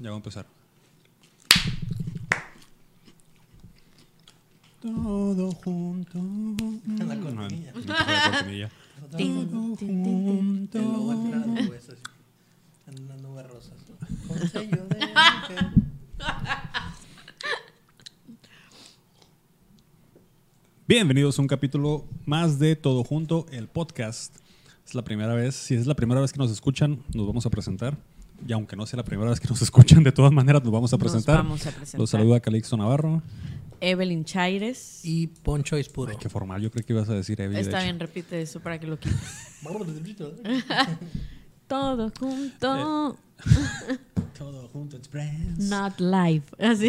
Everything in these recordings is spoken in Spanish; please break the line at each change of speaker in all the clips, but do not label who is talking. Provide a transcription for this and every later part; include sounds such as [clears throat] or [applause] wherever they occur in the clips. Ya vamos a empezar. Todo junto.
la
No,
cortinilla.
no fue la cortinilla. Todo junto.
El lobo entrando, güey, eso sí. En una nube rosa. Con sello de ángel.
Bienvenidos a un capítulo más de Todo Junto, el podcast. Es la primera vez, si es la primera vez que nos escuchan, nos vamos a presentar. Y aunque no sea la primera vez que nos escuchan, de todas maneras nos vamos a
Nos
presentar.
vamos a presentar.
Los saluda Calixto Navarro.
Evelyn Chaires.
Y Poncho es puro.
Ay, qué formal, yo creo que ibas a decir Evi. de
Está
hecho.
bien, repite eso para que lo quites. Todo
Eh.
junto,
Todo junto, it's friends.
not live. [laughs] Así.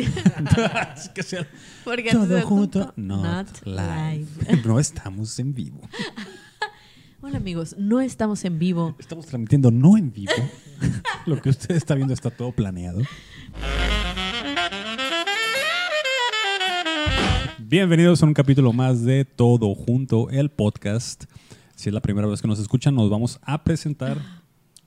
Es que sea-
Porque antes
Todo
era
junto,
junto,
not, live. No estamos en vivo.
Hola amigos, no estamos en vivo.
Estamos transmitiendo no en vivo. [laughs] Lo que usted está viendo está todo planeado. Bienvenidos a un capítulo más de Todo Junto, el podcast. Si es la primera vez que nos escuchan, nos vamos a presentar.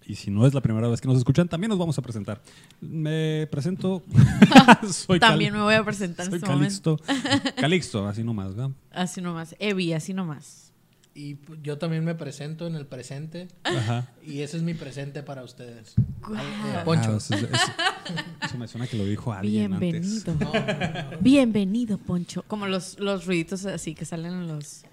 Y si no es la primera vez que nos escuchan, también nos vamos a presentar. Me presento. [laughs] Soy Cal-
También me voy a presentar en
soy
este momento.
Calixto. Calixto, así nomás, ¿verdad?
Así nomás. Evi, así nomás.
Y pu- yo también me presento en el presente.
Ajá.
Y ese es mi presente para ustedes.
Guau.
Eh, Poncho.
Ah, eso, eso- eso me suena que lo dijo alguien antes.
Bienvenido. [laughs] Bienvenido, Poncho. Como los, los ruiditos así que salen en los,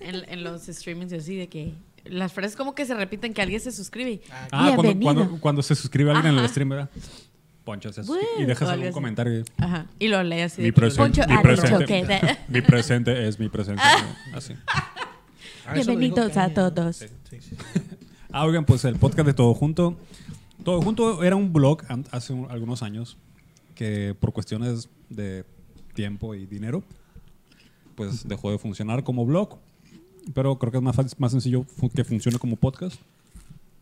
en, en los streamings y así de que las frases como que se repiten que alguien se suscribe.
Ah,
Ah, cuando,
Bienvenido.
cuando, cuando se suscribe alguien en el
Ajá.
stream, ¿verdad? Poncho, se suscribe
Bueno,
y dejas
o algo
algún
así.
comentario.
Ajá. Y lo lee así. de
Mi
que,
presente,
Poncho ah,
mi
ha dicho
presente. Ah,
que te-
Mi presente es mi
[laughs]
presente. Así.
ah, eso lo dijo
Bienvenidos a
Kanye.
todos.
Sí, sí, sí.
Ah, oigan, pues el podcast de Todo Junto. Todo Junto era un blog an- hace un- algunos años que por cuestiones de tiempo y dinero, pues dejó de funcionar como blog. Pero creo que es más, fácil- más sencillo fu- que funcione como podcast.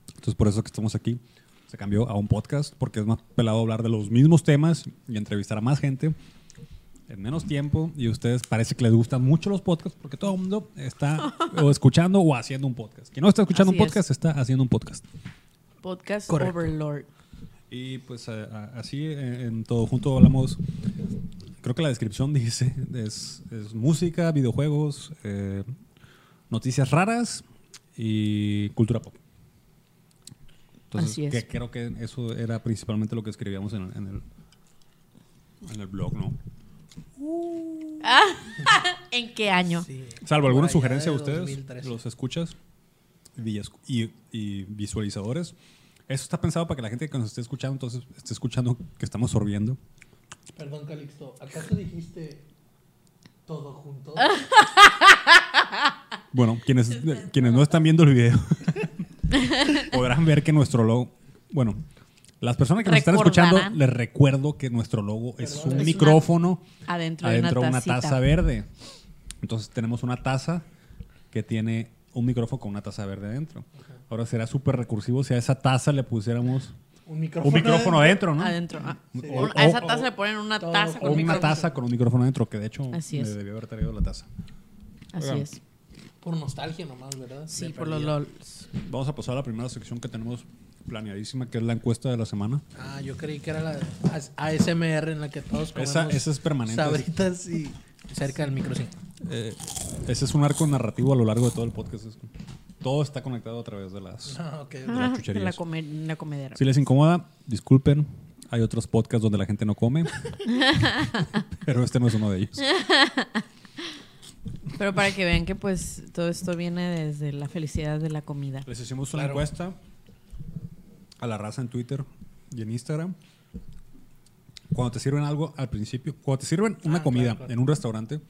Entonces por eso que estamos aquí. Se cambió a un podcast porque es más pelado hablar de los mismos temas y entrevistar a más gente en menos tiempo. Y a ustedes parece que les gustan mucho los podcasts porque todo el mundo
[laughs]
está o escuchando o haciendo un podcast. Quien no está escuchando
Así
un
es.
podcast está haciendo un podcast.
Podcast
Correcto.
Overlord.
Y pues a- a- así eh, en todo junto hablamos, creo que la descripción [laughs] dice, es, es música, videojuegos, eh, noticias raras y cultura pop. Entonces,
Así es.
que creo que eso era principalmente lo que escribíamos en, en el, en el blog, ¿no?
¿En qué año?
Sí.
Salvo alguna
Por allá
sugerencia de
de
ustedes,
2013.
los escuchas y, escu- y- y visualizadores. Eso está pensado para que la gente que nos esté escuchando, entonces esté escuchando que estamos sorbiendo.
Perdón, Calixto. ¿Acaso dijiste todo junto?
Ah.
Bueno, quienes, eh, quienes no están viendo el
[laughs]
video podrán ver que nuestro logo. Bueno, las personas que nos están escuchando,
Recordarán.
les recuerdo que nuestro logo es
Perdón.
un
Es una-
micrófono
Adentro,
adentro de
de
una
tacita.
taza verde. Entonces tenemos una taza que tiene un micrófono con una taza verde adentro. Ahora será súper recursivo si a esa taza le pusiéramos
Un micrófono.
un micrófono adentro, ¿no?
Adentro. ah.
Sí.
O-
Un- a esa
o-
taza le ponen una
todo
taza
con
O
con
una
micrófono.
taza con un micrófono adentro, que de hecho
Así
me
es.
debió haber traído la taza.
Así
Oigan.
es.
Por nostalgia nomás, ¿verdad?
Sí,
De
por los
perdida.
LOLs.
Vamos a pasar a la primera sección que tenemos planeadísima, que es la encuesta de la semana.
Ah, yo creí que era la AS- ASMR en la que todos comemos
Esa, esa es permanente.
sabritas y cerca del micro, sí.
Eh, ese es un arco narrativo a lo largo de todo el podcast. Es- todo está conectado a través de las...
Ah, ok.
las
Ah,
chucherías.
la, come- la comedera.
Si les incomoda, disculpen. Hay otros podcasts donde la gente no
[laughs]
come. pero este no es uno de ellos.
Pero para que vean que pues todo esto viene desde la felicidad de la comida.
Les hicimos una
Claro.
encuesta a la raza en Twitter y en Instagram. Cuando te sirven algo al principio, cuando te sirven una
Ah,
comida
claro, claro.
en un restaurante,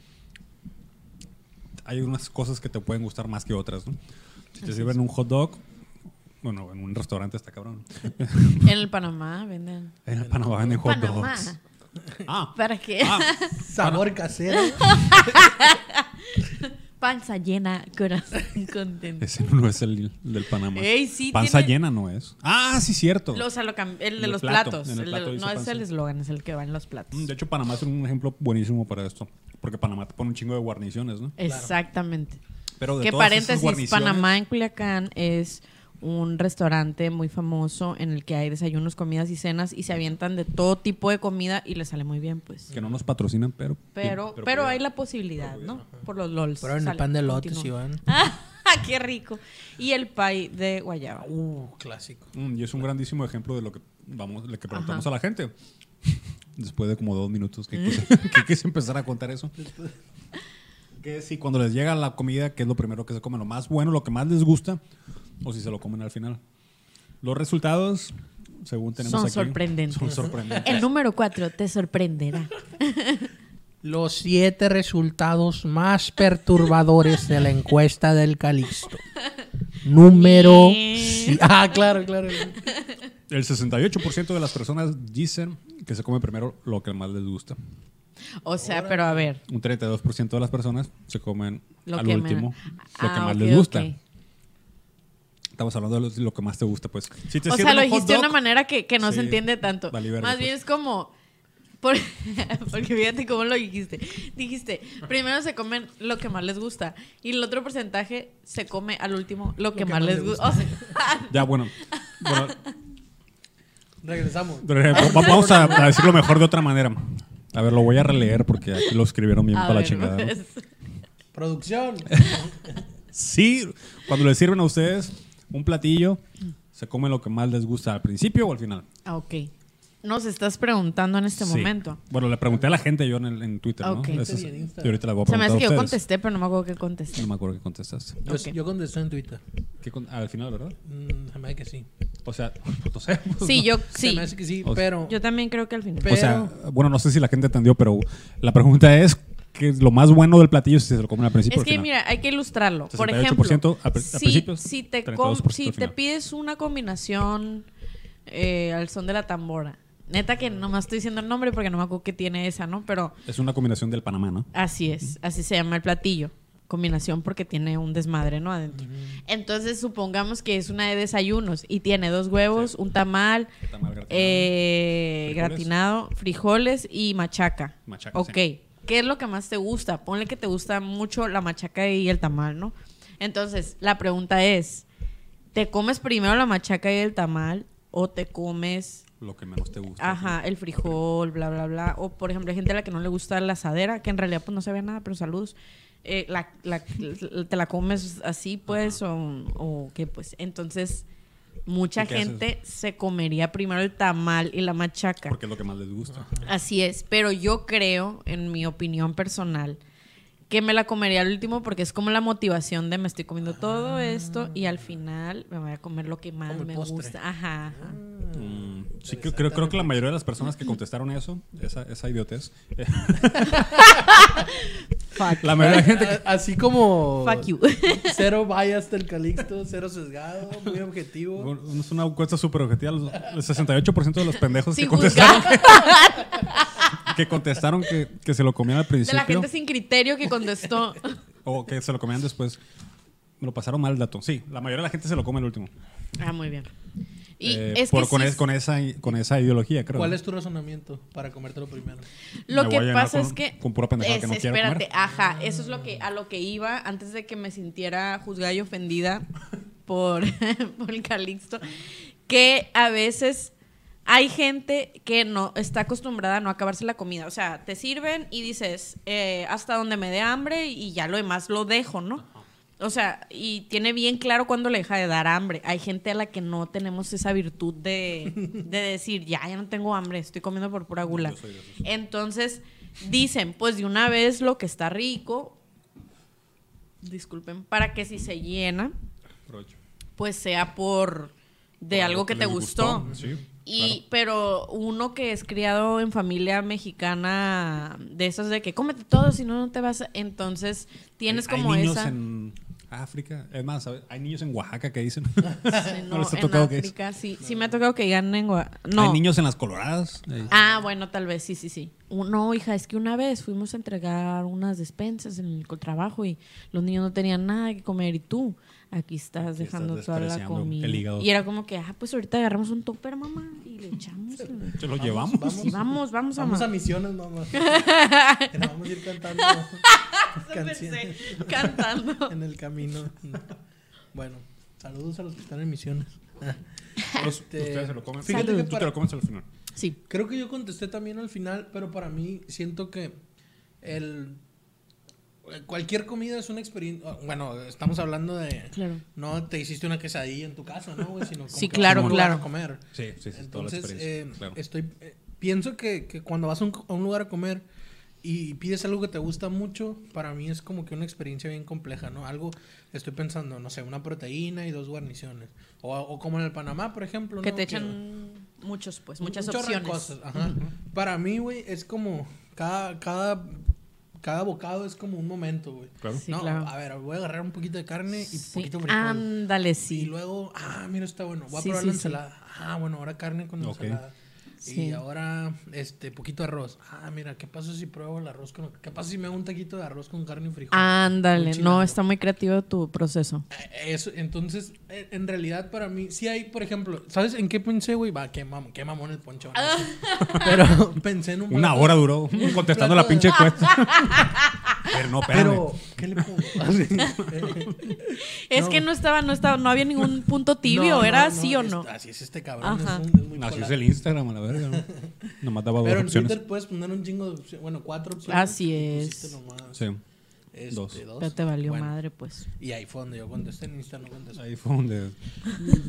hay unas cosas que te pueden gustar más que otras. ¿no? Si te sirven un hot dog, bueno, en un restaurante está
[laughs]
cabrón.
En el Panamá venden.
En el Panamá venden hot
Panamá.
[laughs]
dogs. Ah,
¿Para qué?
ah,
Sabor casero.
[laughs] Panza llena, corazón contento.
ese no es el, el del Panamá.
Ey, sí,
Panza
tiene-
llena no es. Ah, sí, cierto.
Lo- o sea, lo cam- el
En
de
el
los
plato,
platos.
en el
El de
plato
lo-
dice
no es
panza.
el eslogan, es el que va en los platos.
Mm, De hecho, Panamá es un ejemplo buenísimo para esto. Porque Panamá te pone un chingo de guarniciones, ¿no?
Exactamente.
Pero de
Que
todas esas guarniciones-
paréntesis, Panamá en Culiacán es un restaurante muy famoso en el que hay desayunos, comidas y cenas y se avientan de todo tipo de comida y les sale muy bien, pues.
Que no nos patrocinan, pero.
Pero, pero, hay la posibilidad, ¿no? Por los LOLs.
Pero en el
Sale,
pan de lotes,
continúa.
Iván.
[laughs] ¡Ah! ¡Qué rico! Y el pay de guayaba.
Uh, clásico.
Mm, y es un grandísimo ejemplo de lo que vamos, le que preguntamos a la gente. [laughs] Después de como dos minutos que quise,
[laughs]
que quise empezar a contar eso. Que si cuando les llega la comida, que es lo primero que se comen, lo más bueno, lo que más les gusta, o si se lo comen al final. Los resultados, según tenemos
Son
aquí,
sorprendentes.
Son
[laughs]
sorprendentes. [laughs]
El número cuatro te sorprenderá.
Los siete resultados más perturbadores de la encuesta del
[laughs]
Calixto. Número. si- [laughs] Ah, claro, claro.
El 68% de las personas dicen que se come primero lo que más les gusta.
O sea, pero a ver.
Un 32% de las personas se comen
Lo
al
que me-
último lo que
Ah,
más
ok,
les gusta.
ok.
Estamos hablando de lo- lo que más te gusta, pues. Si te
O sea,
sirven
lo
un hot
dijiste de
dog,
una manera que, que no
Sí,
se entiende tanto.
vale verga,
Más bien
pues.
es como. por- [laughs] porque fíjate cómo lo dijiste. Dijiste, primero se comen lo que más les gusta. Y el otro porcentaje se come al último lo, que, más, les gusta. [laughs]
Ya, bueno. Bueno,
Regresamos.
va- vamos a, a decirlo mejor de otra manera. A ver, lo voy a releer porque aquí lo escribieron bien para la
pues.
chingada. ¿no?
[laughs]
Producción.
Sí, cuando les sirven a ustedes un platillo, se come lo que más les gusta al principio o al final.
Ah, ok. Nos estás preguntando en este
Sí.
momento.
Bueno, le pregunté a la gente yo en, el- en Twitter,
Ok.
¿no? Eso es-
Sí, en Instagram.
y ahorita la voy a
Se me
preguntar
hace que
a
yo
ustedes.
contesté, pero no me acuerdo qué contesté.
No me acuerdo qué contestaste.
Yo,
Ok.
yo contesté en Twitter.
¿Qué con- al final, ¿verdad?
Mm, se me hace que sí.
O sea, [laughs] pues, no sé.
Sí, yo
Se
sí.
me hace que sí,
O sea-
pero.
Yo también creo que al final.
Pero-
O sea, bueno, no sé si la gente entendió, pero la pregunta es que lo más bueno del platillo si se lo comen al principio.
Es
o al
que
final.
mira, hay que ilustrarlo. Por
68%
ejemplo,
al pri- al
si,
principio,
si te, com-
32%
si
al
te
final.
pides una combinación eh, al son de la tambora, neta que nomás estoy diciendo el nombre porque no me acuerdo qué tiene esa, ¿no? Pero
Es una combinación del Panamá, ¿no?
así es, así se llama el platillo. Combinación porque tiene un desmadre, ¿no? Adentro. Entonces, supongamos que es una de desayunos y tiene dos huevos, un tamal,
Tamal gratinado.
eh,
Frijoles.
gratinado, frijoles y machaca.
Machaca,
Ok. ¿Qué es lo que más te gusta? Ponle que te gusta mucho la machaca y el tamal, ¿no? Entonces, la pregunta es, ¿te comes primero la machaca y el tamal o te comes,
Lo que menos te gusta.
ajá, el frijol, bla, bla, bla? O, por ejemplo, hay gente a la que no le gusta la asadera, que en realidad pues no se ve nada, pero saludos. Eh, la- la- ¿Te la comes así, pues, o, o qué, pues? Entonces, mucha
¿Y qué haces?
gente se comería primero el tamal y la machaca.
Porque es lo que más les gusta.
Así es, pero yo creo, en mi opinión personal, que me la comería al último porque es como la motivación de me estoy comiendo todo esto y al final me voy a comer lo que más
Como el
me
postre.
gusta. Ajá, ajá.
Mm, sí, que- creo, creo que la mayoría de las personas que contestaron eso, esa, esa idiotez, eh, [laughs]
Fuck.
la mayoría de la gente que-
A- Así como.
Fuck you. [laughs]
Cero bias del Calixto, cero sesgado, muy objetivo.
Bueno, Es una encuesta súper objetiva. los- El 68% de los pendejos que
Sin
contestaron,
juzgar.
que, contestaron que, que se lo comían al
De la
principio
gente sin criterio que contestó.
o que se lo comían después. Me lo pasaron mal el dato. Sí, la mayoría de la gente se lo come el último.
[laughs] Ah, muy bien. Y
Eh,
es
por-
que
con,
sí
es- con esa, con esa ideología, creo.
¿Cuál es tu razonamiento para comértelo primero?
Lo
Me
que
voy a llenar
pasa
con-
es que.
con pura pendejada
es-
que no quiero
Espérate,
comer.
ajá. Eso es lo que, a lo que iba antes de que me sintiera juzgada y ofendida por, [laughs] por el Calixto. Que a veces hay gente que no está acostumbrada a no acabarse la comida. O sea, te sirven y dices, eh, hasta donde me dé hambre y ya lo demás lo dejo, ¿no? O sea, y tiene bien claro cuando le deja de dar hambre. Hay gente a la que no tenemos esa
[laughs]
virtud de, de decir, ya, ya no tengo hambre, estoy comiendo por pura gula. Entonces, dicen, pues de una vez lo que está rico, disculpen, para que si se llena, pues sea por de
Por
algo que, te
les
gustó.
Sí,
Y, pero uno que es criado en familia mexicana, de esos de que cómete todo, si no, no te vas. a-". Entonces, tienes
Hay- hay
como
niños
esa.
en África. Es más, ¿sabes? hay niños en Oaxaca que dicen.
Sí,
[laughs] No
Este, no,
les ha
en
tocado que es.
África, sí. Sí me ha tocado que digan en Gua- No.
Hay niños en las coloradas. eh,
Ah, bueno, tal vez, sí, sí, sí. Un- No, hija, es que una vez fuimos a entregar unas despensas en el co- trabajo y los niños no tenían nada que comer y tú aquí estás
Aquí estás
dejando toda la
despreciando
comida.
el hígado.
Y era como que, ah, pues ahorita agarramos un topper, mamá, y le echamos. y
Se los llevamos.
Vamos, vamos,
vamos, vamos,
vamos
mamá.
a
[laughs]
misiones, mamá. Que nos vamos a ir cantando
Eso
canciones
pensé, cantando.
en el camino. Bueno, Saludos a los que están en misiones.
Los-
Este,
ustedes se lo comen.
fíjate
Fíjate que
que
tú
para-
te lo comes al final.
Sí.
Creo que yo contesté también al final, pero para mí siento que el cualquier comida es una experiencia. Bueno, estamos hablando de
Claro.
no te hiciste una quesadilla en tu casa, ¿no? güey? Sino como
Sí,
que
claro,
vas a un lugar
claro.
a comer.
Sí, sí, sí. toda la
Entonces,
experiencia.
eh,
claro.
estoy, eh, pienso que, que cuando vas a un, a un lugar a comer y pides algo que te gusta mucho, para mí es como que una experiencia bien compleja, ¿no? Algo, estoy pensando, no sé, una proteína y dos guarniciones. O, o como en el Panamá, por ejemplo.
Que
¿no?
te echan muchos, pues,
un
muchas
chorro de
opciones.
cosas, ajá. Para mí, güey, es como cada, cada, cada bocado es como un momento, güey.
Claro.
Sí,
no,
claro.
a ver, voy a agarrar un poquito de carne y
Sí.
poquito de frijol.
Ándale,
Y
sí.
luego, ah, mira, está bueno. Voy a
Sí,
probar
sí,
la
sí.
ensalada. Ah, bueno, ahora carne con
Ok.
ensalada.
Sí.
Y ahora, este, poquito de arroz. Ah, mira, ¿qué pasa si pruebo el arroz con... ¿Qué pasa si me hago un taquito de arroz con carne y frijol?
Ándale,
Un
Ah, no,
chilango.
está muy creativo tu proceso.
Eso, entonces, eh, en realidad para mí, sí hay, por ejemplo, ¿sabes en qué pensé, güey? Va, qué, mam qué mamón el poncho.
Ah.
no sé. [laughs] Pero pensé en un...
Una
plato-
hora duró [laughs] contestando la pinche encuesta. [laughs] Pero no, espérame.
Pero, ¿qué le
[laughs]
pongo? Eh, Así.
Es
No.
que no estaba, no estaba, no había ningún punto [laughs] tibio,
[laughs] No, no,
¿era
no,
sí o
es-
no?
así es este cabrón.
Ajá.
Es un- es muy
Así es
polar.
el Instagram, a la verga. [laughs] ¿no? Nomás daba dos
Pero en
opciones.
Twitter puedes poner un chingo de opciones, bueno, cuatro opciones.
Así
y
es.
pusiste nomás,
Sí.
este,
dos.
Pero te valió
Bueno,
madre, pues.
Y ahí fue donde yo contesté, en Insta no contesté.
Ahí fue donde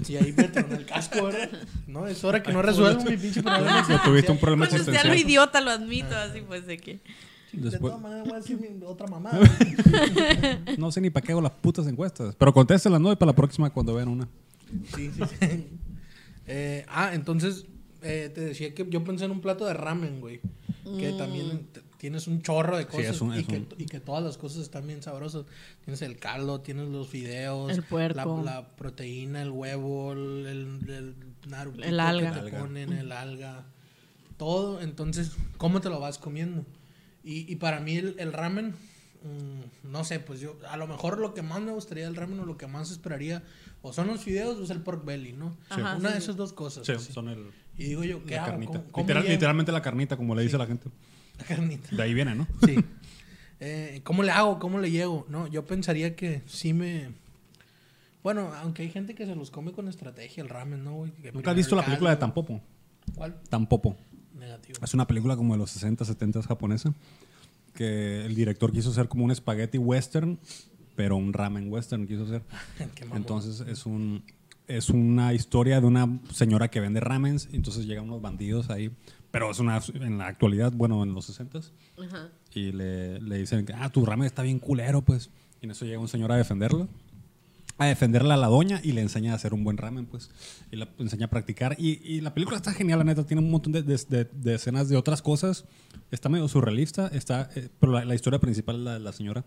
Y ahí me tronó el casco, ¿verdad? No, es hora que no resuelvo mi pinche problema.
Lo tuviste un problema
Cuando usted a lo
existencial.
idiota lo admito, así pues de que.
De
Después,
todas maneras voy a decir mi otra mamá.
[laughs] no sé ni para qué hago las putas encuestas. Pero contéstenlas, ¿no? Y para la próxima cuando vean una.
Sí, sí, sí. Eh, ah, entonces eh, te decía que yo pensé en un plato de ramen, güey.
Mm.
Que también t- tienes un chorro de cosas
es un-
y,
es
que,
un-
y que todas las cosas están bien sabrosas. Tienes el caldo, tienes los fideos,
El puerco.
La, la proteína, el huevo, el, el, el narutito
El alga.
que te
Alga.
ponen, el alga, todo. Entonces, ¿cómo te lo vas comiendo? Y, y para mí el, el ramen, mm, no sé, pues yo a lo mejor lo que más me gustaría del ramen o lo que más esperaría o son los fideos o es el pork belly, ¿no?
Sí. Ajá,
Una
sí,
de
sí.
esas dos cosas. así.
son el,
Y digo yo, ¿qué
la
hago?
carnita.
¿Cómo- cómo
Literal-
llego?
literalmente la carnita, como le dice la gente.
La carnita.
De ahí viene, ¿no?
Sí. Eh, ¿Cómo le hago? ¿Cómo le llego? No, yo pensaría que sí me... Bueno, aunque hay gente que se los come con estrategia el ramen, ¿no, güey?
¿Nunca
Que primero
has
el
visto la
caldo.
película de Pues, Tampopo?
¿Cuál?
Tampopo.
Negativo.
Es una película como de los 60, 70 japonesa. Que el director quiso hacer como un espagueti western, pero un ramen western quiso hacer.
[laughs] Qué mamón.
Entonces es un es una historia de una señora que vende ramens, y entonces llegan unos bandidos ahí, pero es una en la actualidad, bueno, en los 60
Ajá.
y le, le dicen, que, "Ah, tu ramen está bien culero, pues." Y en eso llega un señor a defenderla. A defenderla a la doña y le enseña a hacer un buen ramen, pues. Y la enseña a practicar. Y, y la película está genial, la neta. Tiene un montón de, de- de- de escenas de otras cosas. Está medio surrealista, está, eh, pero la, la historia principal es la de la señora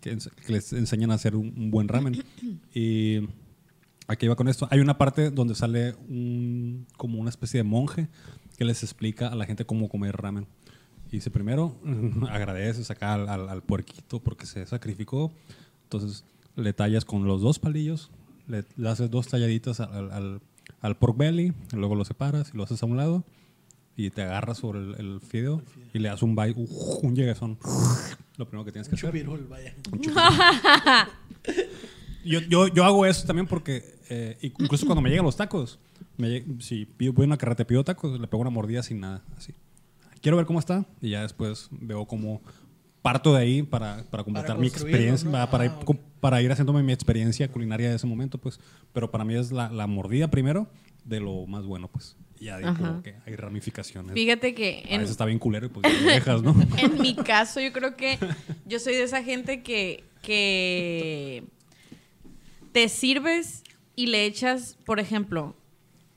que, ens- que les enseñan a hacer un, un buen ramen. y aquí va con esto. Hay una parte donde sale un, como una especie de monje que les explica a la gente cómo comer ramen. Y dice, primero, [laughs] agradeces acá al, al, al puerquito porque se sacrificó. Entonces, le tallas con los dos palillos, le, le haces dos talladitas al- al, al, al pork belly, luego lo separas y lo haces a un lado y te agarras sobre el, el fideo y le das un bite, uf, un lleguesón. Lo primero que tienes que hacer.
Chupirul, vaya.
Yo, yo, yo hago eso también porque eh, incluso cuando me llegan los tacos, me lle- si pido- voy a una carreta pido tacos, le pego una mordida sin nada, así. Quiero ver cómo está y ya después veo cómo parto de ahí para, para completar mi
construirlo,
experiencia,
¿no?
para, para ir,
Ah, ok.
com- para ir haciéndome mi experiencia culinaria de ese momento, pues. Pero para mí es la, la mordida primero de lo más bueno, pues. Y Ya de ahí como
Ajá.
que hay ramificaciones.
Fíjate
A
que
Ah,
en, [laughs]
veces está bien culero y pues ya lo dejas, ¿no?
[laughs]
en mi caso, yo creo que yo soy de esa gente que, que te sirves y le echas, por ejemplo,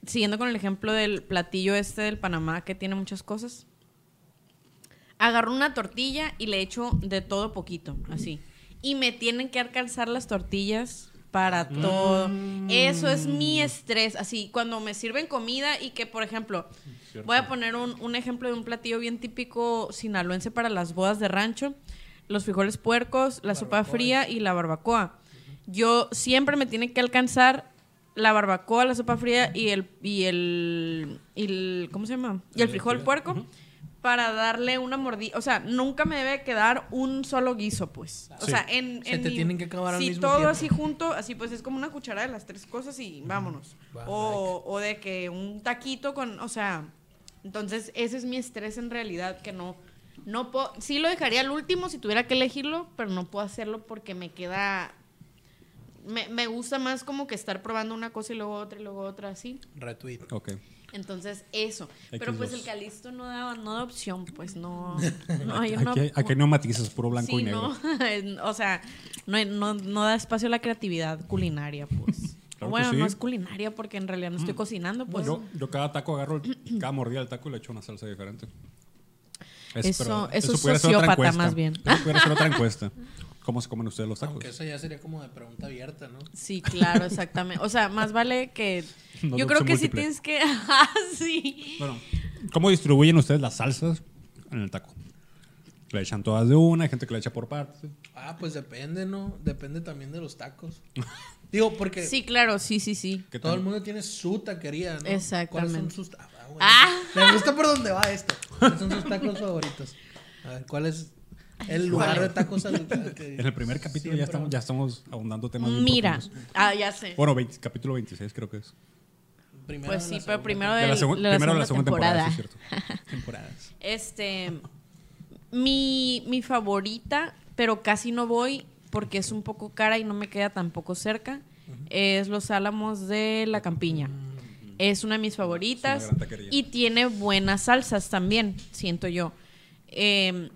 siguiendo con el ejemplo del platillo este del Panamá que tiene muchas cosas, agarro una tortilla y le echo de todo poquito, así. Y me tienen que alcanzar las tortillas para todo. Eso es mi estrés. Así, cuando me sirven comida y que, por ejemplo, voy a poner un, un ejemplo de un platillo bien típico sinaloense para las bodas de rancho. Los frijoles puercos, la sopa fría y la barbacoa. Yo siempre me tiene que alcanzar la barbacoa, la sopa fría y el, y el, y el- ¿cómo se llama? Y el frijol puerco para darle una mordida. O sea, nunca me debe quedar un solo guiso, pues. O
Sí.
sea, en.
Se
en
te tienen que acabar al
sí,
mismo
todo
tiempo.
así junto, así pues es como una cucharada de las tres cosas y vámonos.
Va,
o, o de que un taquito con. O sea, entonces ese es mi estrés en realidad, que no. No puedo, sí lo dejaría al último si tuviera que elegirlo, pero no puedo hacerlo porque me queda. Me, me gusta más como que estar probando una cosa y luego otra y luego otra, así.
Retweet.
Ok.
Entonces, eso. Pero
X2.
pues el Calisto no daba, no da opción,
[laughs]
pues no. no hay una-
Aquí, hay- aquí no matices, puro blanco
Sí,
y negro.
no, [laughs] o sea, no, hay- no- no da espacio a la creatividad culinaria, pues.
[laughs] Claro que
bueno,
sí. Mm.
no es culinaria porque en realidad no estoy cocinando, pues.
yo, yo cada taco agarro, el- cada mordida del taco y le echo una salsa diferente. Es-
Eso-
pero
eso es
pudiera ser otra
sociópata,
encuesta.
más bien.
Eso pudiera ser otra encuesta. ¿Cómo se comen ustedes los tacos?
Pues Aunque eso ya sería como de pregunta abierta, ¿no?
Sí, claro, exactamente. O sea, más vale que.
[laughs] No
yo
de
creo
opción
que sí
múltiple.
tienes que. [laughs] Ah, sí.
Bueno, ¿cómo distribuyen ustedes las salsas en el taco? Le echan todas de una, hay gente que le echa por partes.
Ah, pues depende, ¿no? Depende también de
[laughs]
los tacos. Digo, porque
Sí, claro, sí, sí, sí.
¿Qué
todo
tal?
el mundo tiene su taquería, ¿no? ¿Cuáles son
Exactamente.
sus tacos? Ah, bueno.
Ah.
Me gusta por dónde va esto. ¿Cuáles
[laughs]
son sus tacos favoritos? A ver, ¿cuál es el lugar de tacos al, al
[laughs]
que
En el primer capítulo
siempre
ya estamos,
va?
ya estamos ahondando temas muy
Mira.
profundos.
Ah, ya sé.
Bueno, 20 capítulo 26 creo que es.
Primero
Pues
la
sí, pero
segunda
primero
De
del-
la segun-
de la
primero de
segunda
la segunda temporada,
temporada.
sí, es cierto.
temporadas.
Este, mi, mi favorita, pero casi no voy porque es un poco cara y no me queda tampoco cerca, es Los Álamos de la Campiña. Es una de mis favoritas
Mm. gran taquería.
y tiene buenas salsas también, siento yo. Eh,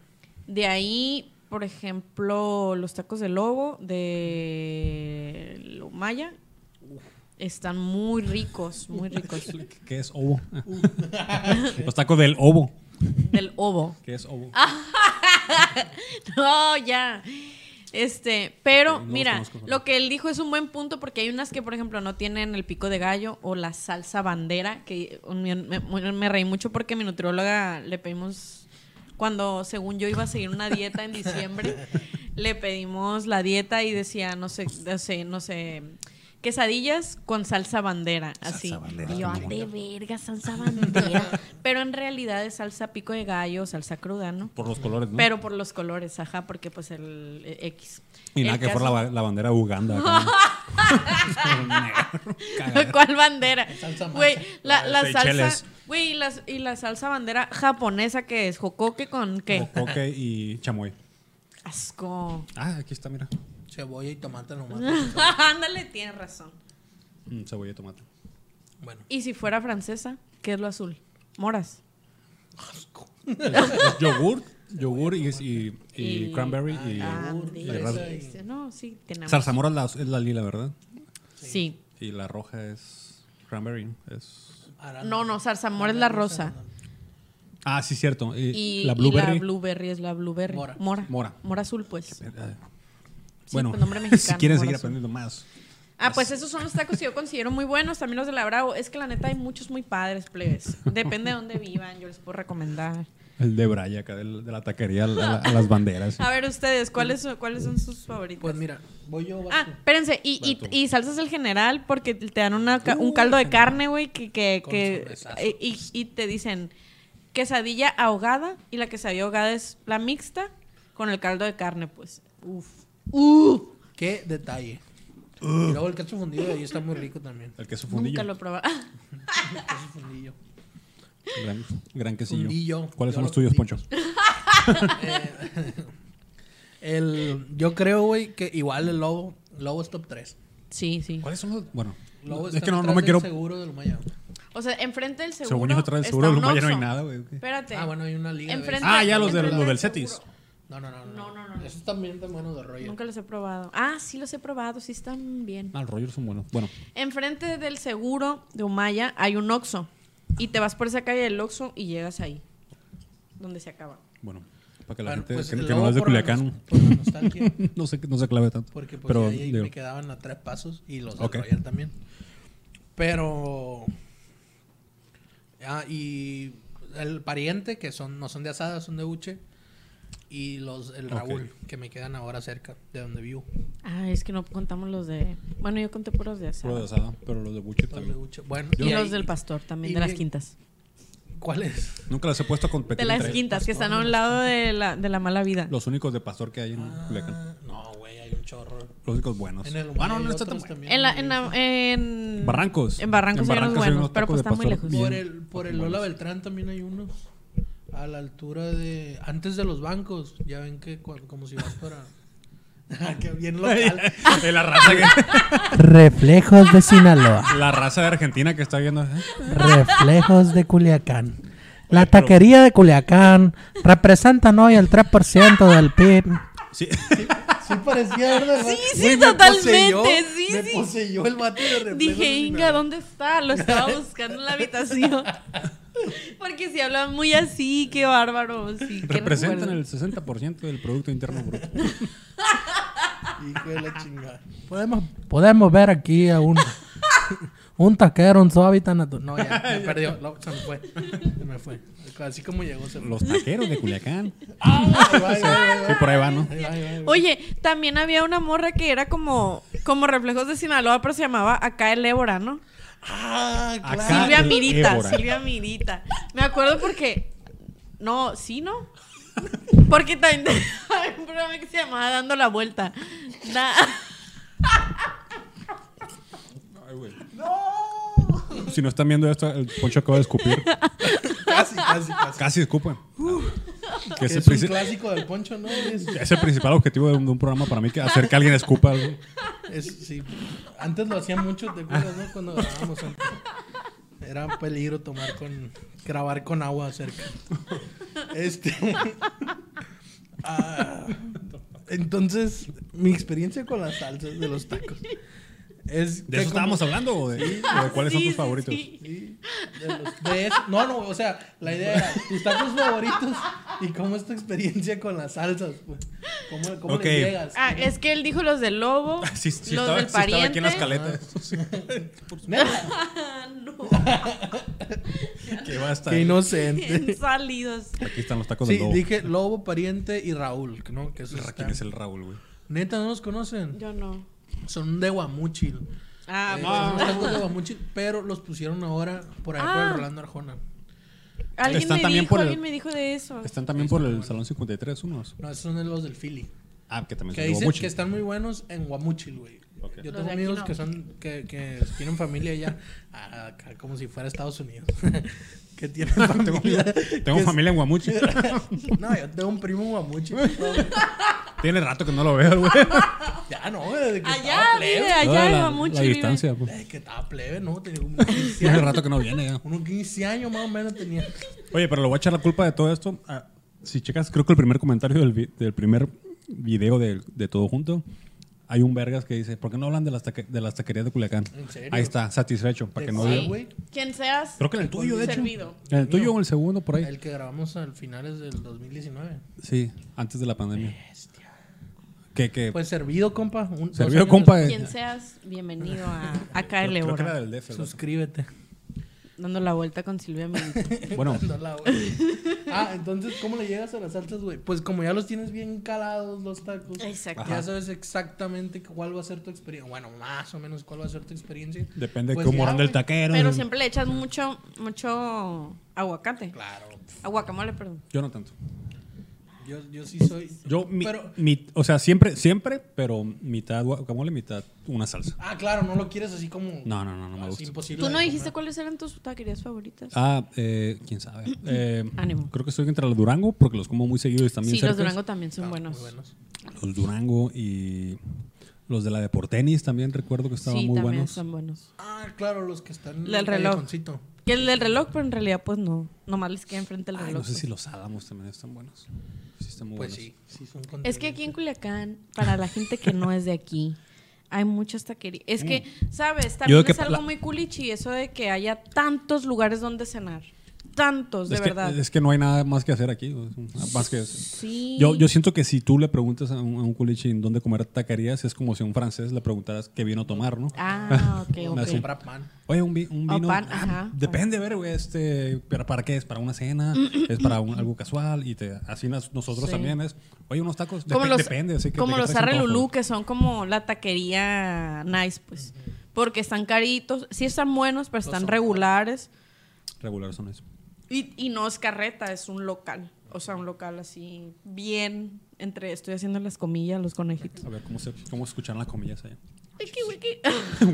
de ahí, por ejemplo, los tacos de lobo de Lomaya están muy ricos,
[laughs]
muy ricos.
¿Qué es
[laughs]
ovo? los tacos del ovo.
Del ovo.
¿Qué es ovo?
Ah. [laughs] No, ya. Este, pero
Ok, no los
mira,
conozco, no.
lo que él dijo es un buen punto porque hay unas que, por ejemplo, no tienen el pico de gallo o la salsa bandera, que un- me, me- me reí mucho porque mi nutrióloga le pedimos, cuando según yo iba a seguir una dieta en
[laughs]
diciembre, le pedimos la dieta y decía, no sé, no sé, no sé, quesadillas con salsa bandera, así.
bandera,
Y yo,
qué
"Ah, de verga, salsa bandera. [laughs] pero en realidad es salsa pico de gallo, salsa cruda, ¿no?
Por los colores, ¿no?
Pero por los colores, ajá, porque pues el eh, X.
y nada,
El
que
caso-
fuera la, la bandera de Uganda. acá,
[laughs]
¿no? Cagadero.
¿Cuál bandera?
Salsa
Güey,
mancha.
la,
La de
la salsa.
Seychelles.
Güey, y las- y la salsa bandera japonesa que es jocoque con qué?
Ocoque y chamoy.
Asco. [laughs]
Ah, aquí está, mira.
Cebolla y tomate nomás.
Ándale, tienes razón.
Mm, cebolla y tomate.
bueno.
Y si fuera francesa, ¿qué es lo azul? Moras.
Es yogur, yogur y, y, y cranberry y
Ah,
yogur,
de-
y raspberry.
este, No, sí, tenemos.
Zarzamora es la, es la lila, ¿verdad?
Sí.
Y la roja es cranberry, ¿no? Es...
Arándano.
No, no, zarzamora es la rosa.
Ah, sí, cierto. Y,
Y
la blueberry.
y la blueberry es la blueberry.
Mora.
Mora.
Mora.
azul, pues.
Eh,
Sí,
bueno,
pues, nombre
[laughs]
mexicano,
si quieren
mora
seguir
azul.
aprendiendo más.
Ah, pues esos son los tacos que yo considero muy buenos, también los de la Bravo. Es que la neta hay muchos muy padres, plebes. Depende de dónde vivan, yo les puedo recomendar.
El de Braya, acá del- de la taquería a, la- a las banderas.
A ver, ustedes, ¿cuáles son, ¿cuáles son sus favoritos?
Pues mira, voy yo. vas
Ah,
tú.
espérense, y, y-
Bueno, pues, tú.
y salsas el general porque te dan una ca- un caldo de carne, güey, que, que,
Uh, Con
que-
sobresalsa.
eh, y, y te dicen quesadilla ahogada y la quesadilla ahogada es la mixta con el caldo de carne, pues. Uf. Uf.
Qué detalle. Y luego el queso fundido de ahí está muy rico también.
El queso fundillo.
Nunca lo he probado. [laughs]
El queso fundillo.
Gran, gran quesillo.
Fundillo.
¿Cuáles
Yo
son
lo
los tuyos,
fundí.
Poncho?
El, yo creo, güey, que igual el lobo. Lobo es top 3.
Sí, sí.
¿Cuáles son los...? Bueno,
Lobo
es
está
que no,
atrás
no me
del
quiero...
seguro del Humaya.
O sea, enfrente del seguro.
Según yo, atrás del
está
seguro del
un
Humaya no hay
Oxxo.
nada, güey.
Espérate.
Ah, bueno, hay una liga. de
Enfrente-
Ah, ya los, de,
Enfrente
los
del
del Cetis.
seguro.
béisbol. No, no, no.
No, no, no, no.
Esos también están buenos de rollo.
Nunca los he probado. Ah, sí los he probado, sí están bien.
Ah, los rollos son buenos. Bueno,
Enfrente del seguro de Humaya hay un Oxxo. Y te vas por esa calle del Oxxo y llegas ahí. Donde se acaba.
bueno. Para que la
Bueno,
gente
pues,
que,
el
que no
lobo
es de
por la
Culiacán
nos- por la nostalgia.
[laughs] no, se, no se clave tanto.
Porque pues
pero,
ahí
digo,
me quedaban a tres pasos y los
Ok.
okay. también. Pero ah, y el pariente que son no son de asada, son de uche y los el
Ok.
Raúl que me quedan ahora cerca de donde vivo.
Ah, es que no contamos los de. Bueno, yo conté puros de
puro de
asado.
asada, pero los de buche
Los de
también.
Uche. Bueno,
Y
ahí-
los del pastor también,
y
de las
bien-
quintas.
¿Cuál es?
Nunca las he puesto a competir.
De las
entre ellas.
quintas que están a un lado de la, de la mala vida.
Los únicos de pastor que hay en Culiacán.
Ah, no, güey, hay un chorro.
Los únicos buenos.
En el
Ah, no,
hay
no está tan
otros
bueno.
también,
En, la,
güey.
en, la- en-
Barrancos.
En Barrancos,
En
hay unos
Barrancos hay
buenos,
unos
pero pues
tacos de
están muy
pastor
lejos.
bien.
Por el, por el Lola Beltrán también hay unos. A la altura de. Antes de los bancos. Ya ven que cuando, como si vas [laughs] para. que bien [laughs] local.
[laughs] De la raza, que-
Reflejos de Sinaloa.
la raza de Argentina que está viendo. ¿eh?
Reflejos de Culiacán. La taquería de Culiacán representan hoy el 3% del PIB.
Sí.
Sí parecía, ¿verdad?
Sí, sí,
Güey, me
totalmente,
poseyó-
sí,
me
sí.
poseyó el vato de reflejos de
Dije, Inga,
Sinaloa".
¿dónde está? Lo estaba buscando en la
[laughs]
habitación. Porque si hablan muy así, qué bárbaro. Sí, [laughs] qué
Representan
recuerdo.
el 60% del Producto Interno Bruto.
Hijo de la chingada.
Podemos, podemos ver aquí a un, un taquero en su hábitat natural.
No, ya, [laughs] me perdió. Lo- se me fue. Se me fue. Así como llegó, se fue.
Los taqueros de
[laughs]
Culiacán.
Ahí va, ahí va, ahí va,
Sí, por ahí va, ¿no?
ahí va, ahí va, ahí va.
Oye, también había una morra que era como, como reflejos de Sinaloa, pero se llamaba Acá el Ébora, ¿no?
Ah,
Acá.
claro. [laughs]
Silvia
el
Mirita,
Ébora.
Silvia Mirita. Me acuerdo porque. No, sí, ¿no? Porque también [laughs] hay un programa que se llamaba Dando la Vuelta. Da-
Si no están viendo esto, el Poncho acaba de escupir.
Casi, casi, casi.
Casi escupen. Que
Que
es,
es
el
un
princi-
clásico del poncho, [laughs] ¿no? Este, Es,
es el principal objetivo de un, de un programa para mí, que hacer que alguien escupa algo.
es- sí. Antes lo hacía mucho, ¿te acuerdas, no? Cuando grabábamos antes. Era un peligro tomar con... Grabar con agua cerca. Este... [laughs] ah, entonces, mi experiencia con las salsas de los tacos es...
¿De
que
eso
como-
estábamos hablando? ¿O de, o de cuáles son
Sí,
tus
sí,
favoritos?
sí.
Sí, de los- de eso- no, no, o sea, la idea era tus tacos favoritos y cómo es tu experiencia con las salsas, pues. ¿Cómo, cómo
Ok.
le llegas?
Ah, es que él dijo los del lobo,
Ah, Sí, sí
los
estaba,
del
sí estaba aquí
pariente.
en las caletas. Sí.
Neta,
Ah, [laughs] no,
Que va a estar.
Qué inocente.
bien salidos.
Aquí están los tacos
Sí,
del lobo. Pues,
dije Lobo, Pariente y Raúl, ¿no? Que esos
¿Quién
están-
es el Raúl, güey?
Neta, no los conocen.
Yo no.
Son de Guamúchil.
Ah,
Eh,
pues,
son tacos de Guamúchil, pero los pusieron ahora por ahí por
Ah.
el Rolando Arjona.
alguien
Están
me
también
dijo,
por el-
alguien me dijo de eso.
Están también por el Salón 53, unos.
No, esos son de los del Philly.
Ah, que también
Que
se llevó
dicen
mucho.
que están muy buenos en Guamuchil, güey.
Ok.
Yo tengo
Los de aquí
amigos
no.
que son que, que tienen familia allá, [laughs] ah, acá como si fuera Estados Unidos. [laughs] que tienen familia.
[laughs] Tengo
que es-
familia en
[laughs]
Guamuchi.
No, yo tengo un primo en
[laughs]
Guamuchil.
Tiene rato que no lo veo, güey.
ya no, güey, desde que
Allá
estaba
vive,
plebe.
Toda
allá
la,
iba mucho.
la
vive.
distancia, pues.
Desde que estaba plebe, ¿no? Tenía
[laughs]
unos 15
Tiene
años.
rato que no viene ya.
Unos 15 años más o menos tenía.
Oye, pero le voy a echar la culpa de todo esto. a- si checas, creo que el primer comentario del, vi- del primer video del- de, todo junto, hay un vergas que dice, ¿por qué no hablan de las, taque- de las taquerías de Culiacán?
¿En serio?
Ahí está, satisfecho, para que no
Sí.
digan.
güey.
Quien seas,
Creo que en el tuyo, de hecho.
Servido.
En el tuyo o en el segundo, por ahí.
El que grabamos al finales del 2019.
Sí, antes de la pandemia. Que, que
Pues servido, compa. un- dos
servido,
años
compa.
después.
eh,
quien seas, bienvenido a Acá el
creo- creo que era
Ébora.
del DF, ¿verdad?
Suscríbete.
Dando la vuelta con Silvia Mirita.
[laughs] Bueno,
[laughs] No la voy. Ah, entonces, ¿cómo le llegas a las salsas, güey? Pues como ya los tienes bien calados los tacos.
Exacto.
Ya sabes exactamente cuál va a ser tu experiencia. Bueno, más o menos cuál va a ser tu experiencia.
depende
Pues
de cómo
ya,
anda el
güey.
taquero.
Pero
el-
siempre le echas mucho, mucho aguacate.
Claro.
Aguacamole, perdón.
Yo no tanto.
Yo, yo sí soy.
Yo, mi-
Pero.
mi- o sea, siempre, siempre, pero mitad guacamole, mitad una salsa.
Ah, claro, no lo quieres así como.
No, no, no, no me
así
gusta.
imposible
¿Tú
de
no dijiste
comer.
cuáles eran tus taquerías favoritas?
Ah, eh, quién sabe. Eh,
Ánimo.
Creo que estoy entre los Durango porque los como muy seguido y están bien
Sí, los
cercas.
Durango también son
Ah,
buenos.
muy buenos.
Los Durango y los de la Deportenis también recuerdo que estaban
sí,
muy
también
buenos.
son buenos.
Ah, claro, los que están. en
Del
el
reloj.
callejoncito.
Que el del reloj, pero en realidad, pues no. Nomás les queda enfrente el
Ay,
reloj.
no sé si los Álamos también están buenos. Sí, están muy
Pues
buenos.
sí, sí son
Es que aquí en Culiacán, para la gente que no es de aquí, hay muchas taquerías. Es que, ¿sabes?
Mm. Yo creo
También
que
es algo
la-
muy culichi eso de que haya tantos lugares donde cenar. Tantos, Pues de
es
verdad.
Que, es que no hay nada más que hacer aquí. o sea, Más que
Sí.
Yo, yo siento que si tú le preguntas a un, a un culichi en dónde comer taquerías, es como si a un francés le preguntaras qué vino a tomar, ¿no? [laughs]
Ah, ok, ok.
Me hace-
Comprar pan.
Oye, un, vi- un
O
vino.
pan,
ah,
ajá.
Depende, ver, güey, este, pero ¿para qué? ¿Es para una
[clears throat]
cena? ¿Es para un- algo casual? Y te, así nos- nosotros
Sí.
también es. Oye, unos tacos.
como
depe-
los,
depende. Así que
como
¿de qué
los
traes
Arre
antojo?
Lulú, que son como la taquería nice, pues. Porque están caritos. Sí están buenos, pero están regulares.
Regular son eso.
Y, y no es carreta, es un local. O sea, un local así, bien entre. Estoy haciendo las comillas, los conejitos.
A ver cómo, se, cómo escuchan las comillas allá.
Wiki, wiki.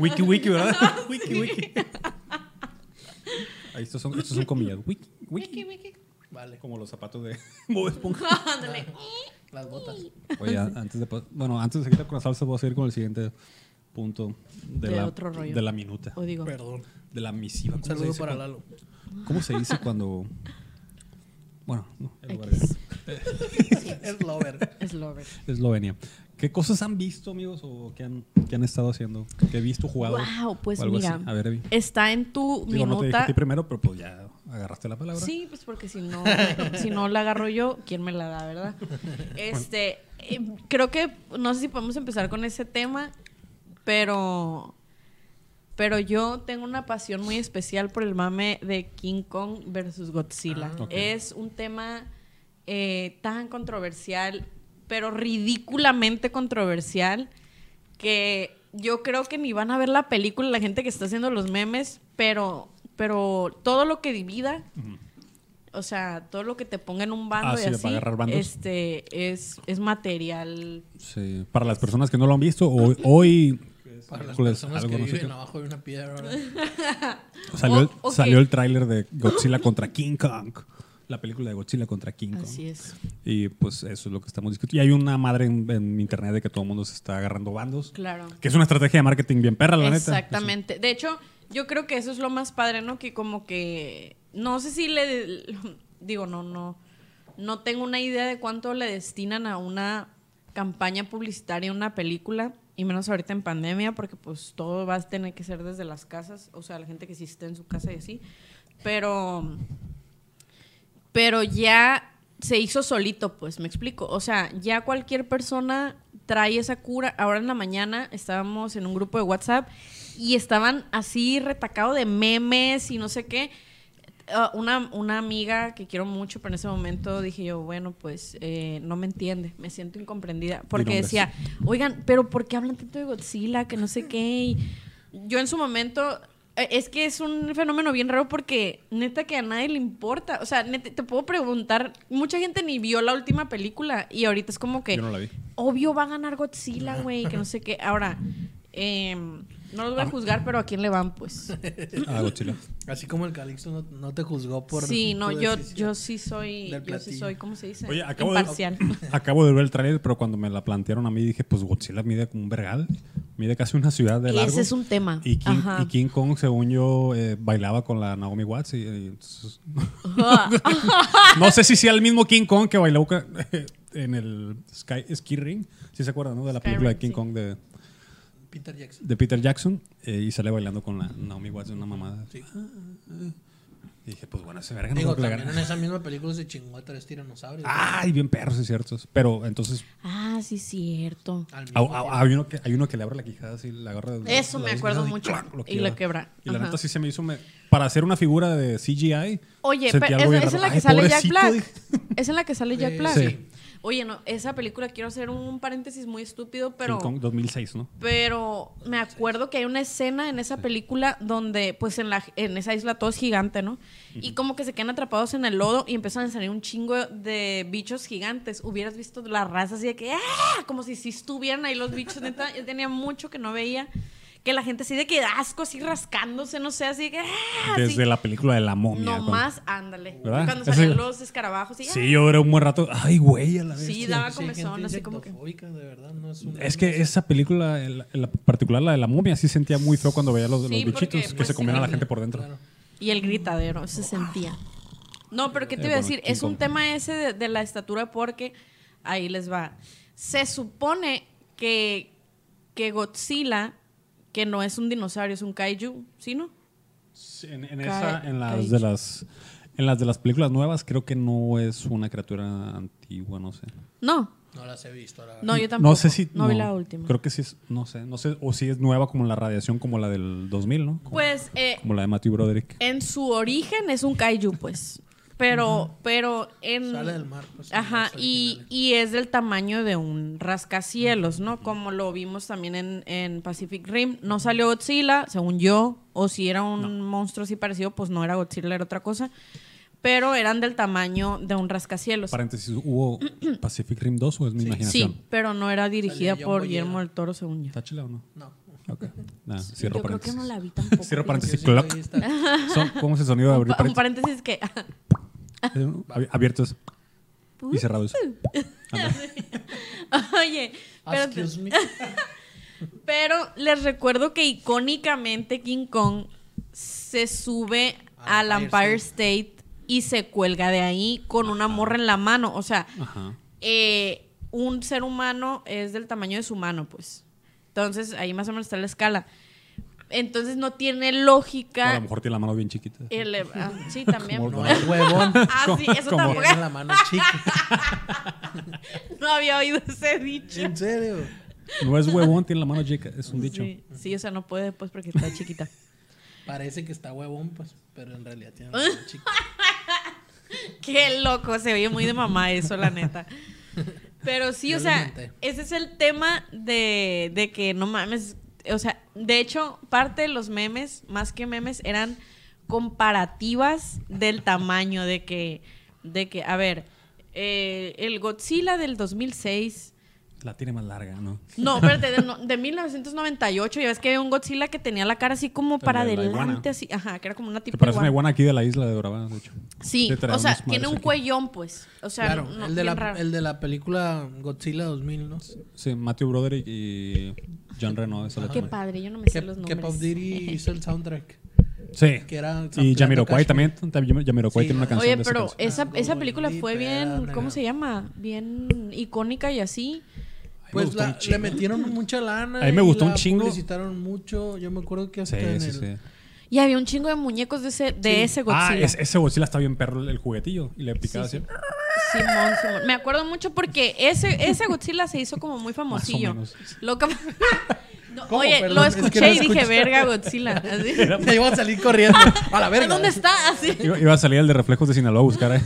[laughs] wiki, wiki,
[laughs]
¿verdad? wiki, wiki. Ahí estos son, estos son comillas. Wiki, wiki.
Wiki, wiki.
Vale,
Como los zapatos de [laughs] Bob Esponja.
[laughs] Ándale.
las botas.
Oye, antes de pas- bueno, antes de seguir con la salsa, voy a seguir con el siguiente punto de,
De
la,
otro rollo.
de la minuta,
O digo,
Perdón.
de la misiva.
Un
¿Cómo se
saludo
dice
para
cuando-
Lalo.
¿Cómo se dice cuando? Bueno, no, el lugar
X.
[laughs] Es lover.
es lover.
de Eslovenia. ¿Qué cosas han visto, amigos, o qué han, qué han estado haciendo? ¿Qué he visto jugado?
Wow, pues
o algo
mira.
así? A ver, Evi.
Está en tu
Digo, no te dije a
minuta.
ti primero, pero pues ya agarraste la palabra.
Sí, pues porque si no, si no la agarro yo, ¿quién me la da, verdad? Este, eh, creo que no sé si podemos empezar con ese tema, pero pero yo tengo una pasión muy especial por el mame de King Kong versus Godzilla.
Ah. Ok.
Es un tema eh, tan controversial, pero ridículamente controversial que yo creo que ni van a ver la película la gente que está haciendo los memes, pero, pero todo lo que divida, o sea, todo lo que te ponga en un bando
Ah,
y
sí, para
así,
agarrar bandos.
este, es, es material.
Sí, Para las personas que no lo han visto, hoy, hoy
Para las
miércoles,
personas
algo,
que
no sé
viven
qué.
abajo de una piedra. ahora.
salió, el-
Oh, ok.
salió el tráiler de Godzilla contra King Kong. La película de Godzilla contra King Kong.
Así es.
Y pues eso es lo que estamos discutiendo. Y hay una madre en, en internet de que todo el mundo se está agarrando bandos.
Claro.
Que es una estrategia de marketing bien perra, la neta.
Exactamente. De hecho, yo creo que eso es lo más padre, ¿no? Que como que no sé si le [laughs] digo, no, no. No tengo una idea de cuánto le destinan a una campaña publicitaria, una película, y menos ahorita en pandemia, porque pues todo va a tener que ser desde las casas, o sea, la gente que sí está en su casa y así. Pero pero ya se hizo solito, pues, me explico. O sea, ya cualquier persona trae esa cura. Ahora en la mañana estábamos en un grupo de WhatsApp y estaban así retacados de memes y no sé qué. Ah, una, una amiga que quiero mucho, pero en ese momento dije yo, bueno, pues eh, no me entiende, me siento incomprendida. Porque
nombres.
decía, oigan, pero ¿por qué hablan tanto de Godzilla? Que no sé qué. Y yo en su momento, eh, es que es un fenómeno bien raro porque neta que a nadie le importa. O sea, neta, te puedo preguntar, mucha gente ni vio la última película y ahorita es como que,
Yo no la vi.
Eh,
obvio va a ganar Godzilla, güey, que no sé qué. Ahora, eh, no los voy a juzgar, pero ¿a quién le
[laughs]
van, pues?
eh,
A Godzilla.
Así como el Calixto no, no te juzgó por.
sí, no,
tu
yo,
decisión.
yo sí
Del
soy, yo sí
platillo.
soy, ¿cómo se dice?
Oye, acabo de,
Imparcial.
[laughs] acabo de ver el tráiler, pero cuando me la plantearon a mí dije, pues Godzilla mide como un vergal. Mide casi una ciudad de largo.
[laughs] Ese es un tema.
Y King,
Ajá.
y King Kong, según yo, eh, bailaba con la Naomi Watts. y- y entonces-
[laughs]
no sé si sea el mismo King Kong que bailó ca- en el Sky, Ski Ring. Si se acuerdan, ¿no? De la
Sky
película
Ring,
de King
sí.
Kong de,
Peter Jackson.
de Peter Jackson. eh, y sale bailando con la Naomi Watts de una mamada.
Sí.
Y dije, pues bueno, ese verga no
Digo,
creo que Ah, le
también en
gane.
esa misma película se chingó a tres tiranosaurios.
Ay, bien perros, es cierto. Pero entonces
[laughs] Ah,
[laughs]
sí, cierto.
Al
Ah,
mismo
ah,
tiempo.
ah, hay, uno que, hay uno que le abre la quijada así, la agarra. de-
Eso me
la-
acuerdo
y
mucho.
¡clac! lo
Y la quebra.
Y la
Ajá.
neta sí se me hizo. me- para hacer una figura de CGI.
Oye,
sentí
pero
algo
esa,
bien
esa es
raro.
la que
Ay,
sale Jack
pobrecito,
Black.
dije.
Esa [laughs] es la que sale Jack
Sí.
Black.
Sí.
Oye, no, esa película quiero hacer un paréntesis muy estúpido, pero
King Kong 2006, ¿no?
pero me acuerdo que hay una escena en esa película donde pues en la en esa isla todo es gigante, ¿no? Y como que se quedan atrapados en el lodo y empiezan a salir un chingo de bichos gigantes. Hubieras visto las razas así de que ¡ah! como si sí estuvieran ahí los bichos, neta, yo tenía mucho que no veía. Que la gente así de que asco, así rascándose, no sé, así de que ¡ah! así.
Desde la película de la momia.
No
cuando-
más, ándale.
¿Verdad?
Cuando
Ese-
salían los escarabajos. Y,
Sí, yo era un buen rato. Ay, güey, a la vez.
Sí, daba
Sí, hay gente
comezón, así como que.
insectofóbica, de verdad, no es un-
Es que esa película, en la- en la particular la de la momia, sí sentía muy feo cuando veía los, los
Sí, porque,
bichitos que
pues,
se comían a la
sí.
gente por dentro.
Claro.
Y el gritadero, se sentía. No, pero ¿qué te
Eh,
iba a
bueno,
decir?
King
Es un
Kong.
tema ese de, de la estatura porque ahí les va. Se supone que, que Godzilla, que no es un dinosaurio, es un kaiju, ¿sí no?
Sí, En, en
Ca-
esa, en las
caíche.
de las, en las de las películas nuevas, creo que no es una criatura antigua, no sé.
No,
No las he visto. la
no,
verdad.
yo tampoco.
No sé si
No, vi la última.
Creo que sí es, no sé, no sé o si es nueva como la radiación como la del 2000, ¿no? Como,
Pues eh,
como la de Matthew Broderick.
en su origen es un kaiju, pues. Pero, pero en.
Sale del mar. pues,
Ajá,
en las
y,
originales.
y es del tamaño de un rascacielos, ¿no? Como lo vimos también en, en Pacific Rim. No salió Godzilla, según yo, o si era un monstruo así parecido, pues no era Godzilla, era otra cosa. pero eran del tamaño de un rascacielos.
Paréntesis, ¿hubo Pacific Rim 2 o es mi imaginación?
Sí, pero no era dirigida
John
por
Boyega.
Guillermo del Toro, según yo.
¿Está chila o no?
No.
Ok. Nah, cierro
Yo creo que
paréntesis.
no la
[laughs]
vi tampoco.
Cierro
Yo
paréntesis,
sí lo
clock.
vi, está-
[laughs]
Son- ¿Cómo es el sonido de
Un
abrir
pa- un
paréntesis?
paréntesis que... [laughs]
Eh, Abiertos y
[laughs]
cerrados.
Oye, pero,
[laughs]
Excuse me.
pero les recuerdo que icónicamente King Kong se sube
Al
al Empire
Empire
State. y se cuelga de ahí con una morra en la mano. O sea,
Ajá.
eh, un ser humano es del tamaño de su mano, pues. Entonces, ahí más o menos está la escala. Entonces, no tiene
A lo
lógica.
mejor tiene la mano bien chiquita.
el- ah,
[laughs]
sí, también.
Como
No,
Donald.
el huevón.
Ah, sí, eso
Como-
tampoco.
Tiene la [laughs] mano chica.
[laughs] No había oído ese dicho.
¿En serio?
No es huevón, tiene la mano chica. Es un dicho.
Sí, sí, o sea, no puede después porque está chiquita.
Parece que está huevón, pues, pero en realidad tiene la mano chica.
Qué loco, se oye muy de mamá eso, la neta. Pero sí,
Yo
o
lo
sea,
inventé.
ese es el tema de, de que no mames. O sea, de hecho, parte de los memes, más que memes, eran comparativas del tamaño de que, de que a ver, eh, el Godzilla del 2006.
La tiene más larga, ¿no?
No, espérate, de, no- de 1998, ya ves que había un Godzilla que tenía la cara así como
El
para
de la iguana.
adelante, así, ajá, que era como una
Que
tipo
parece una iguana
iguana.
aquí de la isla de Brabán, de hecho.
Sí,
Te traen
o sea,
unas madres
tiene un
aquí.
cuellón, pues. O sea,
[laughs] claro,
no-
el, de
bien
la,
raro.
el de la película Godzilla 2000, ¿no?
Sí, Matthew Broderick y John Reno. Esa la
Qué
toma.
padre, yo no me sé
Que,
los
que
nombres.
Pop [laughs] Diddy hizo el soundtrack.
Sí.
Que era
Y
Sample
Jamiroquai
Takashi.
también. tam- Jamiroquai
Sí,
tiene una
no.
canción
Oye,
de esa
pero
canción.
esa,
canción.
esa película fue bien,
Maldita
¿cómo se
sea.
llama? Bien icónica y así.
me
Pues
gustó
la-
un
le
chingo.
metieron mucha lana.
A mí me
y
gustó un
la
chingo.
publicitaron mucho. Yo me acuerdo que hasta en
Sí, sí,
el... [laughs]
sí.
Y había un chingo de muñecos de ese, de ese Godzilla.
Ah, es- ese Godzilla está bien perro el el juguetillo. Y le picaba
Sí,
así.
Simón, Simón. Me acuerdo mucho porque ese, ese Godzilla se hizo como muy famosillo.
menos.
[laughs]
Lo que- No,
¿Cómo?
oye,
Perdón,
lo
es que
escuché
no
y dije,
escuché.
verga, Godzilla.
[laughs]
Así.
Me iba a salir corriendo. A la verga.
¿Dónde está?
[laughs]
Así.
Iba, iba a salir el de reflejos de Sinaloa a buscar.
[laughs]
¿eh?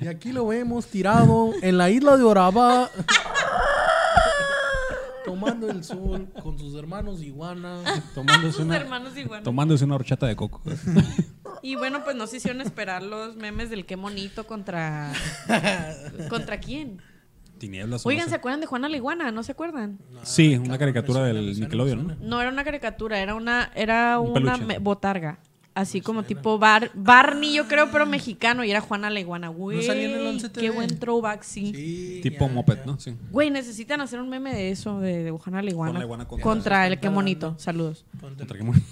Y aquí lo vemos tirado en la isla de Oraba. [laughs] tomando el sol con sus hermanos iguana.
Tomándose
Sus
una,
hermanos igual.
tomándose una horchata de coco.
Y bueno, pues nos hicieron esperar los memes del qué
[laughs]
monito contra. ¿Contra quién?
Tinieblas. o no
Oigan, ¿se
sé.
acuerdan de Juana la Iguana? ¿No se acuerdan?
Sí,
Ah,
una
cabrón,
caricatura
me suena, me
del
suena,
Nickelodeon,
me
¿no?
No era una caricatura, era una, era
Un
una
peluche.
me- botarga. Así como tipo bar, Barney, yo creo, pero mexicano. Y era Juana la Iguana. Güey,
salía en el 11 TV?
qué buen throwback, sí.
Sí,
Tipo
ya,
moped,
ya.
¿no? Sí.
Güey, necesitan hacer un meme de eso, de, de Juana la Iguana.
Juana la Iguana
contra,
contra-
el qué monito. Saludos.
Ponte-
Contra que muy-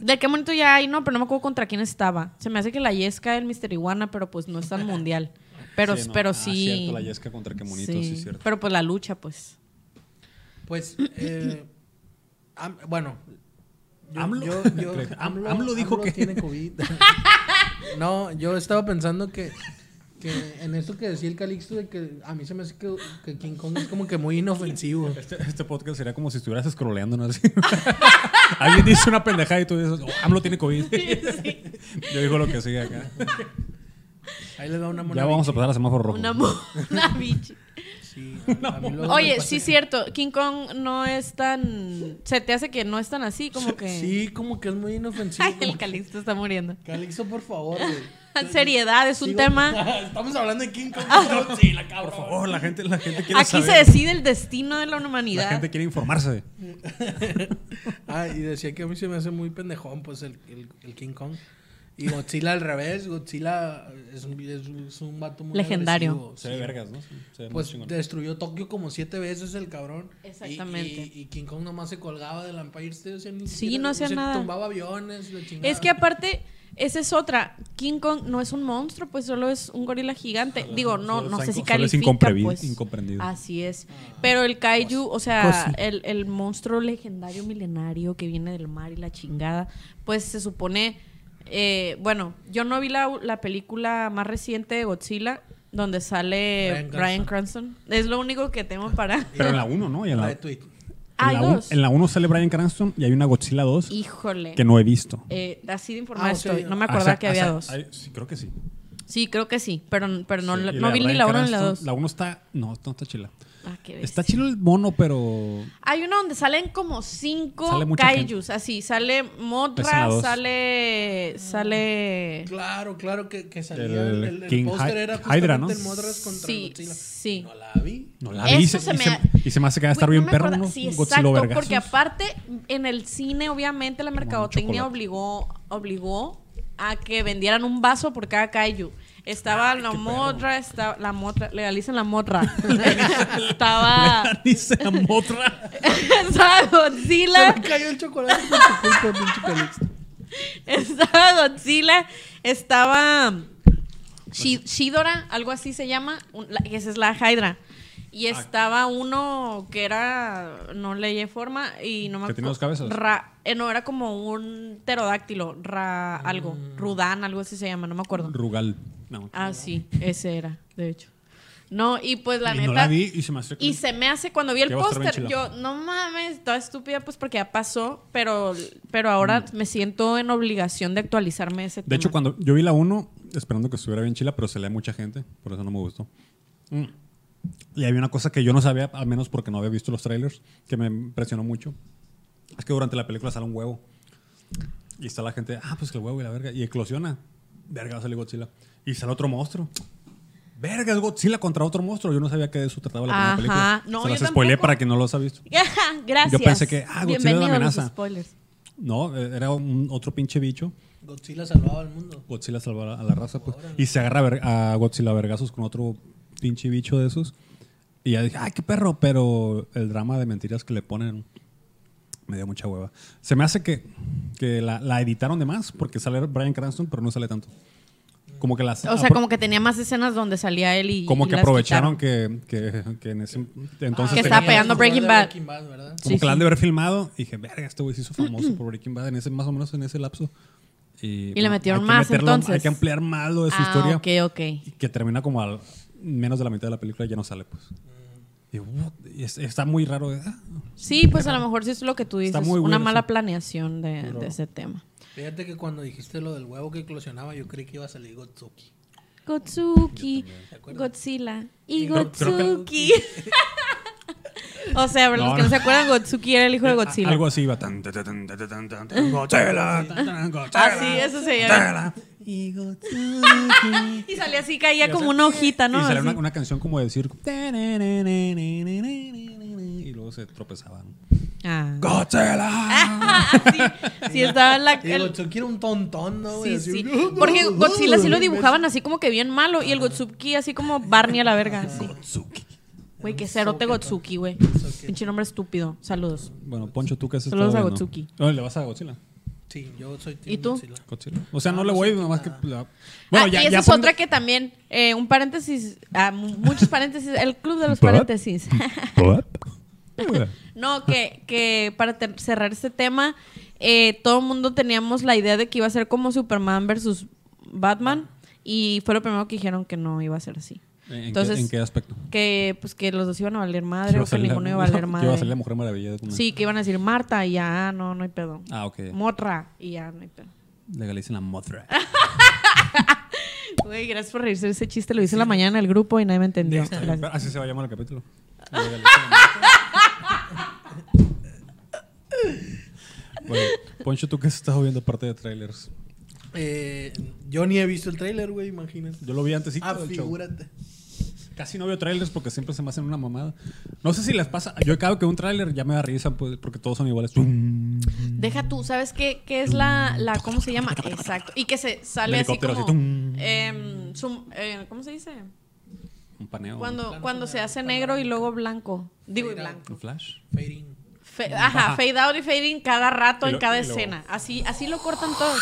Del qué monito ya hay, no, pero no me acuerdo contra quién estaba. Se me hace que la Yesca el Mister Iguana, pero pues no es tan
[laughs]
mundial. Pero sí.
no.
pero
Ah,
sí.
cierto, la Yesca contra que monito, sí, cierto.
Pero pues la lucha, pues.
Pues, eh, am- bueno. Yo,
AMLO.
yo-
[laughs]
yo-
Am- AMLO dijo que-
tiene COVID.
[laughs]
no, yo estaba pensando que, que en esto que decía el Calixto, de que a mí se me hace que, que King Kong es como que muy inofensivo.
Este, este podcast sería como si estuvieras scrolleando, ¿no? Así. [laughs] Alguien dice una pendejada y tú dices, oh, AMLO tiene
[laughs]
COVID. Yo digo lo que sigue acá.
Ahí le da una mona.
Ya vamos a
bichi.
pasar a semáforo rojo.
Una, mo- [laughs] una bichi.
Sí,
[laughs]
a- a mí luego me
Oye,
pasa
sí,
que-
cierto. King Kong no es tan. Se te hace que no es tan así, como que.
Sí, como que es muy inofensivo.
Ay,
como
el
que-
Calixto está muriendo.
Calixto, por favor. güey.
Seriedad, es un
Sigo- [laughs]
tema.
Estamos hablando de King
[laughs]
Kong. pero sí, la cabrón.
Por favor, la gente, la gente quiere
Ah. Aquí se
saber.
decide el destino de la
la
humanidad.
gente quiere informarse.
[laughs] Ah, y decía que a mí se me hace muy pendejón, pues, el, el, el King Kong. Y Godzilla al revés. Godzilla es un, es un- es un vato muy
Legendario.
agresivo,
Se ve
sí.
vergas, ¿no? Se ve muy
Pues
chingón.
destruyó Tokio como siete veces el cabrón. Y-
Exactamente.
Y, y King Kong nomás se colgaba del Empire State. O sea, ni
Sí,
siquiera-
no hacía
se
nada.
Tumbaba aviones, la chingada.
Es que aparte, esa es otra. King Kong no es un monstruo, pues solo es un gorila gigante. Digo, no,
solo
no
es
sé si
inco- solo es
califica,
incomprevi-
pues.
incomprendido. Pues
Así es. Pero el kaiju, o sea,
Cosi.
el, el monstruo legendario milenario que viene del mar y la chingada, pues se supone... eh, bueno, yo no vi la, la película más reciente de Godzilla, donde sale
Bryan
Brian Cranston. Es lo único que tengo
[laughs]
para...
Pero en la 1, ¿no? Y en la, en
Retweet.
Hay
la un-
dos.
en la 1 sale Brian Cranston y hay una Godzilla 2
Híjole.
que no he visto.
Eh, así de informada
Ah, o sea,
estoy. No me
O sea,
acordaba que había
o sea, hay-
dos.
sí, creo que sí.
Sí, creo que sí, pero, pero no,
Sí,
la-
y
no vi ni
Bryan
la 1 ni la
Cranston-
2.
La 1 está. No, no está chila.
Ah, qué
Está
bestia.
chido el mono, pero.
Hay uno donde salen como cinco
Sale mucha
kaijus, así. Sale
Esa es la
Motra,
dos.
sale. Sale.
Claro, claro que, que salía
El
el, el, el
King
póster
Hy-
era
Hydra, ¿no?
justamente el Modras contra
Sí,
Godzilla.
sí.
No la vi.
No la
Eso
vi. se-
se
y,
me
se,
ha-
y se me hace que va a estar
Güey,
bien
no me
perro,
acuerdo-
¿no?
Sí,
Godzilla
exacto,
vergazos. [laughs]
porque aparte en el cine obviamente la mercadotecnia
chocolate.
obligó obligó a que vendieran un vaso por cada kaiju. Estaba la motra, estaba la motra, legalicen
[laughs]
la motra. estaba [laughs]
Ni se amotra.
estaba Godzilla,
Se me cayó el chocolate por tu culpa, pinche Calixto.
[laughs] estaba Godzilla, estaba Shi- Shidora, algo así se llama, un- la- esa es la Hydra. Y
Ah.
estaba uno que era, no leí forma y no me
¿Que tiene dos cabezas?
Ra- eh, no, era como un pterodáctilo, ra, algo,
Mm.
Rudán, algo así se llama, no me acuerdo.
Rugal. No.
Ah, sí, ese era, de hecho. No, y pues la
y
neta...
no la vi y se me hace. que-
Y se me hace, cuando vi el
Que va a estar bien
póster,
chila.
yo, no mames, toda estúpida, pues porque ya pasó, pero, pero ahora me siento en obligación de actualizarme ese
Mm. De
tema.
hecho, cuando yo vi la 1, esperando que estuviera bien chila, pero se lea mucha gente, por eso no me gustó. Mm. Y había una cosa que yo no sabía, al menos porque no había visto los trailers, que me impresionó mucho. Es que durante la película sale un huevo. Y está la gente, ah, pues que el huevo y la verga. Y eclosiona. Verga, va a salir Godzilla. Y sale otro monstruo. Verga, es Godzilla contra otro monstruo. Yo no sabía que de eso trataba la
Ajá.
primera película.
No,
se
yo
las spoileé
tampoco.
para quien no los ha visto.
[laughs] Gracias.
Yo pensé que, ah, Godzilla es la
Bienvenido a los
amenaza.
spoilers.
No, eh, era un- otro pinche bicho.
Godzilla salvaba al mundo.
Godzilla salva a la- a la raza, pues. Y se agarra a, ver- a Godzilla a vergazos con otro pinche bicho de esos. Y ya dije, ay, qué perro, pero el drama de mentiras que le ponen me dio mucha hueva. Se me hace que, que la, la editaron de más, porque sale Brian Cranston, pero no sale tanto. Como que las.
O sea,
apro-
como que tenía más escenas donde salía él y.
Ah, como
y
que
las
aprovecharon
quitaron.
que, que- que en ese.
Ah,
Entonces.
Que
tenía-
estaba pegando
el
Breaking
de
Bad.
¿verdad?
como
Sí,
que la
sí.
han de haber filmado. Y dije, verga, este güey se hizo famoso por Breaking Bad en ese, más o menos en ese lapso. Y, pues,
le metieron
hay que
más,
meterlo- Hay
entonces.
que ampliar más lo de su
ah,
historia.
Ok, ok.
Y que termina como al menos de la mitad de la película y ya no sale, pues. Y, what? Y es- está muy raro. ¿eh?
Sí, pues a lo mejor sí es lo que tú dices.
Está muy
una
weird,
mala
sí.
planeación de, de ese tema.
Fíjate que cuando dijiste lo del huevo que eclosionaba, yo creí que iba a salir Gotsuki.
Gotsuki, Godzilla y
Creo- creo que- [laughs]
Gotsuki. o sea, para los
No,
que
no.
no
Ah,
se acuerdan, Gotsuki era el hijo de
A-
Godzilla.
Algo así iba tan, tan, tan, tan, tan, tan, tan, Godzilla, tan, tan, Godzilla,
Así, Ah, eso se llama.
Godzilla.
Y Gotsuki.
Y salía así, caía como una hojita, ¿no?
Y sale
Así.
una, una canción como de circo. Y luego se tropezaban.
Ah.
¡Godzilla!
[laughs] sí, [laughs] sí, estaba la.
Y
el-
Gotsuki era un tontón, ¿no? güey?
Sí,
Así,
sí.
"No, no,
Porque
no,
Godzilla sí lo
no,
dibujaban así como que bien malo y el Gotsuki así como Barney a la verga. así. Güey, qué cerote Gotsuki, güey. Pinche nombre estúpido. Saludos.
Bueno, Poncho, ¿tú qué haces?
Saludos
todo
a
viendo?
Gotsuki.
No, ¿Le vas a Godzilla?
Sí, yo soy
¿Y tú?
Godzilla. O sea, no, le voy, nomás que... la-
ah, y esa es
pon-
otra que también, eh, un paréntesis, ah, mu- muchos paréntesis, el club de los
¿Verdad?
paréntesis. [laughs] No, que, que para ter- cerrar este tema, eh, todo el mundo teníamos la idea de que iba a ser como Superman versus Batman y fue lo primero que dijeron que no iba a ser así.
¿En qué-
Entonces,
¿En qué aspecto?
que pues que los dos iban a valer
Que
madre
iba
o
a
que
salir la- [laughs]
ninguno iba a valer
que iba
madre.
a salir la Mujer Maravilla. de-
Sí, que iban a decir Marta y ya, no, no hay pedo.
Ah, ok.
Motra y ya, no hay pedo.
Legalicen la Mothra.
Güey, gracias por reírse de ese chiste. Lo hice en la mañana en el grupo y nadie me [laughs] entendió. Gracias.
Así se va a llamar el
[laughs]
capítulo. bueno, Poncho, ¿tú qué has estado viendo aparte de trailers?
Eh, yo ni he visto el tráiler, güey, imagínate.
Yo lo vi antes
Ah,
del show.
figúrate.
Casi no veo trailers porque siempre se me hacen una mamada. No sé si les pasa. Yo cada que veo un trailer ya me da risa pues, porque todos son iguales. ¡Tum!
Deja tú, ¿sabes qué, qué es la, la. ¿Cómo se llama? Exacto. Y que se sale
El
así
helicóptero,
como.
así, tum.
em, zoom, eh, ¿Cómo se dice?
Un paneo.
Cuando, cuando se hace negro y luego blanco. Digo, y blanco.
Un flash.
Fading.
Fe- ajá, fade out y fade in cada rato,
Y
en
lo-
cada
y lo-
escena. Así, así lo cortan todos.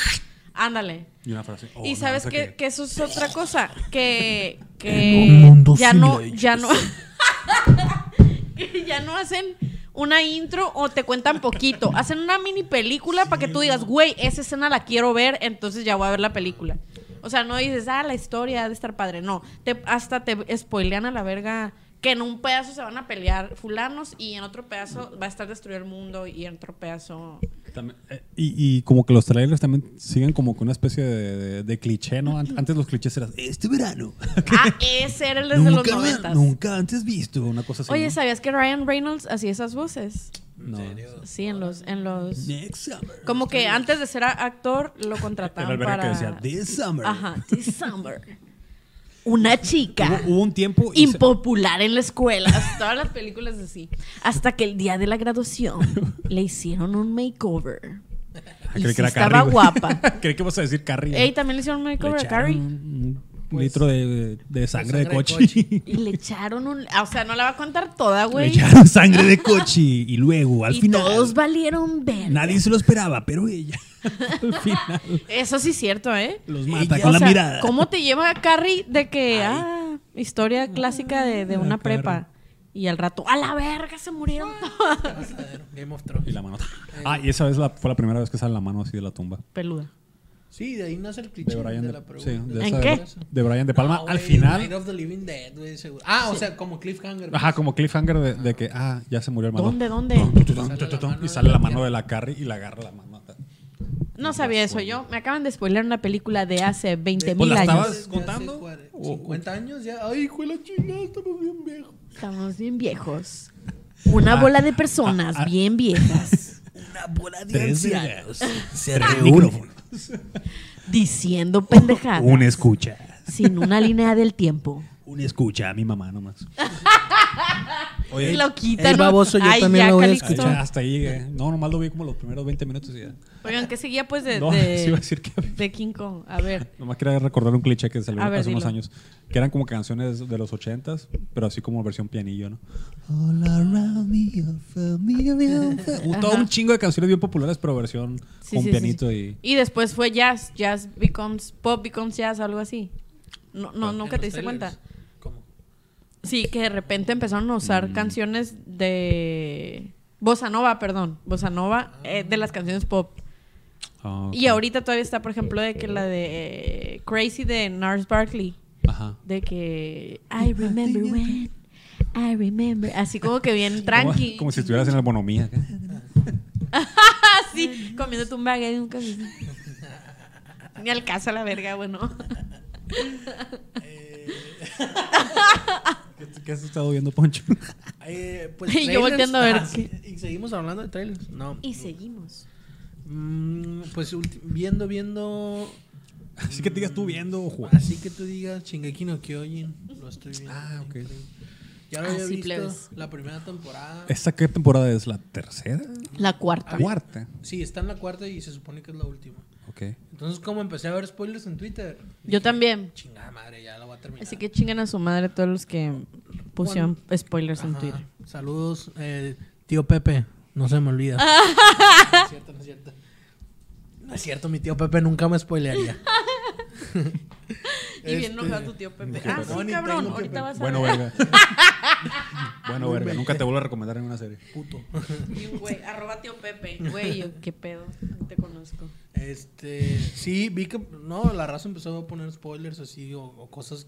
Ándale.
Y una frase. Oh,
y
no,
sabes
no sé
que,
qué.
que eso es otra cosa que, que
En un mundo
ya
sin
no
leyes.
ya no [laughs] que ya no hacen una intro o te cuentan poquito hacen una mini película para que tú digas güey esa escena la quiero ver entonces ya voy a ver la película o sea no dices ah la historia ha de estar padre no te, hasta te spoilean a la verga que en un pedazo se van a pelear fulanos y en otro pedazo va a estar destruido el mundo y en otro pedazo...
También, eh, y, y como que los trailers también siguen como que una especie de, de- de cliché, ¿no? An- Antes los clichés eran, este verano.
Ah, ese era el desde los
nunca,
noventas.
nunca antes visto una cosa así.
Oye,
¿no?
¿sabías que Ryan Reynolds hacía esas voces?
No.
Sí, en los... En los
Next summer.
como que antes de ser a- actor lo
Era
contrataban
el verano
para...
que decía, this summer.
Ajá, this summer. Una chica
Hubo, hubo un tiempo... y se-
impopular en la escuela. [laughs] Todas las películas así. Hasta que el día de
[laughs]
la graduación le hicieron un makeover.
Ah,
Y
creí
sí
que era
estaba
Carrie, güey. [laughs]
guapa.
creí que vas a decir Carrie.
Ey, también le hicieron un
Le
makeover a
echaron
Carrie.
Un un
Pues,
litro de, de sangre de
sangre de
coche. [laughs]
coche.
Y le echaron un... ah, O sea, no la va a contar toda,
Le
güey.
echaron sangre
[laughs]
de coche y luego, al
Y
final,
todos valieron ver.
nadie se lo esperaba, pero ella, [laughs] al final,
Eso sí es cierto, ¿eh?
los mata
O
con la
sea,
mirada.
¿Cómo te lleva a Carrie de que, ah, historia clásica de, de una prepa? Y al rato, a la verga, se murieron todas.
Asadero, Game of
Y
Thrones.
la mano. Ah, y esa vez la- fue la primera vez que sale la mano así de la tumba.
Peluda.
Sí, de ahí nace el cliché
De Brian de,
la
sí,
pregunta.
de
¿En
esa-
qué? Ah,
de Brian de Palma.
No,
al
güey, Night
final,
of the Living Dead, güey, seguro. Ah, o sea, como cliffhanger.
ajá, como cliffhanger de, de que, ah, ya se murió el malo.
¿Dónde, dónde?
Tum, tum, tum, tum,
Sale
tum, tum,
la mano
Y
de
sale
la
la mano
tía.
de la Carrie y la agarra la mano.
No sabía eso yo. Me acaban de spoiler una película de hace 20
Pues
mil
la
años.
estabas- contando? O-
50 años ya. Ay, hijo de la chingada, estamos bien viejos.
Estamos bien viejos. Una bola de personas
ah, ah. [laughs]
bien viejas
Una bola de
Tres
[laughs]
ancianos.
Se reúne.
diciendo pendejadas
Un escucha.
sin una línea del tiempo.
Un escucha a mi mamá
[laughs]
nomás.
Y lo quitan.
Ey, baboso, yo también lo voy a
Ahí
escuchar.
ya, hasta ahí llegué. No, nomás lo vi como los primeros 20 minutos y ya.
Oigan, ¿qué seguía pues de,
No, [laughs]
de-
sí iba a decir que había-
de King Kong? A ver.
Nomás quería recordar un cliché que salió
A ver,
hace unos
dilo.
años. Que eran como canciones de los 80s, pero así como versión pianillo, ¿no? Un, todo un chingo de canciones bien populares, pero versión
Sí,
con
sí, sí,
pianito
sí. Y después fue jazz. Jazz becomes pop, becomes jazz, algo así. No, no, nunca te diste cuenta.
¿Cómo?
Sí, que de repente empezaron a usar
Mm.
canciones de. Bossa Nova, perdón. Bossa Nova, eh, de las canciones pop.
y. Ah, ok.
Y ahorita todavía está, por ejemplo, de que la de eh, Crazy de Nars Barkley.
Ajá.
De que. I remember when. I remember. Así como que bien
[laughs]
tranqui.
Como, como si estuvieras en la [laughs] bonomía. acá.
Así, comiéndote un baguette y un café. [laughs] Ni alcanza la verga, bueno.
Eh,
¿Qué, qué has estado viendo, Poncho? [laughs]
[laughs]
Eh, pues,
Y yo
trailers.
volteando a ver
Ah, sí.
qué-
Y seguimos hablando de trailers. No.
Y seguimos.
Mm, pues ulti- viendo, viendo.
así que te digas tú viendo o jugando.
Así que tú digas, Shingeki no Kyojin. Lo estoy viendo.
Ah, ok.
Ya lo había
Ah, sí,
visto
plebes.
la primera temporada.
¿Esta qué temporada es? ¿La tercera?
La
Ah,
cuarta.
¿Cuarta?
Sí, está en la cuarta y se supone que es la última.
Ok.
Entonces, como empecé a ver spoilers en Twitter,
Yo también.
chingada madre, ya la voy a terminar.
Así que chingan a su madre todos los que pusieron spoilers en
Ajá.
Twitter.
Saludos, eh, tío Pepe. No se me
[laughs]
olvida. no es cierto, no es cierto. No es cierto, mi tío Pepe nunca me spoilearía.
Y
Este,
bien enojado tu tío Pepe.
tío
Ah,
Pepe.
No,
sí,
ni
cabrón.
tengo Pepe.
Ahorita vas a
Bueno,
ver. [laughs]
verga. bueno, verga. Nunca te vuelvo a recomendar en una serie.
Puto.
Y un güey, arroba tío Pepe. Güey, yo, qué pedo. No te conozco.
Este, sí, vi que, no, la raza empezó a poner spoilers así o, o cosas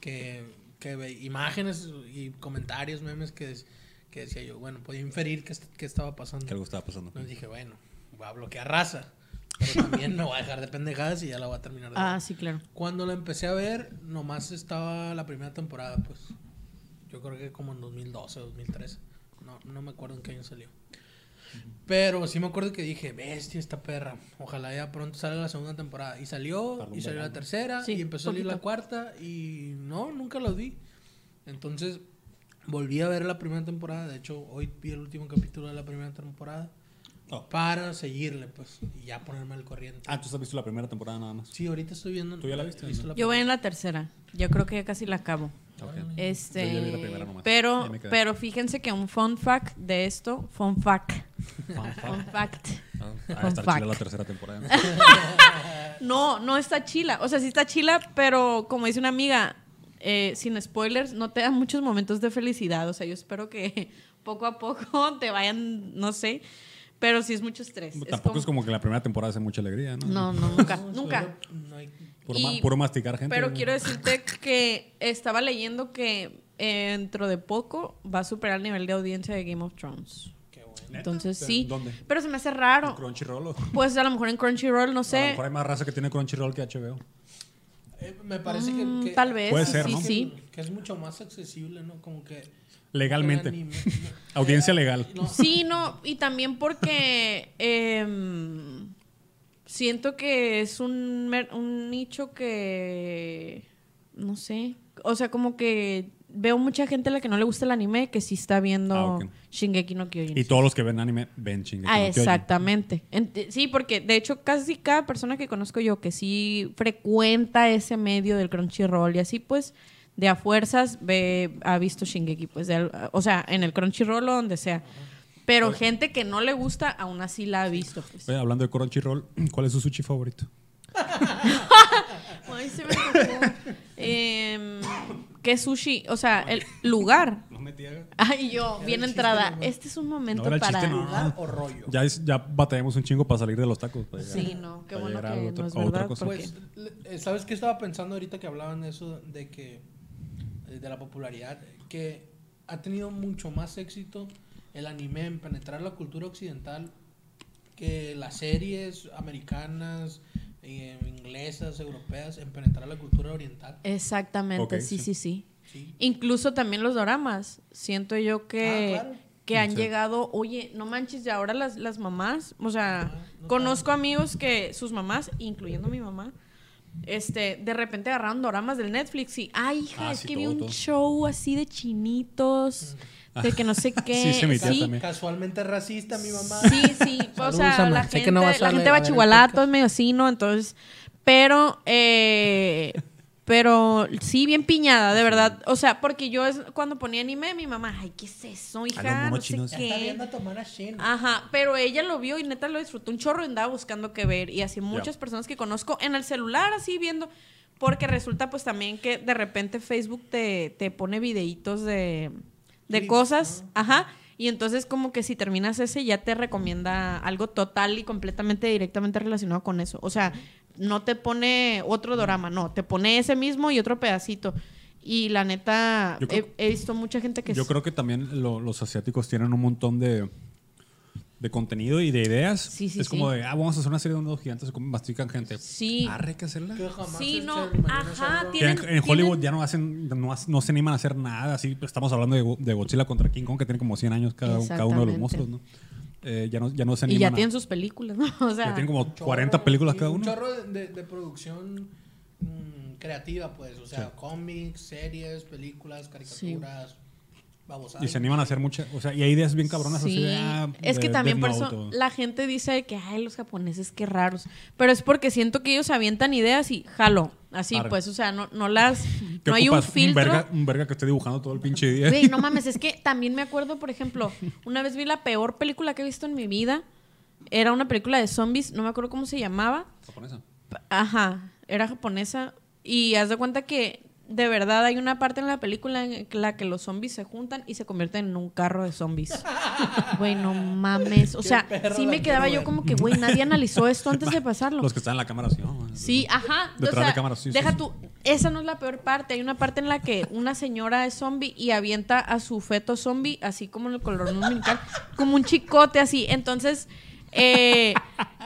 que, que ve- imágenes y comentarios, memes que, des- que decía yo, bueno, podía inferir que, est- que estaba pasando.
Que algo estaba pasando.
Entonces dije, bueno, voy a bloquear raza, pero también me voy a dejar de pendejadas y ya la voy a terminar de ver.
[laughs] Ah, sí, claro.
Cuando la empecé a ver, nomás estaba la primera temporada, pues. Yo creo que como en 2012, 2013. No, no me acuerdo en qué año salió. Pero sí me acuerdo que dije, bestia esta perra. Ojalá ya pronto salga la segunda temporada. Y salió,
Tardó
y
un
salió la
verano.
tercera,
Sí,
y empezó a salir la
poquito.
cuarta, y no, nunca la vi. Entonces, volví a ver la primera temporada. De hecho, hoy vi el último capítulo de la primera temporada.
Oh.
Para seguirle, pues, y ya ponerme al corriente.
Ah, tú has visto la primera temporada nada más.
Sí, ahorita estoy viendo.
¿Tú ya la viste?
visto la
Yo voy en la tercera. Yo creo que ya casi la acabo.
Ah, Yo ya vi la
Este,
primera nomás. Ya
pero,
me quedé.
pero fíjense que un fun fact de esto, fun fact, fun fact.
Ah, está
Fuck.
chila la tercera
[laughs]
temporada.
No, no está chila. O sea, sí está chila, pero como dice una amiga, eh, sin spoilers, no te dan muchos momentos de felicidad. O sea, yo espero que [laughs] poco a poco [laughs] te vayan, no sé, pero sí es mucho estrés. Es
Tampoco es como que la primera temporada hace mucha alegría, ¿no?
No, no, nunca, nunca.
No hay-
Puro,
Y-
ma- puro masticar gente.
Pero
¿no?
quiero decirte que estaba leyendo que eh, dentro de poco va a superar el nivel de audiencia de Game of Thrones.
Qué bueno.
Entonces
¿Neta?
sí.
¿Dónde?
Pero se me hace raro.
Crunchyroll. o-
Pues a lo mejor en Crunchyroll, no
A lo
sé.
mejor hay más raza que tiene Crunchyroll que HBO.
Eh, me parece que-
Mm,
que,
Tal vez.
Puede
sí,
ser,
sí,
¿no?
sí.
Que es mucho más accesible, ¿no? Como que. el
Legalmente.
anime-
[laughs] Audiencia legal.
No,
Sí, no, y también porque em, siento que es un, mer- un nicho que, no sé, o sea, como que veo mucha gente a la que no le gusta el anime que sí está viendo
Ah, ok.
Shingeki no Kyojin.
Y todos los que ven anime ven chingados.
Ah, exactamente. Ent- sí, porque de hecho casi cada persona que conozco yo que sí frecuenta ese medio del Crunchyroll y así pues de a fuerzas ve, ha visto Shingeki, pues de al- o sea, en el Crunchyroll o donde sea. Pero gente que no le gusta aún así la ha visto. pues.
Oye, hablando de Crunchyroll, [clears throat] ¿cuál es su sushi favorito?
Ay, se me antojó. [laughs] Em, ¿Qué sushi? O sea, el lugar.
No me tía.
Ay, yo, bien
el chiste,
entrada.
mamá.
Este es un momento
No era el
para...
chiste, no.
¿Lugar o rollo?
Ah, Ya, es- ya batallamos un chingo para salir de los tacos. para llegar-
Sí, no, qué
para
bueno
llegar a
que
otro-
no es
a otra
verdad,
cosa.
porque-
Pues, le- eh, ¿sabes qué estaba pensando ahorita que hablaban de eso, de que eh, de la popularidad, que ha tenido mucho más éxito el anime en penetrar la cultura occidental que las series americanas, eh, inglesas, europeas, en penetrar la cultura oriental?
Exactamente,
Ok,
sí,
sí.
sí, sí.
Sí.
Incluso también los doramas. Siento yo que,
Ah, claro.
que han
Sí.
llegado, oye, no manches, y ahora las, las mamás, o sea,
Ah, no
conozco amigos que sus mamás, incluyendo mi mamá, este, de repente agarraron doramas del Netflix y, ay, hija,
Ah,
es
sí,
que vi
todo,
un
todo.
show así de chinitos, de que no sé qué.
[laughs] Sí, se me
sí,
hicieron
sí,
también.
Casualmente racista, mi mamá.
sí, o
Saludos,
sea,
Ama.
la
Sé que
gente,
no vas a
la
leer-
gente
a
va
ver el
chihualato,
podcast.
es medio así, ¿no? Entonces, pero, eh, pero sí, bien piñada, de verdad. O sea, porque yo es cuando ponía anime, mi mamá, ay, ¿qué es eso, hija?
monos
No
chinos.
sé
Ya está viendo
qué.
a tomar a Shin.
Ajá, pero ella lo vio y neta lo disfrutó un chorro y andaba buscando qué ver. Y así muchas personas que conozco en el celular, así viendo. Porque resulta pues también que de repente Facebook te, te pone videitos de, de
Clips,
cosas.
¿no?
Ajá. Y entonces como que si terminas ese ya te recomienda algo total y completamente directamente relacionado con eso. O sea, no te pone otro dorama, no, te pone ese mismo y otro pedacito. Y la neta,
Yo creo-
he, he visto mucha gente que
Yo
sí-
creo que también lo- los asiáticos tienen un montón de, de contenido y de ideas.
Sí, sí,
es como
sí.
de, ah, vamos a hacer una serie de unos gigantes que comen- mastican gente.
sí.
Arre, hay que hacerla.
Que jamás
Sí,
el
no,
ser humano no
ajá,
sabrá.
Que en-
tienen-
en Hollywood
tienen-
ya no hacen, no, hace- no se animan a hacer nada. Así estamos hablando de, Go- de Godzilla contra King Kong, que tiene como 100 años cada, cada uno de los
Exactamente.
monstruos, ¿no? Eh, ya ¿no? Ya no se
Y
animan.
ya
a-
tienen sus películas, ¿no? [laughs] O sea,
ya tienen como
un chorro,
40 películas
y
cada
Un
uno.
chorro de, de- de producción mm, creativa, pues. O sea, cómics, series, películas, caricaturas, babosadas.
Y se animan a hacer muchas. O sea, y hay ideas bien cabronas así
sí.
de. ah,
es
de
que también por
Death
eso
Note o-
la gente dice que, ay, los japoneses, qué raros. Pero es porque siento que ellos avientan ideas y jalo. Así,
Arre.
pues, o sea, no, no las...
¿Qué
No hay un
ocupas?
filtro.
verga, un verga que esté dibujando todo el pinche día. [laughs]
Güey, no mames, es que también me acuerdo, por ejemplo, una vez vi la peor película que he visto en mi vida. Era una película de zombies, no me acuerdo cómo se llamaba.
Japonesa.
Ajá, era japonesa. Y haz de cuenta que de verdad hay una parte en la película en la que los zombies se juntan y se convierten en un carro de zombies. Güey, no mames. O
Qué
sea,
perro
sí
la
me quedaba
quiero
yo como que, güey, nadie analizó esto antes de pasarlo.
Los que están en la cámara, "Oh, sí. ¿no?
Sí, ajá.
Detrás
o sea,
de cámara, sí, sí,
deja
sí.
tú. Esa no es la peor parte. Hay una parte en la que una señora es zombie y avienta a su feto zombie, así como en el color dominical, como un chicote así. Entonces, eh,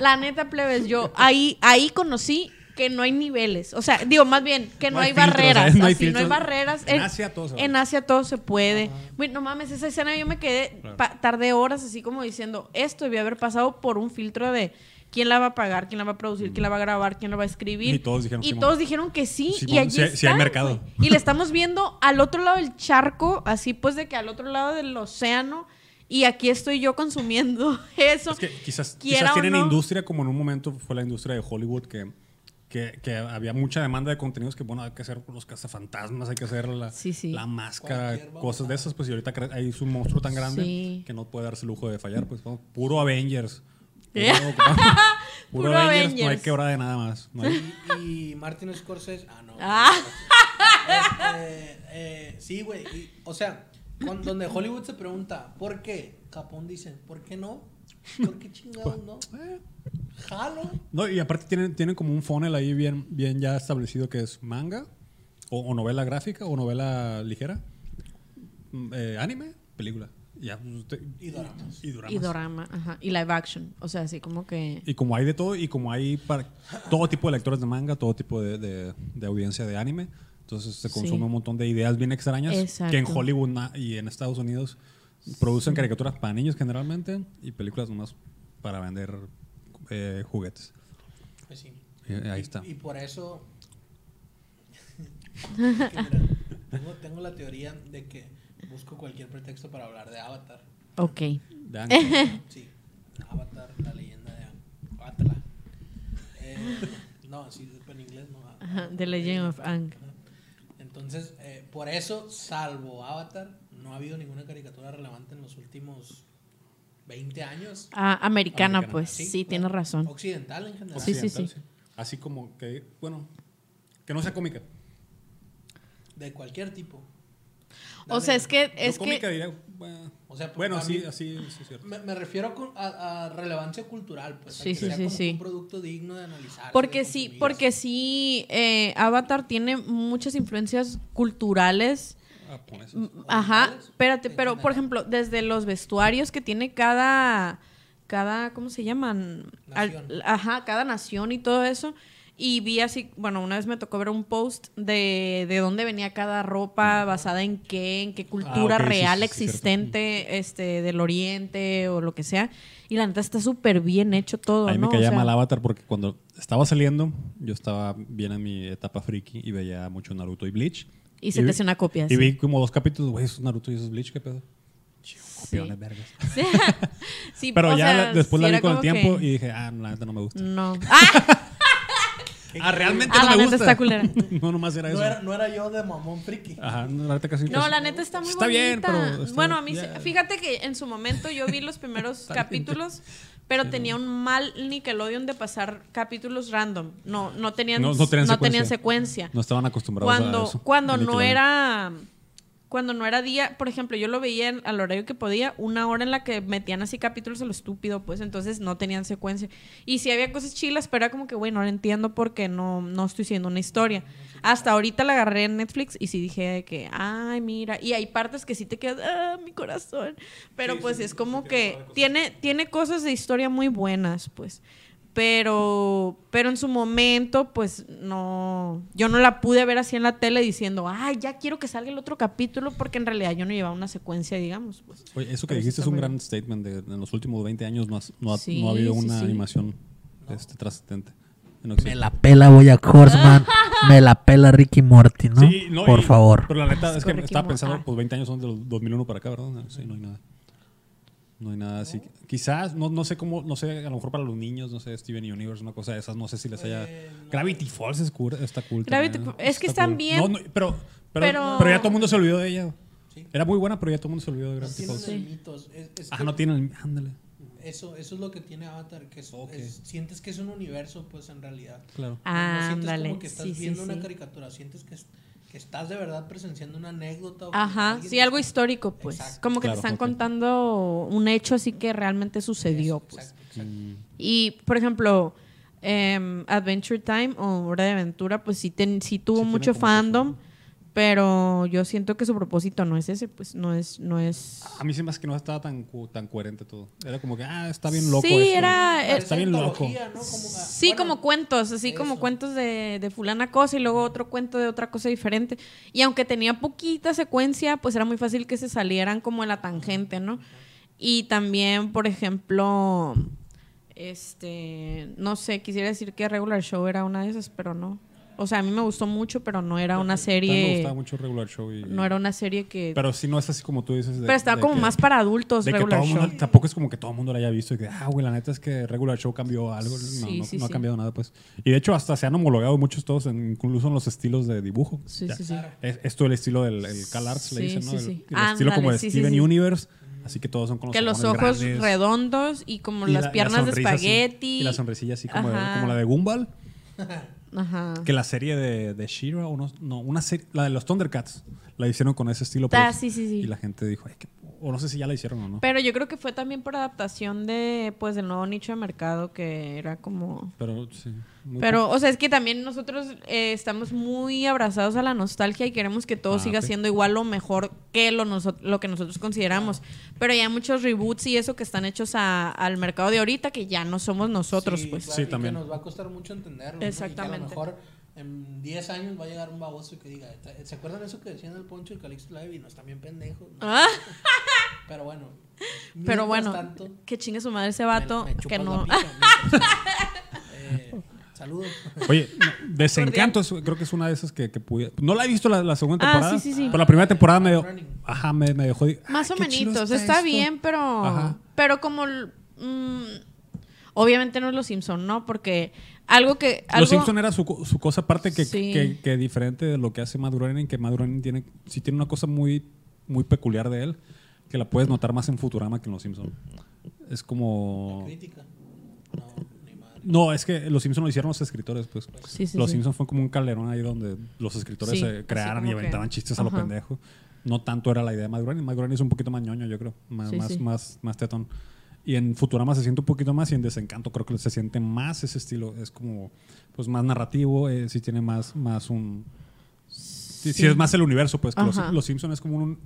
la neta, plebes, yo ahí, ahí conocí que no hay niveles. O sea, digo, más bien, que no,
No
hay,
hay filtros,
barreras.
¿sabes? No hay
así, no hay
filtros.
barreras. eh,
En Asia todo se
en
vale.
Asia todo se puede. Güey, no mames, esa escena yo me quedé,
Claro.
pa- tardé horas así como diciendo, esto debió haber pasado por un filtro de quién la va a pagar, quién la va a producir, quién la va a grabar, quién la va a escribir.
Y todos dijeron,
Y
Simón.
todos dijeron que sí.
Simón,
y allí
sí hay- sí hay
están,
mercado.
güey. Y le estamos viendo al otro lado del charco, así pues de que al otro lado del océano. Y aquí estoy yo consumiendo [laughs] eso.
Es que quizás,
Quiera
quizás
o
tienen
no.
industria como en un momento fue la industria de Hollywood que, que, que había mucha demanda de contenidos que, bueno, hay que hacer los cazafantasmas, hay que hacer la,
Sí, sí.
la máscara,
Cualquier
cosas de esas. Pues y ahorita cre- hay un monstruo tan grande
Sí.
que no puede darse el lujo de fallar. Pues ¿no? puro
[laughs]
Avengers.
¿Eh?
puro, Avengers,
Puro
No hay
Avengers.
quebrada de nada más. No hay-
Y, y Martin Scorsese. Ah, no.
Ah.
Este, eh, sí, güey. y, O sea, cuan- donde Hollywood se pregunta, ¿por qué? Japón dice, ¿por qué no? ¿Por qué chingados no?
Pues, eh.
Jalo.
No, y aparte tienen, tienen como un funnel ahí bien, bien ya establecido que es manga o, o novela gráfica o novela ligera. mm, eh, anime, película. Ya, pues, te-
Y doramas.
Y doramas.
Y dorama, ajá. Y live action. O sea, así como que.
Y como hay de todo, y como hay para todo tipo de lectores de manga, todo tipo de, de- de audiencia de anime, entonces se consume
Sí.
un montón de ideas bien extrañas
Exacto.
que en Hollywood na- y en Estados Unidos producen caricaturas para niños generalmente y películas nomás para vender eh, juguetes.
Pues sí.
Eh, ahí
Y-
está.
Y, por eso.
[laughs]
[laughs] Mira, tengo, tengo la teoría de que busco cualquier pretexto para hablar de Avatar.
[laughs] Ok.
De anime.
Sí, Avatar, la leyenda de Ang. Avatar. Eh, no, sí, pero en inglés no. a-
Ajá, The Legend of Ang.
Entonces, eh, por eso, salvo Avatar, no ha habido ninguna caricatura relevante en los últimos 20 años.
Ah, americana,
Americana,
pues. Sí, tienes razón.
Occidental en
Pues
general.
Sí, sí, sí.
Occidental, Así como que, bueno, que no sea cómica.
De cualquier tipo.
O sea, es que.
No
Es
cómica
que
diría, bueno,
O sea, pues,
bueno,
a mí-
sí, así, sí, es cierto.
Me, me refiero a cu- a, a relevancia cultural, pues. a
Sí,
que
sí,
sea
sí,
como
sí.
Un producto digno de analizar.
porque sí, porque sí, eh, Avatar tiene muchas influencias culturales.
Japoneses.
Mm, Ajá,
orientales,
espérate,
en
pero por ejemplo, desde los vestuarios que tiene cada, cada, ¿cómo se llaman? Al-
Nación.
ajá, cada nación y todo eso. Y vi así, bueno, una vez me tocó ver un post de, de dónde venía cada ropa, basada en qué, en
Ah,
qué cultura
ok, sí,
real
sí, sí, cierto.
existente, este, del oriente o lo que sea. Y la neta está súper bien hecho todo,
A mí me
¿no? O
caía
sea,
mal Avatar porque cuando estaba saliendo, yo estaba bien en mi etapa friki y veía mucho Naruto y Bleach.
y se
vi-
te hace una copia.
Y
sí.
vi como dos capítulos, güey, esos Naruto y esos Bleach, qué pedo.
Sí.
Copiones, vergas.
Sí. [laughs] Sí,
Pero
o
ya
sea,
la- después
sí
la vi
era
con el
como que-
tiempo y dije, ah, la neta no me gusta.
No. ¡Ah!
Ah, realmente
Ah,
no me
la neta
gusta.
está culera.
[laughs] no, nomás era eso. Ah,
No era, no era yo de mamón friki.
Ajá, no, la neta casi
No,
casi-
la neta está muy
Está
bonita.
bien, pero está-
bueno, a mí,
ya.
se- fíjate que en su momento yo vi
[laughs]
los primeros capítulos, pero tenía un mal Nickelodeon de pasar capítulos random. No, no tenían,
No-
no,
no tenían secuencia.
tenían secuencia.
No estaban acostumbrados a
cuando,
eso.
cuando
en
no
Nickelodeon.
era, cuando no era día, por ejemplo, yo lo veía en- al horario que podía, una hora en la que metían así capítulos a lo estúpido, pues entonces no tenían secuencia. Y si había cosas chilas, pero era como que, bueno, no lo entiendo porque no, no estoy siendo una historia. Hasta ahorita la agarré en Netflix y sí dije de que, ay, mira. Y hay partes que sí te quedas, ah, mi corazón. Pero pues es como que tiene, tiene cosas de historia muy buenas, pues. Pero, pero en su momento, pues no. Yo no la pude ver así en la tele diciendo, ay, ya quiero que salga el otro capítulo, porque en realidad yo no llevaba una secuencia, digamos. Pues.
Oye, eso que
Pero sí
dijiste
está
es un
muy
gran
bien.
statement. De, en los últimos 20 años no, has- no ha,
Sí,
no ha habido
sí,
una
sí.
animación este, trascendente. en
Me
Occidente.
la pela Boyack Horseman. me la pela Ricky Morty, ¿no?
Sí, no,
Por
y-
favor.
Pero la neta
Asco,
es que
Ricky
estaba
Mo-
pensando,
ah.
pues 20 años son de los 2001 para acá, ¿verdad? No, Sí, no hay nada. No hay nada así. que- Quizás, no, no sé cómo, no sé, a lo mejor para los niños, no sé, Steven Universe, una cosa de esas, no sé si les haya. Gravity Falls es cool, está cool.
Eh, Gravity
también,
Fa- es que
está
están bien,
No, no, pero, pero,
pero-
pero ya todo el mundo se olvidó de ella.
Sí. Pues
Era muy buena, pero ya todo el mundo se olvidó de
No
Gravity
tienen
Falls.
pues, Sí.
mitos. Es, es
Ah,
que
no tienen. Ándale.
eso, eso es lo que tiene Avatar, que es-
Ok.
es- sientes que es un universo, pues en realidad.
Claro.
No sientes
Ah, Ándale.
como que estás
Sí, sí,
viendo una
sí.
caricatura, sientes que, es- que estás de verdad presenciando una anécdota. o que
Ajá,
alguien
sí,
te-
algo histórico, pues.
Exacto.
Como que
Claro,
te están
ok.
contando un hecho así que realmente sucedió,
Eso,
pues.
exacto, exacto.
Mm,
Y, por ejemplo, em, Adventure Time o Hora de Aventura, pues sí, ten- sí tuvo
tiene
mucho
como su-
fandom, pero yo siento que su propósito no es ese, pues no es... No es...
A mí se me hace que no estaba tan, cu- tan coherente todo. Era como que, ah, está bien loco.
Sí,
esto.
era-
Ah,
era-
Está bien loco.
Antología, ¿no? Como- ah,
Sí,
bueno,
como cuentos, así como
eso.
cuentos de, de fulana cosa y luego otro cuento de otra cosa diferente. Y aunque tenía poquita secuencia, pues era muy fácil que se salieran como en la tangente, ¿no? Y también, por ejemplo, este, no sé, quisiera decir que Regular Show era una de esas, pero no. O sea, a mí me gustó mucho, pero no era una
También me
serie,
gustaba mucho Regular Show. Y,
no era una serie que... Pero,
Pero sí, no es así como tú dices. de-
estaba
de
como
que-
más para adultos,
de que
Regular
todo
Show.
mundo- tampoco es como que todo el mundo la haya visto y que, ah, güey, la neta es que Regular Show cambió algo. No,
Sí,
no,
sí,
no ha
sí.
cambiado nada, pues. Y de hecho, hasta se han homologado muchos todos, en- incluso en los estilos de dibujo.
Sí,
Ya.
sí, sí.
Es, es todo el estilo del el Cal Arts, le
Sí,
dicen, ¿no?
sí,
el,
sí.
el estilo como de
Ándale, sí, sí,
Steven
sí.
Universe. Así que todos son con los
Que los
ojones
ojos
grandes.
redondos y como
Y la- y
las
la
piernas de
sonrisa así.
espagueti.
Y la sonrisilla así como, de-
Ajá.
como la de Gumball.
Ajá.
Que la serie de, de She-Ra, o no, no, una serie, la de los Thundercats, la hicieron con ese estilo.
Ah,
pues.
sí, sí, sí.
Y la gente dijo, ay, qué- O no sé si ya la hicieron o no.
Pero yo creo que fue también por adaptación de, pues, del nuevo nicho de mercado que era como...
Pero sí. muy
Pero, o sea, es que también nosotros eh, estamos muy abrazados a la nostalgia y queremos que todo
Ah,
siga
ok.
siendo igual o mejor que lo, noso- lo que nosotros consideramos. Pero ya muchos reboots y eso que están hechos a- al mercado de ahorita que ya no somos nosotros,
Sí,
pues.
va-
Sí,
y que
también.
nos va a costar mucho entenderlo. ¿no? Y que
Exactamente.
a lo mejor en 10 años va a llegar un baboso que diga, "Tra- ¿se acuerdan eso que decían el Poncho y Calixto Live? Y no están bien pendejos. ¿no?".
Ah,
[laughs] Pero bueno.
pero
mientras
bueno,
tanto,
que chingue su madre ese vato
me- me chupas
que
la
no...
pica,
[laughs]
mientras- Eh, Saludos.
poco. Oye, no,
[laughs]
Desencanto es- creo que es una de esas que, que pude. No la he visto la, la segunda
Ah,
temporada.
sí, sí, sí.
Pero la primera temporada me dio.
Running.
Ajá, me, me dejó. de-
Más
"Ah,
o
qué chido
menos, está,
esto".
bien, pero
Ajá.
pero como l- mm, obviamente no es los Simpson, ¿no? Porque algo que algo
Los Simpson era su, co- su cosa aparte que,
Sí.
que, que diferente de lo que hace Matt Groening, que Matt Groening tiene, sí tiene una cosa muy, muy peculiar de él, que la puedes notar más en Futurama que en Los Simpson. Es como...
Crítica. No, ni madre.
No, es que Los Simpson lo hicieron los escritores, pues.
Sí, sí,
los
sí.
Simpson fue como un calderón ahí donde los escritores
Sí,
se
así
crearon
como
y
que-
aventaban chistes a lo
ajá.
pendejo. No tanto era la idea de Matt Groening. Matt Groening es un poquito más ñoño, yo creo. Más,
Sí,
más,
sí.
más, más tetón. Y en Futurama se siente un poquito más y en Desencanto creo que se siente más ese estilo. Es como, pues, más narrativo. eh, sí tiene más, más un... Sí, sí
Sí.
es más el universo, pues. que los,
Ajá.
los Simpson es como un...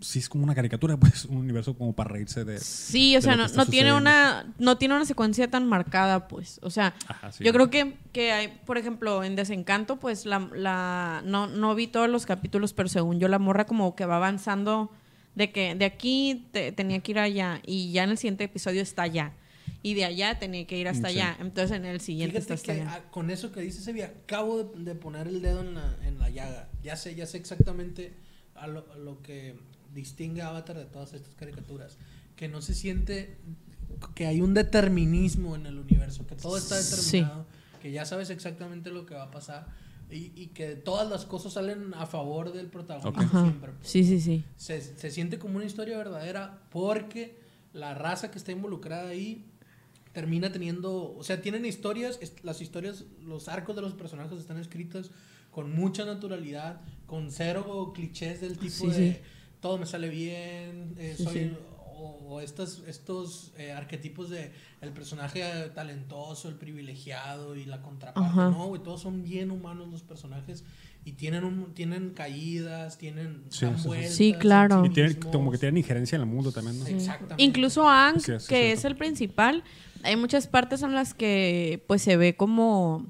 Sí, es como una caricatura, [laughs] pues. Un universo como para reírse de...
Sí, o
de
sea,
lo que
no,
está
no tiene
sucediendo.
una no tiene una secuencia tan marcada, pues. O sea,
Ajá, sí.
yo creo que, que hay, por ejemplo, en Desencanto, pues la, la no, no vi todos los capítulos, pero según yo la morra como que va avanzando de que de aquí te- tenía que ir allá y ya en el siguiente episodio está allá y de allá tenía que ir hasta
Sí.
allá, entonces en el siguiente está
Fíjate que
hasta allá.
ah, con eso que dice Sebi, acabo de, de poner el dedo en la, en la llaga. Ya sé, ya sé exactamente a lo, a lo que distingue a Avatar de todas estas caricaturas. Que no se siente que hay un determinismo en el universo, que todo está determinado, que ya sabes exactamente lo que va a pasar y, y que todas las cosas salen a favor del protagonista
Ajá.
siempre. pues
Sí, sí, sí.
se, se siente como una historia verdadera porque la raza que está involucrada ahí termina teniendo, o sea, tienen historias, est- las historias, los arcos de los personajes están escritos con mucha naturalidad, con cero clichés del tipo
Sí,
de
sí.
todo me sale bien, eh,
Sí,
soy
sí.
o, o estas, estos eh, arquetipos de el personaje talentoso, el privilegiado y la contraparte.
Ajá.
No, güey, todos son bien humanos los personajes y tienen, un, tienen caídas, tienen
Sí,
dan
sí, sí.
vueltas
Sí, claro.
Y
en sí
tienen,
mismos.
como que tienen injerencia en el mundo también, ¿no?
Sí. Exactamente.
Incluso Ang,
Sí, es
que
cierto.
es el principal, hay muchas partes en las que pues se ve como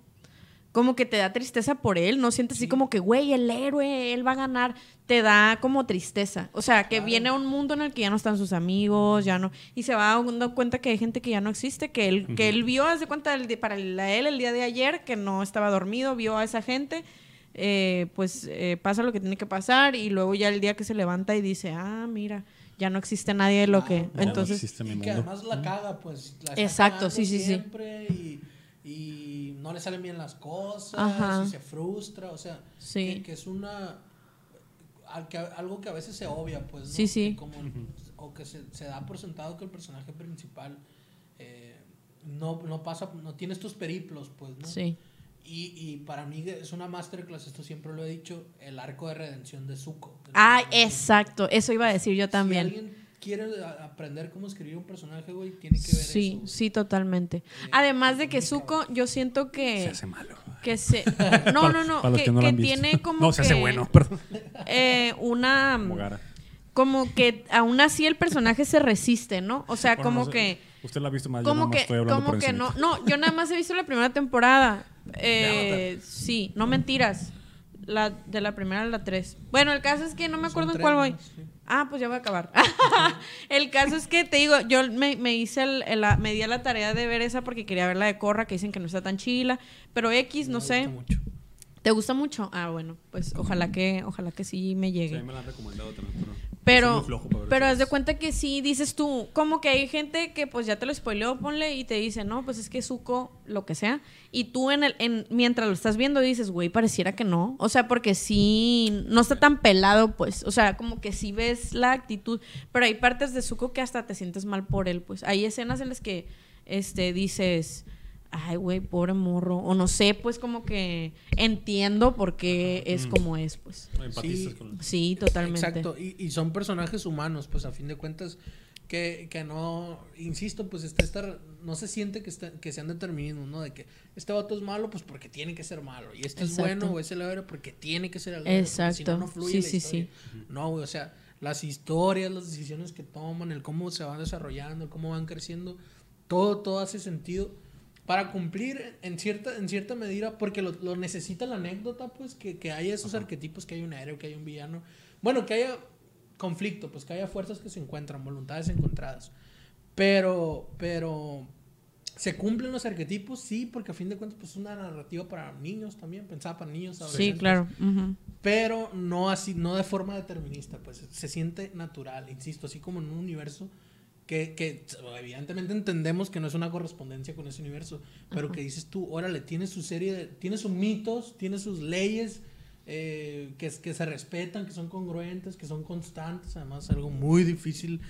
como que te da tristeza por él, no sientes así como que güey, el héroe, él va a ganar, te da como tristeza. O sea, que
Claro.
viene a un mundo en el que ya no están sus amigos, ya no y se va dando cuenta que hay gente que ya no existe, que él que él vio, hace cuenta el de- para el- a él el día de ayer que no estaba dormido, vio a esa gente eh, pues eh, pasa lo que tiene que pasar y luego ya el día que se levanta y dice, ah, mira, ya no existe nadie de lo que...
Claro.
No,
Entonces,
existe mi
Y que
mundo.
además la caga, pues. La está
Exacto, sí,
cagando
sí, sí.
siempre Y, y no le salen bien las cosas,
Ajá.
y se frustra, o sea,
Sí.
que, que es una. al- que- algo que a veces se obvia, pues. ¿no?
Sí, sí.
Que como- o que se, se da por sentado que el personaje principal eh, no, no pasa, no tiene estos periplos, pues, ¿no?
Sí.
Y, y para mí es una masterclass, esto siempre lo he dicho, el arco de redención de Zuko.
Ah, exacto. Eso iba a decir yo
Si
también.
alguien quiere a- aprender cómo escribir un personaje, güey, tiene que ver
Sí,
eso.
sí, totalmente. Además de que Zuko, yo siento que...
malo. [laughs]
Que se... No, Eh, no, no.
Para los
Que,
no lo
que
han visto. [laughs]
tiene como...
No, se hace
que,
bueno,
[laughs]
perdón.
eh, una...
Como Gara.
Como que aún así el personaje se resiste, ¿no? O sea,
Bueno,
como
no sé,
que...
Usted la ha visto más, yo
Como
nomás
que,
estoy hablando
como
por
que no,
encimita.
no, yo nada más he visto la primera
[laughs]
temporada. Eh, sí, no mentiras. La, de la primera a la tres. Bueno, el caso es que no me
Son
acuerdo en
tres
cuál voy.
nomás, sí.
Ah, pues ya voy a acabar. [laughs] el caso es que te digo, yo me, me hice el- el- la, me di a la tarea de ver esa porque quería ver la de Corra, que dicen que no está tan chila. Pero X, no
Me gusta
sé.
mucho.
¿Te gusta mucho? Ah, bueno, pues ojalá que, ojalá que sí me
Sí,
llegue.
a mí me la han recomendado también, pero. soy
Pero,
muy flojo para ver
pero
series.
haz de cuenta que sí dices tú, como que hay gente que pues ya te lo spoileó, ponle y te dice, no, pues es que Zuko, lo que sea. Y tú en el, en, mientras lo estás viendo dices, güey, pareciera que no. O sea, porque sí, no está tan pelado, pues. O sea, como que sí ves la actitud. Pero hay partes de Zuko que hasta te sientes mal por él, pues. Hay escenas en las que este, dices, ay, güey, pobre morro. O no sé, pues como que entiendo por qué es
Mm.
como es, pues.
Empatizas
Sí.
con el-
Sí, totalmente.
Exacto, y, y son personajes humanos, pues a fin de cuentas, que, que no, insisto, pues está estar, no se siente que, está- que sean determinismos, ¿no? De que este vato es malo, pues porque tiene que ser malo, y este
Exacto.
es bueno o es el héroe porque tiene que ser el héroe, porque si
Exacto.
no, no fluye la
Sí, sí, sí.
historia. No, güey, o sea, las historias, las decisiones que toman, el cómo se van desarrollando, el cómo van creciendo, todo, todo hace sentido para cumplir en cierta, en cierta medida, porque lo, lo necesita la anécdota, pues, que, que haya esos arquetipos, que haya un héroe, que haya un villano. Bueno, que haya conflicto, pues que haya fuerzas que se encuentran, voluntades encontradas. Pero, pero, ¿se cumplen los arquetipos? Sí, porque a fin de cuentas, pues es una narrativa para niños también, pensaba para niños.
Sí,
adolescentes
claro. ujú.
pero no así, no de forma determinista, pues se siente natural, insisto, así como en un universo que, que evidentemente entendemos que no es una correspondencia con ese universo, pero que dices tú, órale, tiene su serie, de- tiene sus mitos, tiene sus leyes eh, que, es- que se respetan, que son congruentes, que son constantes, además algo muy difícil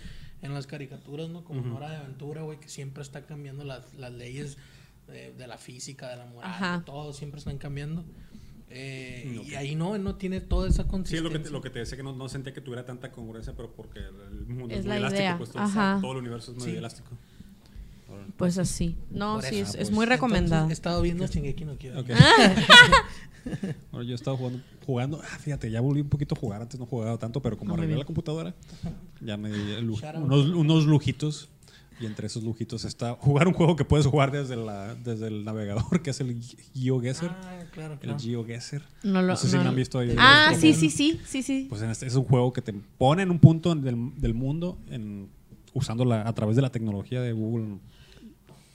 en las caricaturas, ¿no? Como en Hora de Aventura, güey, que siempre está cambiando las, las leyes eh, de la física, de la moral,
Ajá.
de todo, siempre están cambiando. Eh,
No,
y
que-
ahí no, no tiene toda esa
Mm, Sí, es
consistencia.
lo que, te, lo que te decía, que no, no sentía que tuviera tanta congruencia, pero porque el mundo
Es
es,
la
muy elástico,
idea,
pues todo,
ajá.
está- todo el universo es muy
Sí.
elástico.
Pues así. No,
Por
sí,
Ah,
eso.
es, es
pues.
muy
Entonces,
recomendada.
he estado viendo Shingeki no Kyojin. Ah,
Ok. Bueno, yo he estado jugando, jugando, ah, fíjate, ya volví un poquito a jugar, antes no jugaba tanto, pero como
Ah, muy
arreglé
bien.
la computadora, ya me di el lujo-
Shout out.
unos, unos lujitos. Y entre esos lujitos está jugar un juego que puedes jugar desde, la, desde el navegador, que es el GeoGuessr.
Ah, claro,
el
claro.
GeoGuessr.
No lo
no sé si
no
lo
lo-
han visto ahí.
Ah,
Como-
sí, sí, sí, sí, sí.
Pues en este- es un juego que te pone en un punto del, del mundo en, usando la- a través de la tecnología de Google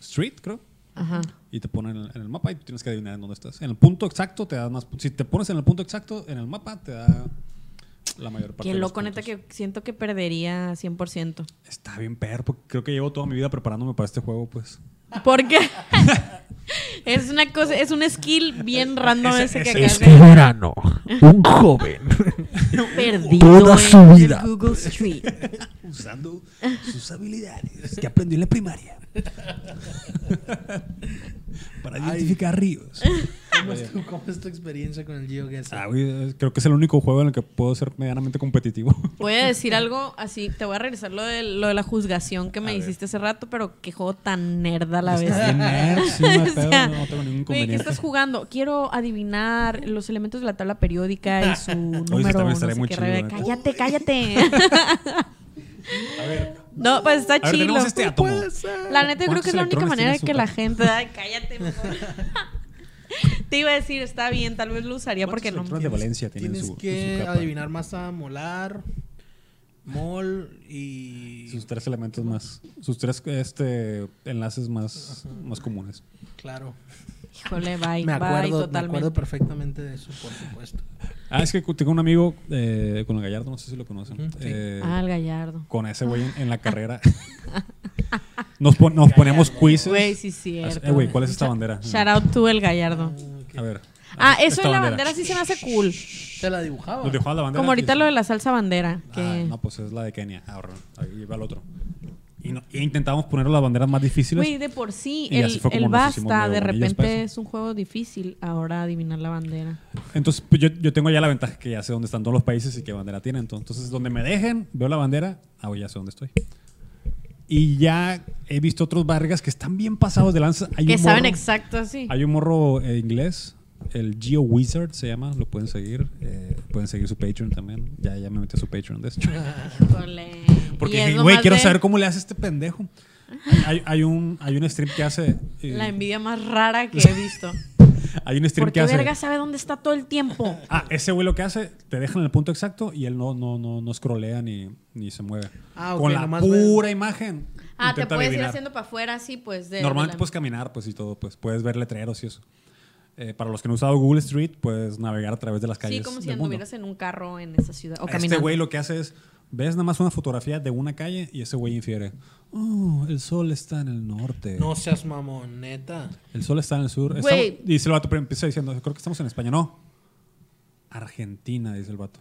Street, creo.
Ajá.
Y te pone en el, en el mapa y tú tienes que adivinar en dónde estás. En el punto exacto te da más... pu- Si te pones en el punto exacto, en el mapa te da la mayor parte
Qué
de los
loco, neta,
puntos.
que siento que perdería 100%.
Está bien perro, porque creo que llevo toda mi vida preparándome para este juego, pues.
Porque [laughs] es una cosa, es un skill bien random
ese-
ese, que
ese-
acabas de-
Este verano, un joven
[laughs]
perdido en
Toda su vida.
Google Street. [laughs]
Usando sus habilidades que aprendió en la primaria. [laughs] para identificar ríos.
¿Cómo es, tu, cómo es tu experiencia con el GeoGuessr?
Ah, güey, eh, creo que es el único juego en el que puedo ser medianamente competitivo.
Voy a decir algo así, te voy a regresar lo de, lo de la juzgación que me
A ver. Pues
hiciste hace rato, pero qué juego tan nerda a la vez.
Está bien nerd, sí, me
[laughs] O sea,
pedo, no tengo ningún
Oye, ¿qué
inconveniente.
estás jugando? Quiero adivinar los elementos de la tabla periódica y
[laughs]
su número.
estaría-
no
estaría
sé
muy
qué
chido,
rebe-
la neta.
cállate, cállate.
[laughs]
No, pues está
A ver,
chido.
tenemos este átomo.
La neta, yo creo
¿Cuántos
que es la única
electrones
manera de
tiene
que la
azúcar?
gente. Ay, cállate, mejor. [laughs] Te iba a decir, está bien, tal vez lo usaría porque no.
¿Cuántos electrones de Valencia tienen
Tienes
su,
que
su capa?
adivinar masa molar, mol y...
Sus tres elementos más, sus tres este, enlaces más, más comunes.
Claro.
Híjole, bye,
me
bye,
acuerdo, me
totalmente.
acuerdo perfectamente de eso, por supuesto.
Ah, es que tengo un amigo eh, con el Gallardo, no sé si lo conocen.
Ujú, sí.
Eh,
Ah, el gallardo.
con ese güey en, en la carrera. [laughs] Nos, pon- nos poníamos quizzes.
Güey, sí, cierto.
Eh, güey, ¿cuál es esta bandera?
Shout out to el gallardo.
A ver.
Ah, eso
esta
de la bandera sí se me hace cool.
Te la dibujaba.
Nos dejó la bandera.
Como ahorita
y-
lo de la salsa bandera. Que...
Ah, no, pues es la de Kenia. Ahora, ahí va el otro. Y, no- y intentábamos poner las banderas más difíciles.
Güey, de por sí,
Y
el,
así fue como
el
nos hicimos
basta
medio
de
buenillos para
repente
eso.
es un juego difícil ahora adivinar la bandera.
Entonces, pues, yo, yo tengo ya la ventaja que ya sé dónde están todos los países y qué bandera tienen. Entonces, entonces, donde me dejen, veo la bandera, ah, güey, ya sé dónde estoy. Y ya he visto otros Vargas que están bien pasados de lanza. Hay
Que
un
saben
morro-
exacto así.
Hay un morro eh, inglés, el Geo Wizard se llama, lo pueden seguir. eh, pueden seguir su Patreon también. Ya, ya me metí a su Patreon, de
[laughs]
hecho.
Híjole. Y
Porque,
es
dije,
lo
güey,
más
quiero
de
saber cómo le hace este
[laughs]
pendejo. Hay, hay un, hay un stream que hace. eh,
La envidia más rara
[laughs]
que he visto.
hay un stream
Porque
que hace.
verga sabe dónde está todo
[laughs]
el tiempo.
Ah, ese güey lo que hace, te dejan en el punto exacto y él no, no, no, no scrollea ni, ni se mueve.
Ah, ok,
Con la
nomás
pura imagen.
Ah, te
intenta
puedes ir
adivinar.
haciendo para afuera así, pues. De,
Normalmente
de la-
puedes caminar, pues y todo, pues puedes ver letreros y eso. Eh, para los que no han usado Google Street, puedes navegar a través de las calles.
Sí, como si
del mundo.
anduvieras en un carro en esa ciudad. O caminando.
Este güey lo que hace es, ves nada más una fotografía de una calle y ese güey infiere, oh, el sol está en el norte,
No seas
[laughs]
mamón, neta.
el sol está en el sur.
Güey.
Estamos- dice el vato, pero empieza diciendo, creo que estamos en España. No, Argentina, dice el vato.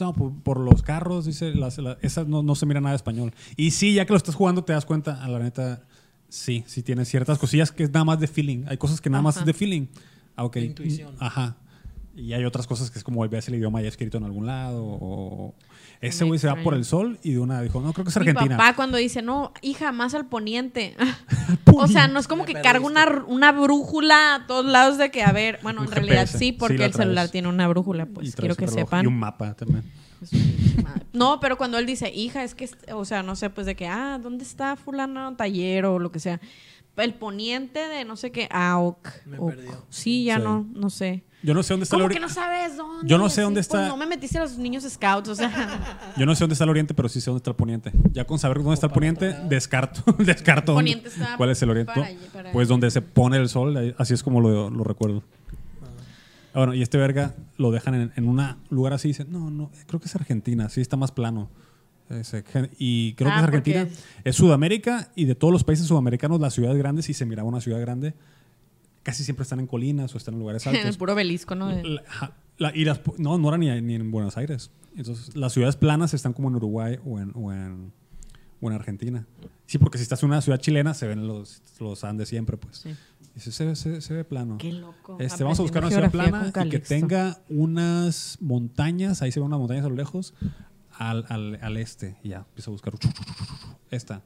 No, por, por los carros, dice, las, ah, la- esas no, no se mira nada de español. Y sí, ya que lo estás jugando te das cuenta, a la neta, sí, sí tiene ciertas cosillas que es nada más de feeling. Hay cosas que nada más
Ajá.
es de feeling. Ah, ok.
De intuición.
Ajá. Y hay otras cosas que es como ves el idioma ya escrito en algún lado. O... Ese güey se va
extraño.
por el sol y de una dijo, no, creo que es
Mi
Argentina.
papá cuando dice, no, hija, más
[laughs]
al poniente.
¡Pum!
o sea, no es como
Me
que
perdiste.
carga una, una brújula a todos lados de que, a ver, bueno,
Un
en realidad
GPS.
sí,
Sí,
porque
la
el celular
traes.
tiene una brújula,
Y
pues
traes
quiero
un
que
reloj
sepan.
Y un mapa también.
No, pero cuando él dice, hija, es que, o sea, no sé, pues de que, ah, ¿dónde está fulano taller o lo que sea? El poniente de no sé qué, ah, ok.
Me
ok.
perdió.
Sí, ya
Sí.
no, no sé.
Yo no sé dónde está el
¿Cómo
ori-
que no sabes dónde?
Yo no sé
Sí,
dónde
pues,
está-
no me metiste a los niños scouts, o sea,
Yo no sé dónde está el oriente, pero sí sé dónde está el poniente. Ya con saber dónde está el
para
poniente,
otro lado.
descarto, [laughs] descarto dónde-
Poniente está
cuál es el oriente.
para
No,
allí, para
pues donde se pone el sol, ahí- así es como lo, lo recuerdo. Ah, Bueno, y este verga lo dejan en, en un lugar así, dicen, no, no, creo que es Argentina, sí está más plano. Ese gen- Y creo que
Ah,
es Argentina.
porque-
Es Sudamérica y de todos los países sudamericanos, las ciudades grandes, si se miraba una ciudad grande, casi siempre están en colinas o están en
[laughs]
lugares
en el
altos.
puro belisco, ¿no? De-
La- ajá. La- y las, pu- no, no era ni, ni en Buenos Aires. Entonces, las ciudades planas están como en Uruguay o en, o en, o en Argentina. Sí, porque si estás en una ciudad chilena, se ven los, los Andes siempre, pues.
Sí.
Y se, se ve- se- se ve plano.
Qué loco.
Este, vamos a buscar una
Aprendiendo
ciudad
geografía
plana
con
y que
Calixto.
tenga unas montañas, ahí se ven unas montañas a lo lejos, al, al, al este. Y ya, empiezo a buscar. Esta.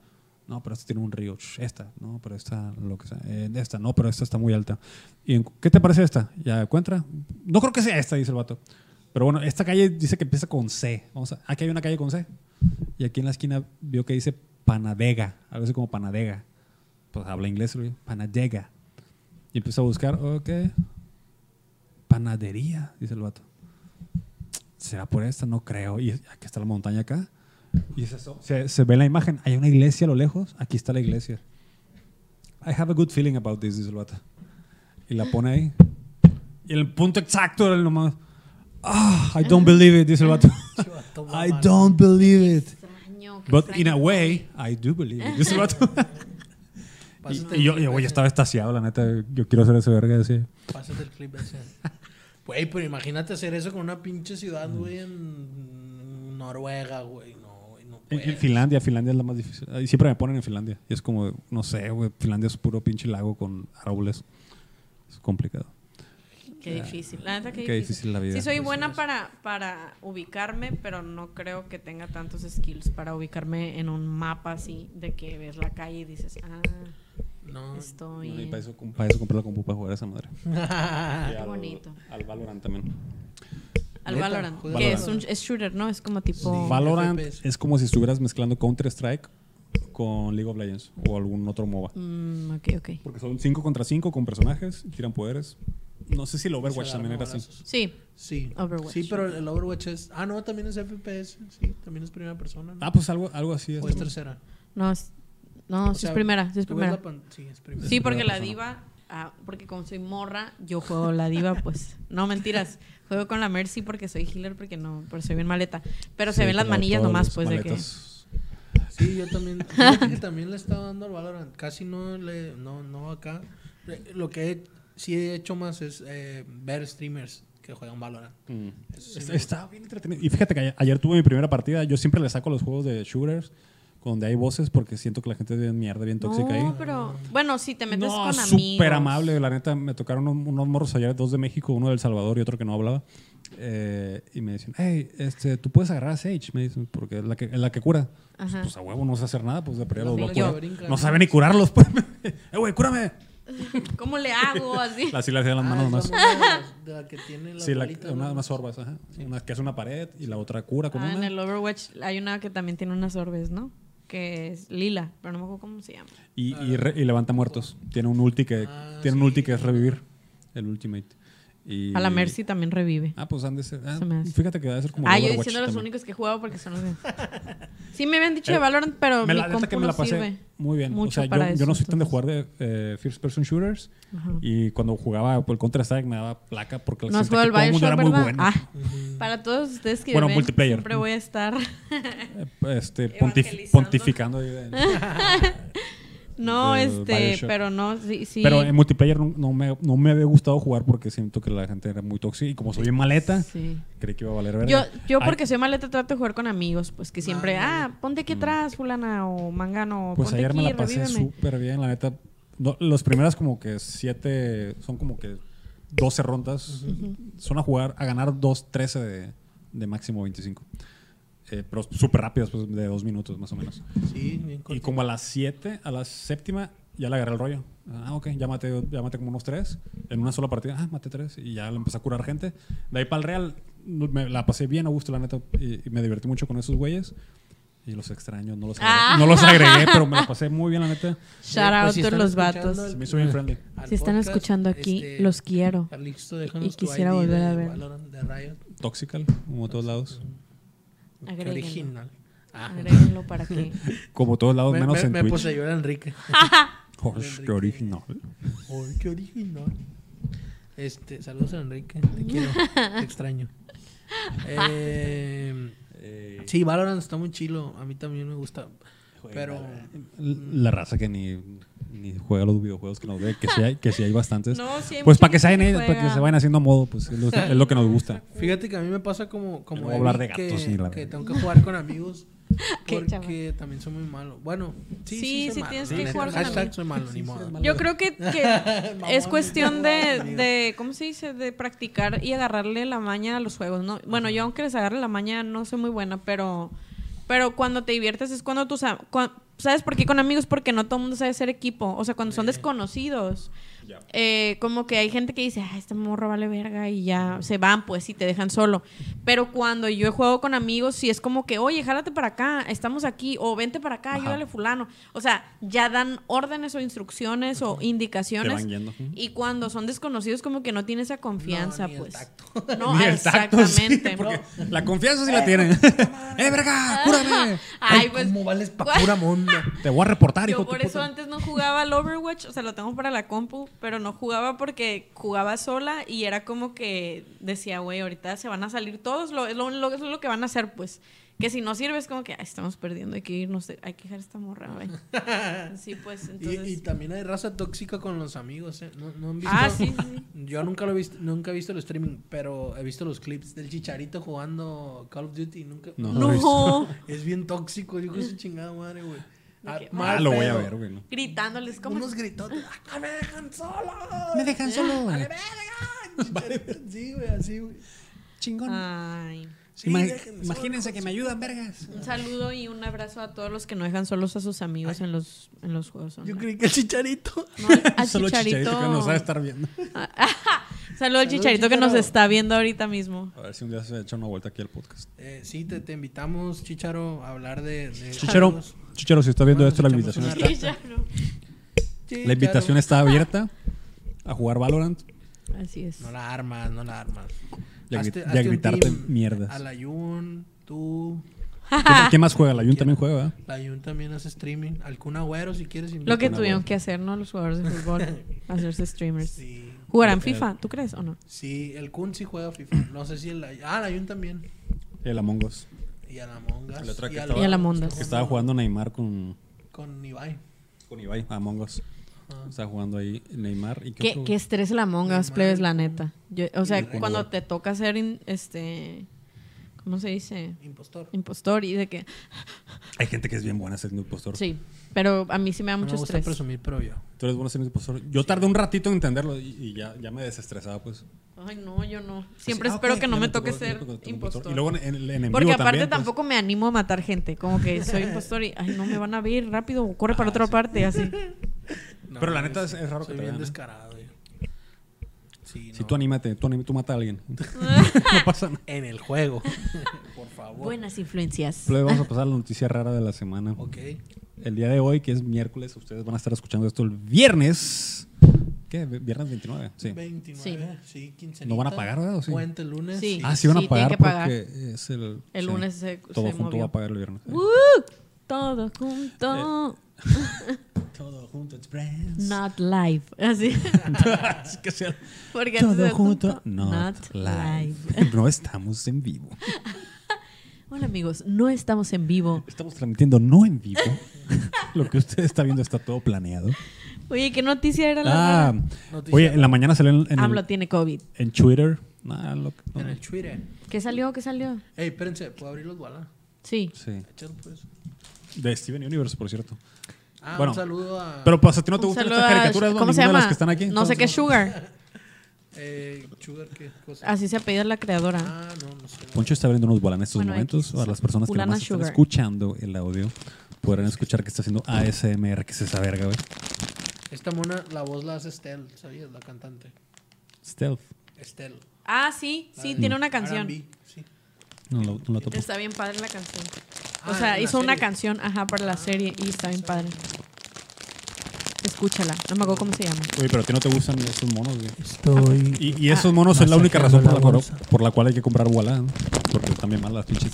No, pero esta tiene un río. Esta. No, pero esta, lo que sea. Eh, Esta, no, pero esta está muy alta. ¿Y en- qué te parece esta? ¿Ya encuentra? No creo que sea esta, dice el vato. Pero bueno, esta calle dice que empieza con C. Vamos a, aquí hay una calle con C. Y aquí en la esquina vio que dice Panadega. A veces como Panadega. Pues habla inglés, güey. Panadega. Y empiezo a buscar, ok. Panadería, dice el vato. ¿Será por esta? No creo. Y es- aquí está la montaña acá. Y es eso. Se, se ve en la imagen. Hay una iglesia a lo lejos. Aquí está la iglesia. I have a good feeling about this, dice el vato. Y la pone ahí. Y el punto exacto era el nomás. Ah, I don't believe it, dice el vato.
Chivato,
I
mamá.
don't believe it.
Extraño, qué
But in
extraño.
a way, I do believe
[laughs]
it, dice el vato. Y,
Pásate
y yo,
el
yo,
clip
güey,
ese.
estaba estaciado, la neta. Yo quiero hacer ese verga así.
Pásate el clip ese. Güey, pero imagínate hacer eso con una pinche ciudad, güey, en Noruega, güey. No, güey, no
En, en
puedes.
Finlandia, Finlandia es la más difícil. Ahí Siempre me ponen en Finlandia. Y es como, no sé, güey, Finlandia es puro pinche lago con árboles. Es complicado.
Qué difícil. La neta, qué,
Qué
difícil.
difícil la vida. pues, eh.
Sí, soy
Eso
buena para, para ubicarme, pero no creo que tenga tantos skills para ubicarme en un mapa así, de que ves la calle y dices, ah,
No. [laughs]
estoy.
No, y
en-
para eso, com- para eso compré la compu para jugar a esa madre.
Ah,
Este,
Qué bonito.
Al Valorant también.
Al
Neta,
Valorant,
juega
que
pues, Valorant.
es un es shooter, ¿no? Es como tipo.
Valorant
FPS.
es como si estuvieras mezclando Counter-Strike con League of Legends o algún otro MOBA.
Mm, ok, ok.
Porque son 5 contra 5 con personajes, tiran poderes. No sé si el Overwatch
Se agarran
también era
a
así.
balazos.
Sí,
Sí.
Overwatch.
Sí, pero el Overwatch es. Ah, no, también es FPS. Sí, también es primera persona. ¿no?
Ah, pues algo, algo así. es.
o es tercera.
no, es, no,
O
sí
sea,
es primera, sí es
tú ves
primera.
la pan- Sí, es primera.
Sí,
primera
porque la
persona.
diva, ah, porque como soy morra, yo juego la diva, pues. No, [laughs] mentiras. Juego con la Mercy porque soy healer, porque no, porque soy bien maleta. Pero se
Sí,
ven las
como
manillas
todos
nomás,
los
pues, de que.
maletas.
Sí, yo también. fíjate que también le estaba dando al Valorant. Casi no le. No, no acá. Eh, Lo que he- sí he hecho más es eh, ver streamers que juegan Valorant. Eso sí
Está,
me
está bien entretenido. Y fíjate que ayer, ayer tuve mi primera partida. Yo siempre le saco los juegos de shooters donde hay voces porque siento que la gente es bien mierda, bien tóxica ahí.
No, pero bueno, si te metes
No,
con amigos.
súper amable, la neta. Me tocaron un- unos morros ayer, dos de México, uno del Salvador y otro que no hablaba. Eh, y me decían, hey, este, tú puedes agarrar a Sage, me dicen, porque es la que, es la que cura. Pues,
Ajá.
pues, a huevo, no sé hacer nada, pues de
La
periodo los voy a
brinca,
curar.
brinca.
No sabe ni curarlos, pues. [laughs] ¡Eh, güey, cúrame!
[laughs] ¿Cómo le hago
[laughs]
así?
Así le hacía las manos
Ah, es la
nomás.
mamá de las- de la que tiene las
Sí, la,
bolitas,
una,
¿no?
unas orbas, ajá. Una que hace una pared y la otra cura con
Ah, en
una.
el Overwatch hay una que también tiene unas orbes, ¿no? Que es lila, pero no me acuerdo cómo se llama.
Y, y re- y levanta muertos. Tiene un ulti que
Ah,
tiene un ulti que es revivir el ultimate. Y,
A la Mercy también revive.
Ah, pues han de ser. ah,
Se me hace.
fíjate que debe ser como
Ah,
el
yo
Overwatch
diciendo los
también.
únicos que juego porque son
[laughs]
los que... Sí, me habían dicho
Eh,
de Valorant, pero
Me
mi
la, neta
compu
que me
no
la pasé
sirve.
muy bien.
mucho
o sea, yo,
para
yo
eso,
no soy tan de
entonces.
jugar de eh, first person shooters.
Ajá.
Y cuando jugaba por el Counter Strike me daba placa porque
No has
sentía
jugado el
que todo el mundo
Bioshock,
era muy
¿verdad?
bueno.
Ah, para todos ustedes que
Bueno,
ven,
multiplayer.
siempre voy a estar... [laughs]
Eh, Este, pontif-
Evangelizando.
pontificando. ahí de-
No,
del
este,
Bioshock.
pero no, sí, sí.
Pero en multiplayer no, no me, no me había gustado jugar porque siento que la gente era muy tóxica y como soy bien maleta,
Sí.
creí que iba a valer verga.
Yo, yo
Ay,
porque soy maleta trato de jugar con amigos, pues que siempre, ah, ponte
Mm.
aquí atrás, fulana, o mangano, o
Pues
ponte
ayer
aquí,
me la pasé
revíveme.
súper bien, la neta. No, las primeras como que siete, son como que 12 rondas. Son a jugar, a ganar 2, 13 de, de máximo 25. Eh, pero súper rápidas, pues de dos minutos más o menos.
Sí, bien
Y
cortito.
como a las 7, a la séptima, ya le agarré el rollo. Ah, ok, ya maté, ya maté como unos 3 en una sola partida. Ah, maté 3 y ya le empecé a curar gente. De ahí para el Real, no, me la pasé bien a gusto, la neta, y, y me divertí mucho con esos güeyes. Y los extraño, no los, agregué,
Ah.
no los
[laughs]
agregué, pero me la pasé muy bien, la neta.
Shout
Pues,
out
si
a
están
los
escuchando
vatos.
el-
Se me hizo bien friendly.
al
Si están
podcast,
escuchando aquí,
este,
los quiero.
Carlitos, déjanos tu
quisiera
ID
volver a
de
ver.
Valorant, de Riot.
Toxical, como todos lados.
Qué
Agréguenlo.
original. [laughs] Ah,
Agréguenlo
[laughs]
para que. [laughs]
Como todos lados,
me,
menos
me-
en
me
Twitch.
poseyó el Enrique.
Josh, qué original.
Oh, qué original. Este, saludos a Enrique, te
[laughs]
quiero, te extraño.
[laughs]
Eh, sí, Valorant está muy chilo, a mí también me gusta. Pero
La raza que ni, ni juega los videojuegos que nos ve, que sí hay, que sí hay bastantes.
No, sí hay
pues
mucha
para que, se
gente
vayan
que
ellos, para que
juega.
se vayan haciendo a modo, pues es lo, es lo que nos gusta.
fíjate que a mí me pasa como como
No voy a hablar
Evi,
de gatos ni la
que, que
verga.
tengo que jugar con amigos
[laughs] Qué
porque también soy muy malo. Bueno, sí, sí,
Sí,
soy
sí
malo,
tienes
la
que
neta.
jugar con
Hashtag
amigos.
soy malo, ni modo.
Yo creo que, que es cuestión de, de, ¿cómo se dice? De practicar y agarrarle la maña a los juegos, ¿no? Bueno, yo aunque les agarre la maña no soy muy buena, pero, pero cuando te diviertes es cuando tus... am- cua- ¿Sabes por qué con amigos? Porque no todo el mundo sabe ser equipo. O sea, cuando son desconocidos, eh, como que hay gente que dice, ah, este morro vale verga y ya se van, pues, y te dejan solo. Pero cuando yo juego con amigos, sí es como que, oye, jálate para acá, estamos aquí, o vente para acá,
Ajá.
ayúdale fulano. O sea, ya dan órdenes o instrucciones o indicaciones.
Te van guiando.
Y cuando son desconocidos, como que no tiene esa confianza,
No, ni el
pues.
tacto. [laughs]
No,
Ni el tacto, sí,
exactamente.
porque la confianza sí la tienen. [laughs] ¡Eh, verga! ¡Cúrame!
Ay, pues.
¿Cómo vales pa' pura monda?
Te voy a reportar, hijo de
Yo
tu
por eso
puta.
antes no jugaba al Overwatch, o sea, lo tengo para la compu, pero no jugaba porque jugaba sola y era como que decía, güey, ahorita se van a salir todos, lo, es, lo, lo- es lo que van a hacer, pues. Que si no sirve es como que, ay, estamos perdiendo, hay que irnos, de- hay que dejar esta morra, güey.
[laughs]
Sí, pues,
Y,
entonces...
y también hay raza tóxica con los amigos, ¿eh? ¿No, no han visto?
ah, sí, sí, sí.
Yo nunca lo he visto, nunca he visto el streaming, pero he visto los clips del Chicharito jugando Call of Duty. Nunca...
No. lo he
No,
Es bien tóxico, digo, su chingada madre, güey. Ah,
qué
Ah,
mal
lo voy a
pedo.
ver, güey. ¿no?
[laughs] gritándoles como...
Unos gritotes. ¡Ah, me dejan solo!
Me dejan solo, güey.
¡Vale, verga! Chicharito, Sí, güey, así, güey.
Chingón.
Ah. Ay.
Sí,
Ima-
déjenme
imagínense
solo,
que me ayudan, vergas.
Un saludo y un abrazo a todos los que no dejan solos a sus amigos en los, en los juegos.
Yo
online.
creí que el Chicharito.
No, al- al
Solo chicharito que nos sabe
Ah, chicharito.
estar viendo.
Saludo al
Saludos,
chicharito que nos
Chicharo.
está viendo ahorita mismo.
A ver si un día se echa una vuelta aquí al podcast.
Eh, sí, te, te invitamos, Chicharo, a hablar de... de
Chichero,
amigos.
Chichero, si estás viendo
Bueno,
esto, la
nos
invitación
echamos
está,
una
Chicharo.
Chicharo.
la invitación está abierta a jugar Valorant.
Así es.
No la armas, no la armas.
Y a gri- y
Hazte-
a
hazte un
gritarte
team.
mierdas.
A la Yun, tú.
¿Quién, quién más juega? La Jun también juega, ¿verdad?
La Yun también hace streaming. Al Kun Agüero, si quieres.
Lo que
invítala.
tuvieron que hacer, ¿no? Los jugadores de fútbol. hacerse streamers.
Sí.
¿Jugarán FIFA? ¿Tú crees o no?
Sí, el Kun sí juega FIFA. No sé si el. Ah, la Yun también.
El Among Us.
Y a la Mongas.
El otro que
Y a la Mondas.
Que estaba jugando Neymar con,
Con Ibai. Ah,
con Ibai, Among Us. Estaba jugando ahí Neymar. ¿Y qué
¿Qué,
otro?
qué estrés la monga,
Normal.
plebes, la neta. Yo- o sea,
Normal.
cuando te toca ser, in- este... ¿Cómo se dice?
Impostor.
Impostor y de que...
Hay gente que es bien buena siendo impostor.
Sí, pero a mí sí me da
No
mucho
me gusta
estrés.
presumir, pero yo.
Tú eres bueno siendo impostor. Yo tardé un ratito en entenderlo y, y ya, ya me desestresaba, pues.
Ay, no, yo no. Siempre
Así, ah,
espero
ok,
que no
ya
me
tocó-
toque
ya
ser
me tocó
impostor.
Y luego en, en, en en
Porque
vivo
aparte
también, pues.
tampoco me animo a matar gente. Como
[laughs]
que soy impostor y, ay, no, me van a ver rápido, corre
Ah,
para otra
[laughs]
parte, así.
No,
Pero la
yo
neta es-
soy-
es raro que
soy
te
bien
vean, ¿eh?
descarado, yo. Sí,
Si
no.
tú anímate, tú, anímate, tú mata a [laughs] alguien. no pasa nada.
En
[laughs]
el juego. Por favor.
Buenas influencias.
Luego vamos a pasar a la noticia rara de la semana.
Ok.
El día de hoy, que es miércoles, ustedes van a estar escuchando esto el viernes. ¿Qué? ¿Viernes 29? Sí.
29, sí, 15.
¿No van a pagar, verdad, o sí?
Puente el lunes.
Sí.
Ah, sí van
Sí,
a pagar
tienen que pagar.
porque es el...
El
sí.
lunes se-
Todo
se
junto
movió. Uh.
va a pagar el viernes.
¡Woo! Todo junto.
Eh, Todo junto, it's friends.
Not live.
[laughs]
Así.
[laughs] Es que sea-
Porque antes
Todo
era
junto,
tonto.
not
live.
live. [laughs] No estamos en vivo.
Hola amigos, no estamos en vivo.
Estamos transmitiendo no en vivo. [laughs] Lo que usted está viendo está todo planeado.
Oye, ¿qué noticia era la
Ah,
rara?
Noticia.
oye, en la mañana salió en, en, el-
AMLO tiene COVID.
en Twitter. Nah, lo- no,
En el Twitter.
¿Qué salió? ¿Qué salió?
Ey, espérense, ¿puedo abrir los balas?
Sí.
sí.
Échalo, pues.
De Steven Universe, por cierto.
Ah,
Bueno,
un saludo a.
Pero pues a ti no te
Un
gustan
saludo
estas
a-
caricaturas, ¿no?
¿Cómo se
Ninguna de
llama?
las que están aquí.
No sé qué es Sugar.
Eh, Sugar, ¿qué cosa?
Así se apellida la creadora.
Ah, no, no sé.
Poncho está abriendo unos bolas en estos
Bueno,
momentos.
X.
Para las personas que
Bulana
nomás están
Sugar.
escuchando el audio, podrán escuchar que está haciendo ASMR, que es esa verga, güey.
Esta mona, la voz la hace Estel, ¿sabías? La cantante.
Stealth.
Estel.
Ah, sí, sí,
Mm.
tiene una canción.
R&B, sí.
No lo, no lo topo.
Está bien padre la canción. O
Ah,
sea,
en la
hizo una
serie.
canción, ajá, para la serie y está bien padre. Escúchala. No me acuerdo cómo se llama.
Oye, pero a ti no te gustan estos monos, güey.
Estoy.
Y, y
Ah,
esos monos son la única razón
Masajeando
por la,
la
cual, por la cual hay que comprar bola, ¿no? Porque también malas las pinches.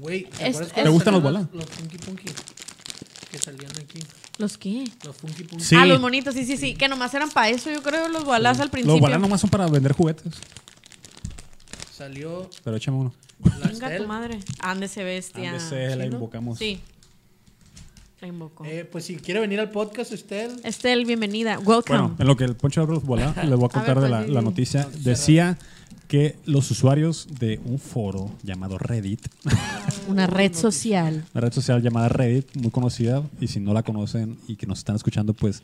Güey, ¿te
Es-
acuerdas
es-
cuando
¿Te gustan los
salían
bolas?
Los Funky Punky. Que salían aquí.
¿Los qué?
Los Funky Punky.
Sí.
Ah, los monitos, sí, sí, sí. Que nomás eran para eso, yo creo, los balas al
Los
principio.
bolas nomás son para vender juguetes.
Salió
Pero échame uno.
la
Venga tu
Estel.
madre. Ándese, bestia.
Ándese, la
¿Sí, no?
invocamos.
Sí. La invocó.
Eh, pues si quiere venir al podcast, Estel.
Estel, bienvenida. Welcome.
Bueno, en lo que el Poncho abre los
[laughs]
bolas, les voy a contar
ver,
de
pues,
la,
sí,
la
sí.
noticia. Decía que los usuarios de un foro llamado Reddit,
Una red social.
una red social llamada Reddit, muy conocida, y si no la conocen y que nos están escuchando, pues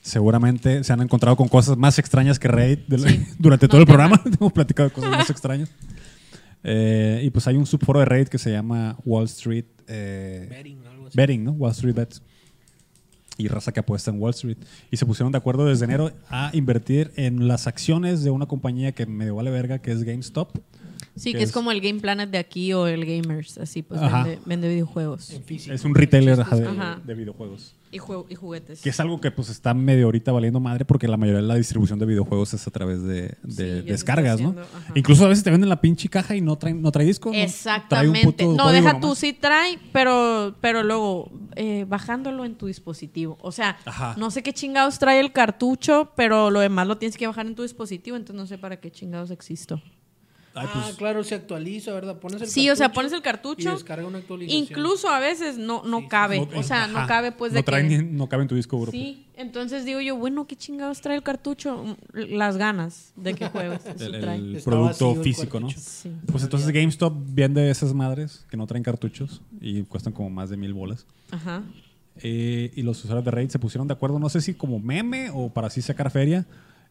seguramente se han encontrado con cosas más extrañas que Reddit de la- [laughs] durante todo el programa. Hemos platicado de cosas más extrañas. Eh, y pues hay un subforo de Reddit que se llama Wall Street eh,
Betting, algo así.
betting, ¿no? Wall Street Bets. Y raza que apuesta en Wall Street. Y se pusieron de acuerdo desde enero a invertir en las acciones de una compañía que medio vale verga, que es GameStop.
Sí,
¿Qué
que es?
es?
como el Game Planet de aquí o el Gamers, así pues
Ajá.
vende, vende videojuegos
En físico. Ah,
Es un retailer ajá, de,
Ajá.
de videojuegos.
y, jue- y juguetes.
Que es algo que pues está medio ahorita valiendo madre porque la mayoría de la distribución de videojuegos es a través de, de
Sí, ya se está
descargas, ¿no?
haciendo, ajá.
Incluso a veces te venden la pinche caja y no trae, no trae disco. ¿no? Trae un
Exactamente.
puto
No,
código
deja
nomás.
tú, sí trae, pero, pero luego eh, bajándolo en tu dispositivo. O sea,
Ajá.
no sé qué chingados trae el cartucho, pero lo demás lo tienes que bajar en tu dispositivo, entonces no sé para qué chingados existo.
Ay,
ah,
pues,
claro, se actualiza, ¿verdad? Pones el
Sí, o sea,
cartucho
pones el cartucho.
Y descarga una actualización.
Incluso a veces no, no
sí,
cabe.
no-
o sea,
ajá.
no cabe pues de
no trae
que-
ni- no cabe en tu disco duro.
Sí, entonces digo yo, bueno, ¿qué chingados trae el cartucho? Mm, Las ganas de
[laughs]
que juegues.
pues,
Eso
el-
trae.
el
Está
producto
vacío el
físico, ¿no?
cartucho.
Sí.
Pues entonces GameStop vende esas madres que no traen cartuchos y cuestan como más de mil bolas.
Ajá.
Eh, y los usuarios de Reddit se pusieron de acuerdo, no sé si como meme o para así sacar feria,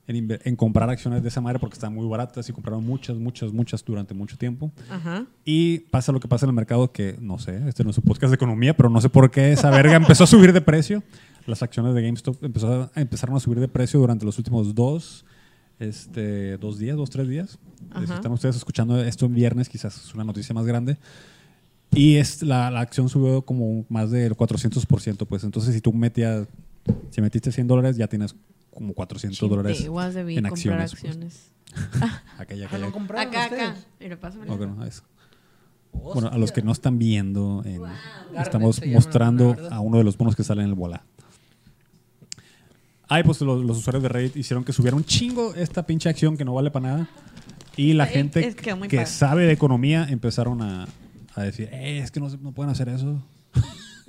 en, inver- en comprar acciones de esa madre porque están muy baratas y compraron muchas, muchas, muchas durante mucho tiempo.
Ajá.
Y pasa lo que pasa en el mercado, que no sé, este no es un podcast de economía, pero no sé por qué esa verga empezó a subir de precio. Las acciones de GameStop empezó a- empezaron a subir de precio durante los últimos dos, este, dos días, dos, tres días. Si
Ajá.
están ustedes escuchando esto en viernes, quizás es una noticia más grande. Y es, la, la acción subió como más del 400%, pues entonces si tú metías, si metiste 100 dólares, ya tienes como 400 dólares
Chinteguas debí
en
comprar
acciones. pues.
acciones.
Aquella, aquella.
Ah, ¿no compraron
Acá, acá.
ustedes? Oh,
Mira, pásame.
Ok, no, eso. Bueno, a los que no están viendo, en- estamos
Garnet se llama,
mostrando
¿verdad?
a uno de los bonos que sale en el bola. Ay, pues los, los usuarios de Reddit hicieron que subiera un chingo esta pinche acción que no vale para nada. Y la
Sí,
gente
es que muy
que
padre.
sabe de economía empezaron a, a decir, "Eh, es que no, se- no pueden hacer eso.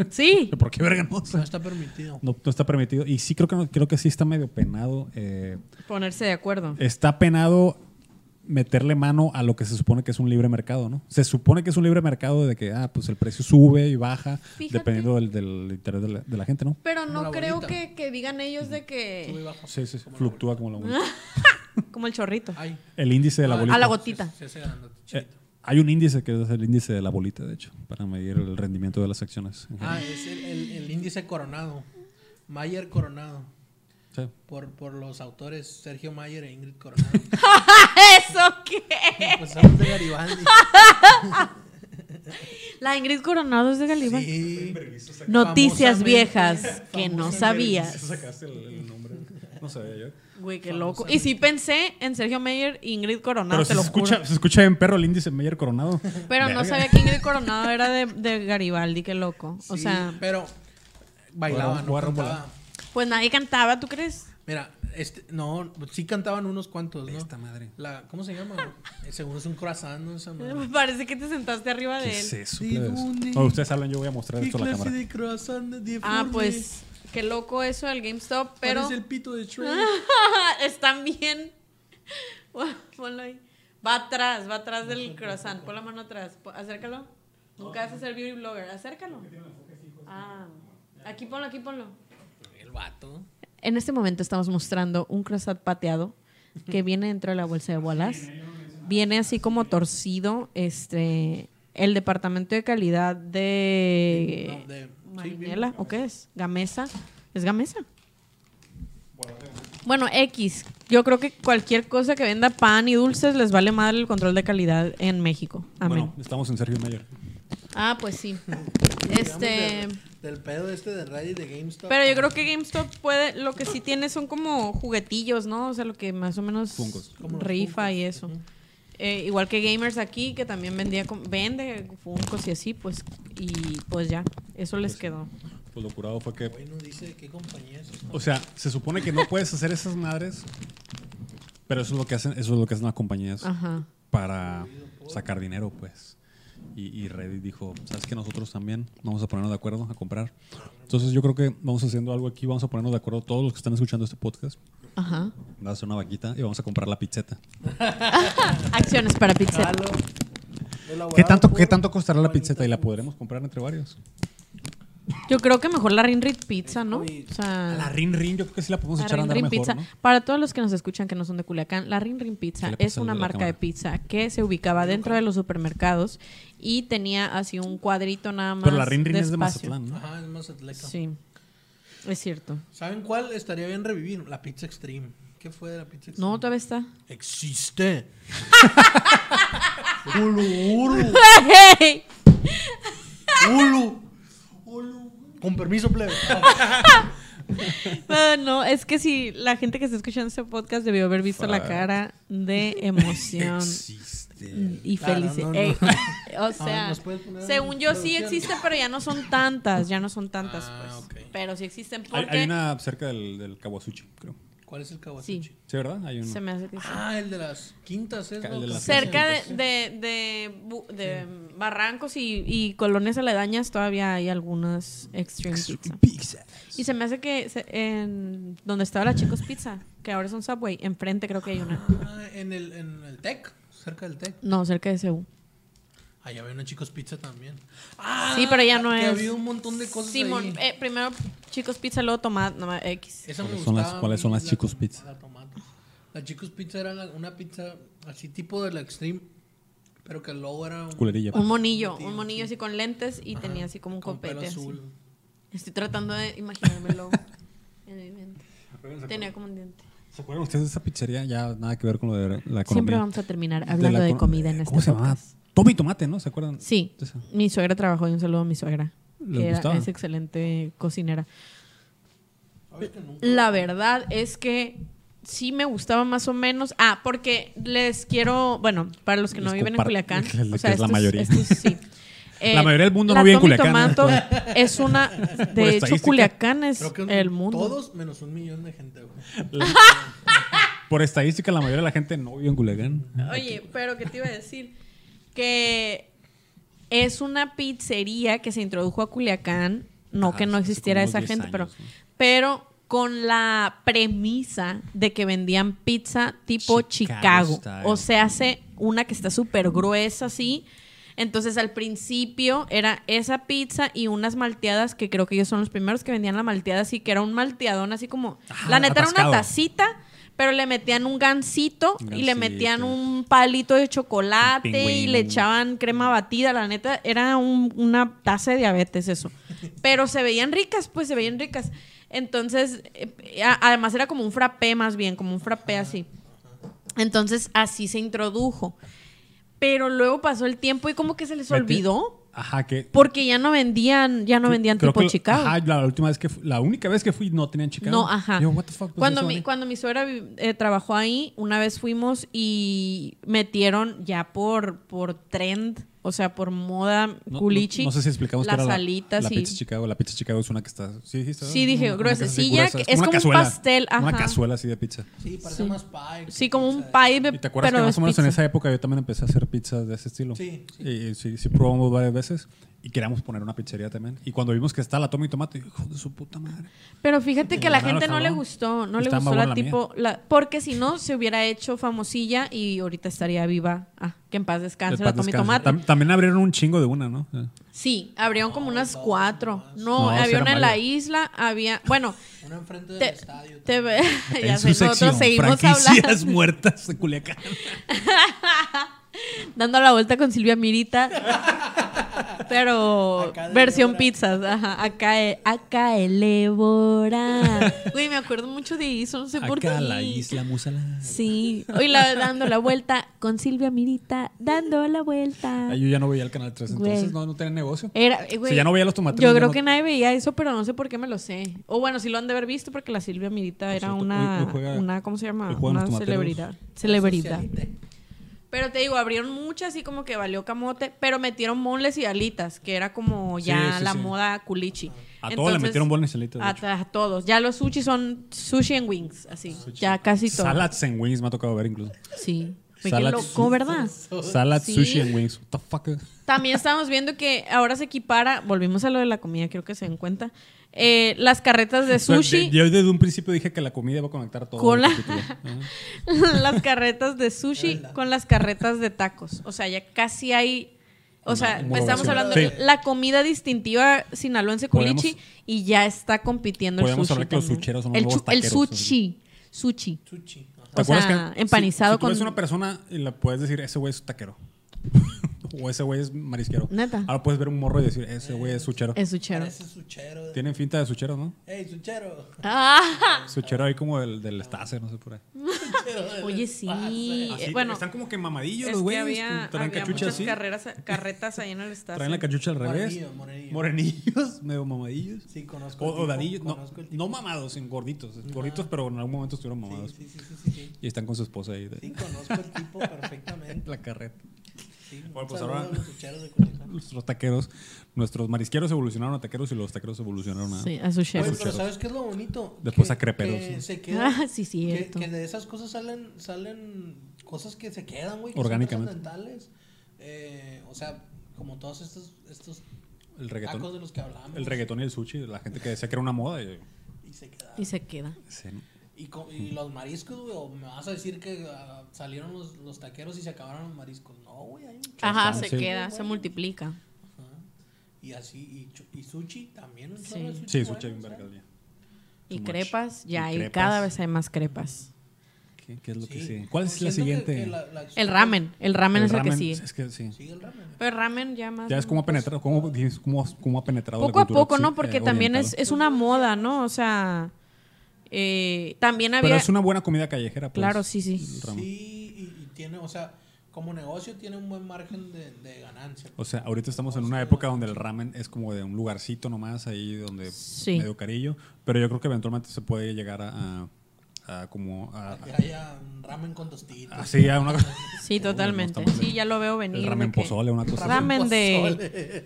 Sí.
[laughs] ¿Por qué verga no?
No está permitido.
No, no está permitido. Y sí creo que, no- creo que sí está medio penado. eh,
Ponerse de acuerdo.
está penado meterle mano a lo que se supone que es un libre mercado, ¿no? Se supone que es un libre mercado de que, ah, pues el precio sube y baja
Fíjate.
dependiendo del, del interés de la, de la gente, ¿no?
Pero
Como la
no creo
bolita.
que, que digan ellos de
Sube y
que.
baja.
Sí, sí, sí, fluctúa como la bolita.
Como el chorrito.
Ay.
El índice de la
Ah,
bolita.
Ah. A la gotita.
Se, se hace grandote,
Eh,
chiquito.
hay un índice que es el índice de la bolita, de hecho, para medir el rendimiento de las acciones. en general.
Ah, es el, el- el índice coronado. Mayer coronado.
Sí.
Por, por los autores Sergio Mayer e Ingrid
[laughs]
Coronado.
¿Eso qué?
Empezamos de Garibaldi.
La Ingrid Coronado es de Galibar.
Sí.
Noticias
Famosamente-
viejas que no sabías.
sacaste el, nombre. No sabía yo.
Güey, qué loco. Y sí pensé en Sergio Mayer e Ingrid Coronado,
Pero
te
se,
lo
escucha,
juro.
se escucha en perro el índice Meyer Coronado.
Pero no
Verga.
sabía que Ingrid Coronado era de, de Garibaldi, qué loco. O
Sí,
sea,
pero bailaba,
Voy a
no
romper-
cantaba.
pues nadie cantaba, ¿tú crees? [laughs]
Mira, este, no, sí cantaban unos cuantos, ¿no?
Esta madre.
La, ¿Cómo se llama? Eh, Según es un croissant, ¿no? Esa madre.
Parece que te sentaste arriba de
¿Qué
él.
es eso?
Sí,
plebes?
¿dónde?
No, ustedes hablan, yo voy a mostrar
¿Qué
esto a la
clase
cámara.
de croissant de
Ah,
forma?
pues qué loco eso del GameStop, pero Ah.
Parece el pito de Shrek.
[laughs] están bien. Guau, Ponlo ahí. Va atrás, va atrás del croissant. Pon la mano atrás. Po- Acércalo. Nunca vas a ser beauty blogger. Acércalo. Ah, aquí ponlo, aquí ponlo.
El vato.
En este momento estamos mostrando un croissant pateado [laughs] que viene dentro de la bolsa de bolas. Viene así como torcido. Este, el departamento de calidad
No, de-
de
sí,
Eh, Marinela, ¿o qué es? Gamesa. ¿Es Gamesa? Bueno, X. Yo creo que cualquier cosa que venda pan y dulces les vale madre el control de calidad en México. Amén.
Bueno, estamos en Sergio Mayer.
Ah, pues sí.
Digamos
[laughs] Este.
del- del pedo este de Reddit de GameStop.
Pero yo creo que GameStop puede, lo que sí tiene son como juguetillos, ¿no? O sea, lo que más o menos
Funkos.
Como los
rifa
Funkos,
y eso. Eh, igual que Gamers aquí, que también vendía con- vende Funkos y así, pues, y pues ya, eso les quedó.
Pues lo curado fue que
Güey, no dice de qué compañía es.
O sea, se supone que no puedes hacer esas madres, pero eso es lo que hacen, eso es lo que hacen las compañías
Ajá.
para sacar dinero, pues. Y, y Reddit dijo, sabes que nosotros también vamos a ponernos de acuerdo a comprar. Entonces yo creo que vamos haciendo algo aquí, vamos a ponernos de acuerdo todos los que están escuchando este podcast.
Ajá.
Vas a hacer una vaquita y vamos a comprar la pizzeta.
Acciones para pizza.
Halo.
¿Qué
Elaborado
tanto,
por
¿Qué tanto costará la
Juanita
pizzeta y la
Cruz.
podremos comprar entre varios?
Yo creo que mejor la Rinrit Pizza, ¿no?
Oye,
O
La
sea,
Rin Rin, yo creo que sí la podemos
Ah. la
echar a andar
Rin Rin
mejor,
Pizza.
¿no?
Para todos los que nos escuchan que no son de Culiacán, la Rin Rin
¿Qué
Pizza
le pasa
es
al
una
de la
marca de
cámara?
pizza que se ubicaba dentro de los supermercados y tenía así un cuadrito nada más.
Pero la Rin Rin
de
es de
espacio.
Mazatlán, ¿no?
Ajá, es más atleta.
Sí, es cierto.
¿Saben cuál estaría bien revivir? La Pizza Extreme. ¿Qué fue de la Pizza Extreme?
No,
[laughs]
todavía está. [laughs]
Existe. [laughs] ulu, ulu, ulu, ulu. Con permiso, plebe.
No, Ah, no, es que si la gente que está escuchando este podcast debió haber visto la
Fuck.
cara de
[laughs]
emoción
Existe.
Mm, y
Claro,
felicidad.
no, no. [laughs]
Eh, o
Ah,
sea,
¿nos puedes poner
según
en
yo sí
producción?
existe, pero ya no son tantas, ya no son tantas,
Ah,
pues.
ok.
Pero sí existen
Hay,
porque
hay una cerca del, del Kawasuchi, creo.
¿Cuál es el kawasuchi?
Sí.
Sí, ¿verdad? Hay uno.
se me hace que sí.
Ah, el de las quintas, ¿es?
El
no?
de las
Cerca de,
quintas.
de- de bu- de barrancos y, y colonias aledañas todavía hay algunas Extreme Pizza. Y se me hace que se- en donde estaba la Chicos Pizza, que ahora es un Subway, enfrente creo que hay una.
Ah, en el, en el TEC, cerca del TEC.
No, cerca de CEU.
Allá había una chicos pizza también. Ah,
Sí, pero ya no
que
es.
había un montón de cosas
Simón,
ahí.
eh, primero Chicos Pizza, luego Tomad, no, X.
Esa me
¿Cuáles son las-
gustaba a
cuáles
mí,
son las
la
Chicos
tom-
Pizza?
La tomate. La chicos pizza era la- una pizza así tipo de la extreme, pero que el logo era un,
Culerilla.
Un monillo, un monillo así con lentes y tenía así como un
con pelo
copete. así.
azul.
Estoy tratando de
[laughs]
imaginármelo en mi mente. Tenía como un diente.
¿Se acuerdan ustedes de esa pizzería? Ya nada que ver con lo de la economía.
Siempre vamos a terminar
la
hablando de,
econo-
comida en este
¿Cómo se llamaba?
podcast.
Tome y tomate, ¿no? ¿Se acuerdan?
Sí,
de esa?
mi suegra trabajó y un saludo a mi suegra.
¿Le
Que era-
gustaba?
es excelente cocinera.
¿Sabes que nunca?
La verdad es que sí me gustaba más o menos. Ah, porque les quiero, bueno, para los que no
[laughs] Les
viven en
comparto-
Culiacán,
que es la
o sea, estos-
mayoría. [laughs]
estos sí. Eh,
La mayoría del mundo
la
no vive en
Tommy
Culiacán,
Tomato es
[laughs]
una,
Por
de hecho,
estadística.
Culiacán es
Creo que
el mundo.
Todos menos un millón de gente, güey.
Por estadística, la mayoría de la gente no vive en Culiacán. [laughs]
Oye, pero ¿qué te iba a decir? Que es una pizzería que se introdujo a Culiacán. No
Ajá,
que no
Ah, hace
existiera
como
esa
10
gente, pero,
años, ¿no?
pero con la premisa de que vendían pizza tipo
Chicago
Chicago.
style.
O sea, hace una que está súper gruesa así. Entonces al principio era esa pizza y unas malteadas que creo que ellos son los primeros que vendían la malteada así, que era un malteadón así como...
Ajá,
la neta era
atascado.
una tacita, pero le metían un gansito
Un
y le metían
gansito.
un palito de chocolate
Un pingüino.
y le echaban crema batida. La neta, era un- una taza de diabetes eso. Pero se veían ricas, pues se veían ricas. Entonces, eh, a- además era como un frappé más bien, como un frappé así. Entonces, así se introdujo. Pero luego pasó el tiempo y como que se les
Mete-
olvidó.
Ajá, que.
Porque ya no vendían, ya no vendían
creo
tipo
que lo-
Chicago.
Ajá, la última vez que fu- la única vez que fui no tenían Chicago.
No, ajá.
Yo, what the fuck, pues,
cuando,
eso,
mi,
¿vale?
cuando mi suegra vi- eh, trabajó ahí, una vez fuimos y metieron ya por, por trend O sea, por moda,
No-
culichi.
No, no sé si explicamos
las
qué era la,
alitas
la
y-
pizza Chicago. La pizza Chicago es una que está. Sí, dijiste,
Sí,
¿no?
dije,
Una- una
gruesa,
que está
sí,
así,
ya
gruesa.
que- es
una
como un
cazuela,
pastel,
Una
ajá.
cazuela así de pizza.
Sí, parece
Sí.
más pie.
Sí, como un
pie.
pie,
¿Y te acuerdas
pero
que
es
más o menos en
pizza.
esa época yo también empecé a hacer pizzas de ese estilo?
Sí, sí.
Y sí, sí probamos varias veces y queríamos poner una pizzería también. Y cuando vimos que está la toma y tomate, hijo de su puta madre.
Pero fíjate que a la
Claro,
gente no le
cabrón.
gustó, no le
Está
gustó
mamona la
la, tipo, la- porque si no se hubiera hecho famosilla y ahorita estaría viva. Ah, que en paz descanse la
Después
Tommy
descansa.
Tomate.
Tam- también abrieron un chingo de una, ¿no? Eh.
Sí, abrieron como unas cuatro. No,
No,
había
será
una en la
Mario.
isla, había, bueno,
Una enfrente del
te,
estadio.
te-
también.
[laughs] [laughs] ya
en
sé,
su
nosotros
sección,
seguimos
franquicias
hablando, [laughs]
muertas de Culiacán.
dando la vuelta con Silvia Mirita. Pero
Acá de
versión
Débora.
pizzas, ajá, acá, e-
[laughs]
acá elevora. Güey, me acuerdo mucho de eso, no sé por qué.
Acá la isla Musala.
Sí, hoy la dando la vuelta con Silvia Mirita, dando la vuelta.
Ay, yo ya no veía el Canal 3,
Güey.
entonces no, no tenía negocio.
Era, eh, güey,
Si ya no veía los tomateros,
Yo
ya
creo
no-
que nadie veía eso, pero no sé por qué me lo sé. O bueno, sí lo han de haber visto porque la Silvia Mirita era
cierto,
una,
hoy- hoy juega-
una, ¿cómo se
hoy
llama?
juegan
Una
los tomateros.
celebridad. Celebridad.
Socialite.
Pero te digo, abrieron muchas y como que valió camote, pero metieron bonles y alitas, que era como
Sí,
ya
sí,
la
sí.
moda culichi.
A todos le metieron bonles y alitas, de
A,
hecho.
a todos. Ya los sushi son sushi and wings, así. Ya casi todo.
Salads and Wings me ha tocado ver incluso.
Sí. Güey, Qué
Salad
loco,
su-
¿verdad?
Salads,
Sí.
sushi and wings. What the fuck?
También estamos viendo que ahora se equipara, volvimos a lo de la comida, creo que se den cuenta, eh, las carretas de sushi,
[laughs]
[laughs]
Yo desde un principio dije que la comida iba a conectar todo.
Con
el
la-
capítulo.
[laughs]
Ajá.
las carretas de sushi con las carretas de tacos. O sea, ya casi hay, o sea, pues,
Una
estamos
homologación.
hablando
Sí.
de la comida distintiva sinaloense culichi
Podemos-
y ya está compitiendo el
podemos
sushi.
hablar que los
también.
sucheros son los
el,
nuevos
chu- el
taqueros,
sushi, sushi.
Sushi. ajá.
¿Te
O
acuerdas
sea,
que
empanizado
si, si tú ves
con-
una persona y la puedes decir, ese güey es
[laughs]
taquero. o ese güey es marisquero.
Neta.
Ahora puedes ver un morro y decir, ese güey es suchero.
El suchero.
Parece suchero.
Tienen finta de suchero, ¿no?
¡Ey,
[laughs]
suchero!
Ah,
Suchero ahí como del, del Stase, no sé por ahí.
oye, sí.
Así,
Eh, bueno,
están como que mamadillos
es
los
que
güeyes.
había,
traen
había
cachucha
muchas
así.
carreras, carretas ahí en el
[laughs]
estado.
Traen la cachucha al revés.
Morenillos, morenillos.
Morenillos, [laughs] medio mamadillos.
Sí, conozco.
O,
el
o
tipo,
dadillos, no,
conozco el tipo.
no mamados, sino gorditos. Gorditos, pero en algún momento estuvieron mamados.
Sí, sí, sí, sí, sí.
Y están con su esposa ahí. de-
Sí, conozco el tipo perfectamente.
La carreta.
Sí,
Bueno,
un
pues
saludo
ahora-
a los sucheros de Culiacán.
Nuestros taqueros, nuestros marisqueros evolucionaron a taqueros y los taqueros evolucionaron a.
Sí, a sushero.
Oye, pero
sucheros.
¿sabes qué es lo bonito?
Después
Que-
a creperos,
que
¿no?
se
[laughs]
queda-
Ah, sí,
que,
cierto.
que de esas cosas salen, salen cosas que se quedan, güey. que son
Orgánicamente.
trascendentales. Eh, o sea, como todos estos, estos
El
tacos de
reggaetón.
los que hablamos.
El reggaetón y el sushi, la gente que decía que era una moda. y-
Y se quedan.
Y se queda.
sí.
Y, co- y los mariscos, güey, o me vas a decir que ah, salieron los, los taqueros y se acabaron los mariscos. No, güey, hay un
Ajá,
Choripán,
se
sí.
queda, se multiplica.
Ajá. Y así, y, chu- y sushi también. Un
Sí.
chorro de sushi
Sí,
bueno,
sushi hay un
o sea.
verga al día.
Y
much.
crepas,
Y
ya hay,
crepas.
cada vez hay más crepas.
¿Qué, qué es lo que
Sí.
sigue? ¿Cuál es
Siento
la
que-
siguiente?
que la- la-
El ramen, el ramen
El
es el que
ramen,
sigue. Ah,
Es que sí.
Sí, el ramen.
Pero el ramen ya más.
Ya es como ha penetrado, cómo, dices, cómo, cómo ha penetrado la
poco a
cultura
poco,
occ-
¿no? Porque
eh,
también es,
oriental.
es una moda, ¿no? O sea, eh, también
Pero
había.
es una buena comida callejera. pues,
Claro, sí, sí.
el ramen.
Sí, y, y tiene, o sea, como negocio tiene un buen margen de, de ganancia.
O sea, ahorita estamos en una época donde el ramen es como de un lugarcito nomás, ahí donde
Sí.
medio carillo, pero yo creo que eventualmente se puede llegar a, a- a como a,
Que haya un ramen con tostitas.
así a una
Sí, totalmente.
no estamos
Sí,
bien.
ya lo veo venir.
el
de
ramen
que-
pozole, una cosa así.
Ramen de.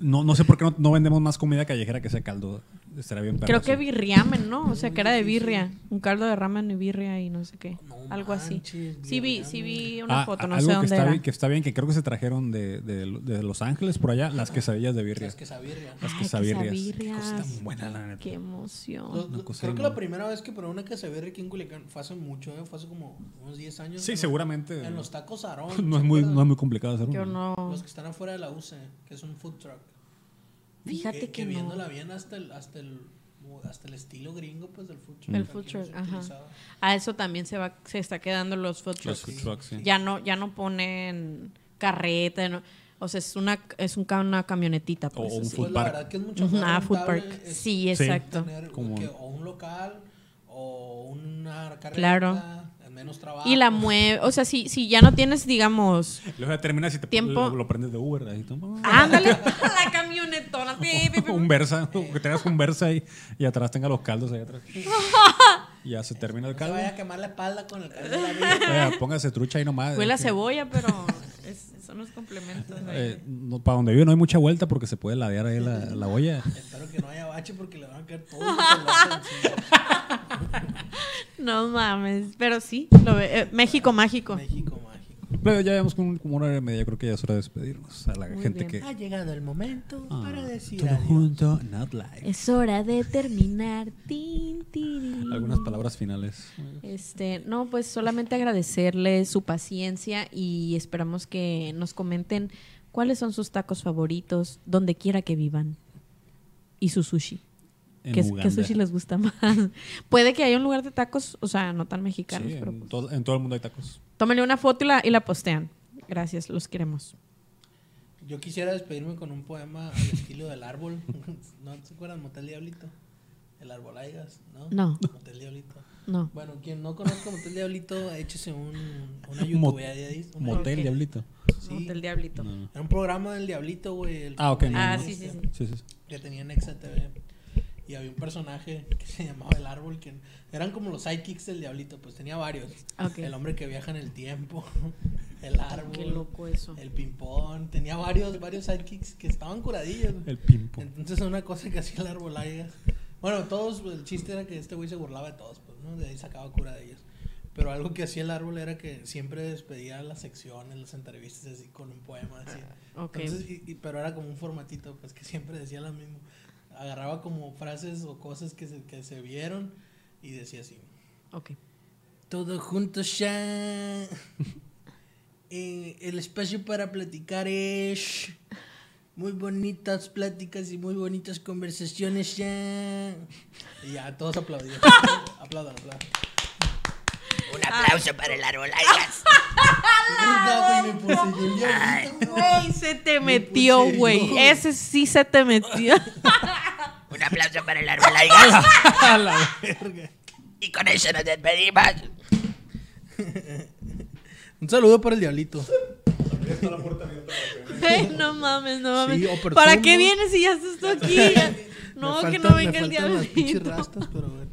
No, no sé por qué no, no vendemos más comida callejera que sea caldo. Estaría bien perro
Creo que
eso.
birriamen, ¿no? O sea, que era de birria. Un caldo de ramen y birria y no sé qué.
No
Algo así.
manches,
Sí vi,
birriamen.
sí vi una
Ah,
foto, no
algo
sé
que
dónde
está
era.
bien- que está bien, que creo que se trajeron de, de- de Los Ángeles por allá, las quesadillas de birria.
Las quesabirrias.
Las
Ay,
quesabirrias. Qué
quesabirrias.
cosa tan buena, la neta.
Qué emoción.
Los-
una
los-
cosa
creo
de
que
moda.
la primera vez que probé una quesabirria aquí en Culiacán fue hace mucho, ¿eh? fue hace como unos 10 años.
Sí,
¿no?
seguramente.
En los tacos Aarón.
[laughs] No
¿se
es, muy,
acuerdan?
no es muy complicado hacer
Yo
uno.
no.
Los que están afuera de la UCE, que es un food truck.
Fíjate que no.
viéndola bien hasta el, hasta el hasta el estilo gringo pues del food truck.
El
aquí
food
no
truck,
se
ajá.
utilizaba.
A eso también se va, se está quedando los food
Los
trucks.
food trucks, sí.
Ya no, ya no ponen carreta, no- o sea, es una, es un, ca- una camionetita, pues.
O un
así.
food
Pues la
park.
verdad que es mucho más
Una food
rentable
park.
es
Sí,
Sí.
exacto.
tener
Como-
que o un local o una carreta, eh,
Claro.
menos trabajo.
Y la mueve, o sea, si, si ya no tienes, digamos,
Luego ya terminas y te
Tiempo. Ah,
Lo, lo prendes de Uber. Ahí, tú,
Ah. [laughs]
ándale, [laughs] la
[laughs]
camionetona. pi, pi, pi,
un versa, o que tengas un versa ahí y atrás tenga los caldos ahí
[laughs]
atrás. Y ya se termina el
No se
caldo.
[laughs] vaya a quemar la espalda con el caldo de la vida.
Eh, póngase trucha ahí nomás.
Huele a
Es que-
cebolla, pero Es- son los complementos. güey.
Eh, no, para donde vivo no hay mucha vuelta porque se puede ladear ahí la, la olla.
Espero que no haya bache porque le van a caer todos los celulares encima.
No mames, pero sí, lo ve- eh, México mágico.
México mágico.
Pero ya llevamos con como una hora y media, yo creo que ya es hora de despedirnos a la
Muy
gente
bien.
que...
Ha llegado el momento
Ah,
para decir
todo
adiós.
junto, not live.
Es hora de terminar. Tin, tirin.
Algunas palabras finales.
Este, no, pues solamente agradecerle su paciencia y esperamos que nos comenten cuáles son sus tacos favoritos, donde quiera que vivan. Y su sushi.
En
¿Qué,
Uganda.
qué sushi les gusta más? [laughs] Puede que haya un lugar de tacos, o sea, no tan
Sí,
mexicanos, pero
en,
pues,
todo, en todo el mundo hay tacos.
tómenle una foto y la, y la postean. Gracias, los queremos.
Yo quisiera despedirme con un poema al estilo del árbol. [laughs] ¿No se acuerdan? Motel Diablito. El árbol Aigas, ¿no?
No.
Motel Diablito.
No.
Bueno, quien no conozca Motel Diablito, échese un, una
Mot-
youtubeadis. una-
Motel,
Ok.
diablito.
Sí.
Del diablito.
No, no.
Era un programa del Diablito, güey. el
Ah, ok, no,
Ah,
no.
sí, sí, sí.
Sí, sí, sí.
Que tenía en Exa TV. Y había un personaje que se llamaba El Árbol, que eran como los sidekicks del Diablito, pues tenía varios.
Ok. Ah,
El hombre que viaja en el
[laughs]
tiempo, el árbol,
Qué loco eso.
el ping-pong, tenía varios, varios sidekicks que estaban curadillos. güey.
El pimpo.
Entonces una cosa que hacía el árbol Aigas. Bueno, todos, el chiste era que este güey se burlaba de todos, pues, ¿no? De ahí sacaba cura de ellos. Pero algo que hacía el árbol era que siempre despedía las secciones, las entrevistas así con un poema así.
Ok.
Entonces, y- y- pero era como un formatito, pues que siempre decía lo mismo. Agarraba como frases o cosas que se, que se vieron y decía así.
[laughs]
Ok.
Todo juntos ya. [laughs] Eh, el espacio para platicar es. Muy bonitas pláticas y muy bonitas conversaciones ya. Y ya, todos [laughs] aplaudían. aplaudan, aplaudan.
Un aplauso para el árbol.
No, güey, me puse yo diablito, güey.
Güey, se te
pues,
metió,
puse yo.
güey. Ese sí se
[laughs]
te metió.
Un aplauso para el árbol.
A la vez.
Y con eso nos despedimos.
Un saludo para el diablito.
Ay, no mames, no mames.
Sí, o personas.
¿Para qué vienes si ya estás tú aquí?
[laughs]
No,
Me
que
faltan-
no venga
me
el
faltan las pinches
diablito.
rastas, pero bueno.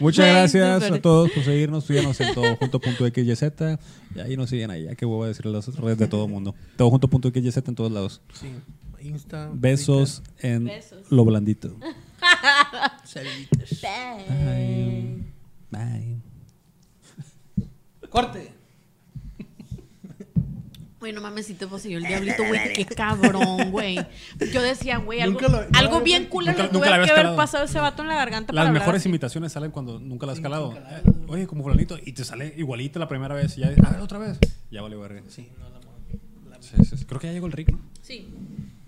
Muchas
Güey,
gracias
súper.
a todos por seguirnos. Síganos en todojunto.xyz. Y ahí nos siguen ahí. Ya que voy a decir las redes de todo el mundo. Todojunto.xyz en todos lados.
Sí. Insta.
Besos en
Besos.
lo blandito.
Twitter, saluditos.
Bye. Bye.
Corte.
Güey, no mames, si te poseyó el diablito, güey. Qué cabrón, güey. Yo decía, güey, algo,
Nunca lo- no
algo
lo-
bien cool
Nunca-
le
nunca
tuve
la había
que haber
escalado.
pasado ese vato en la garganta
Las
para
mejores
hablar.
imitaciones salen cuando nunca las has
Sí,
calado.
nunca la-
Eh, Oye, como fulanito, y te sale igualita la primera vez. Y ya, a ver, otra vez. Ya vale, verga.
Sí, no la, la
Sí, sí, sí. Creo que ya llegó el Rick, ¿no?
Sí.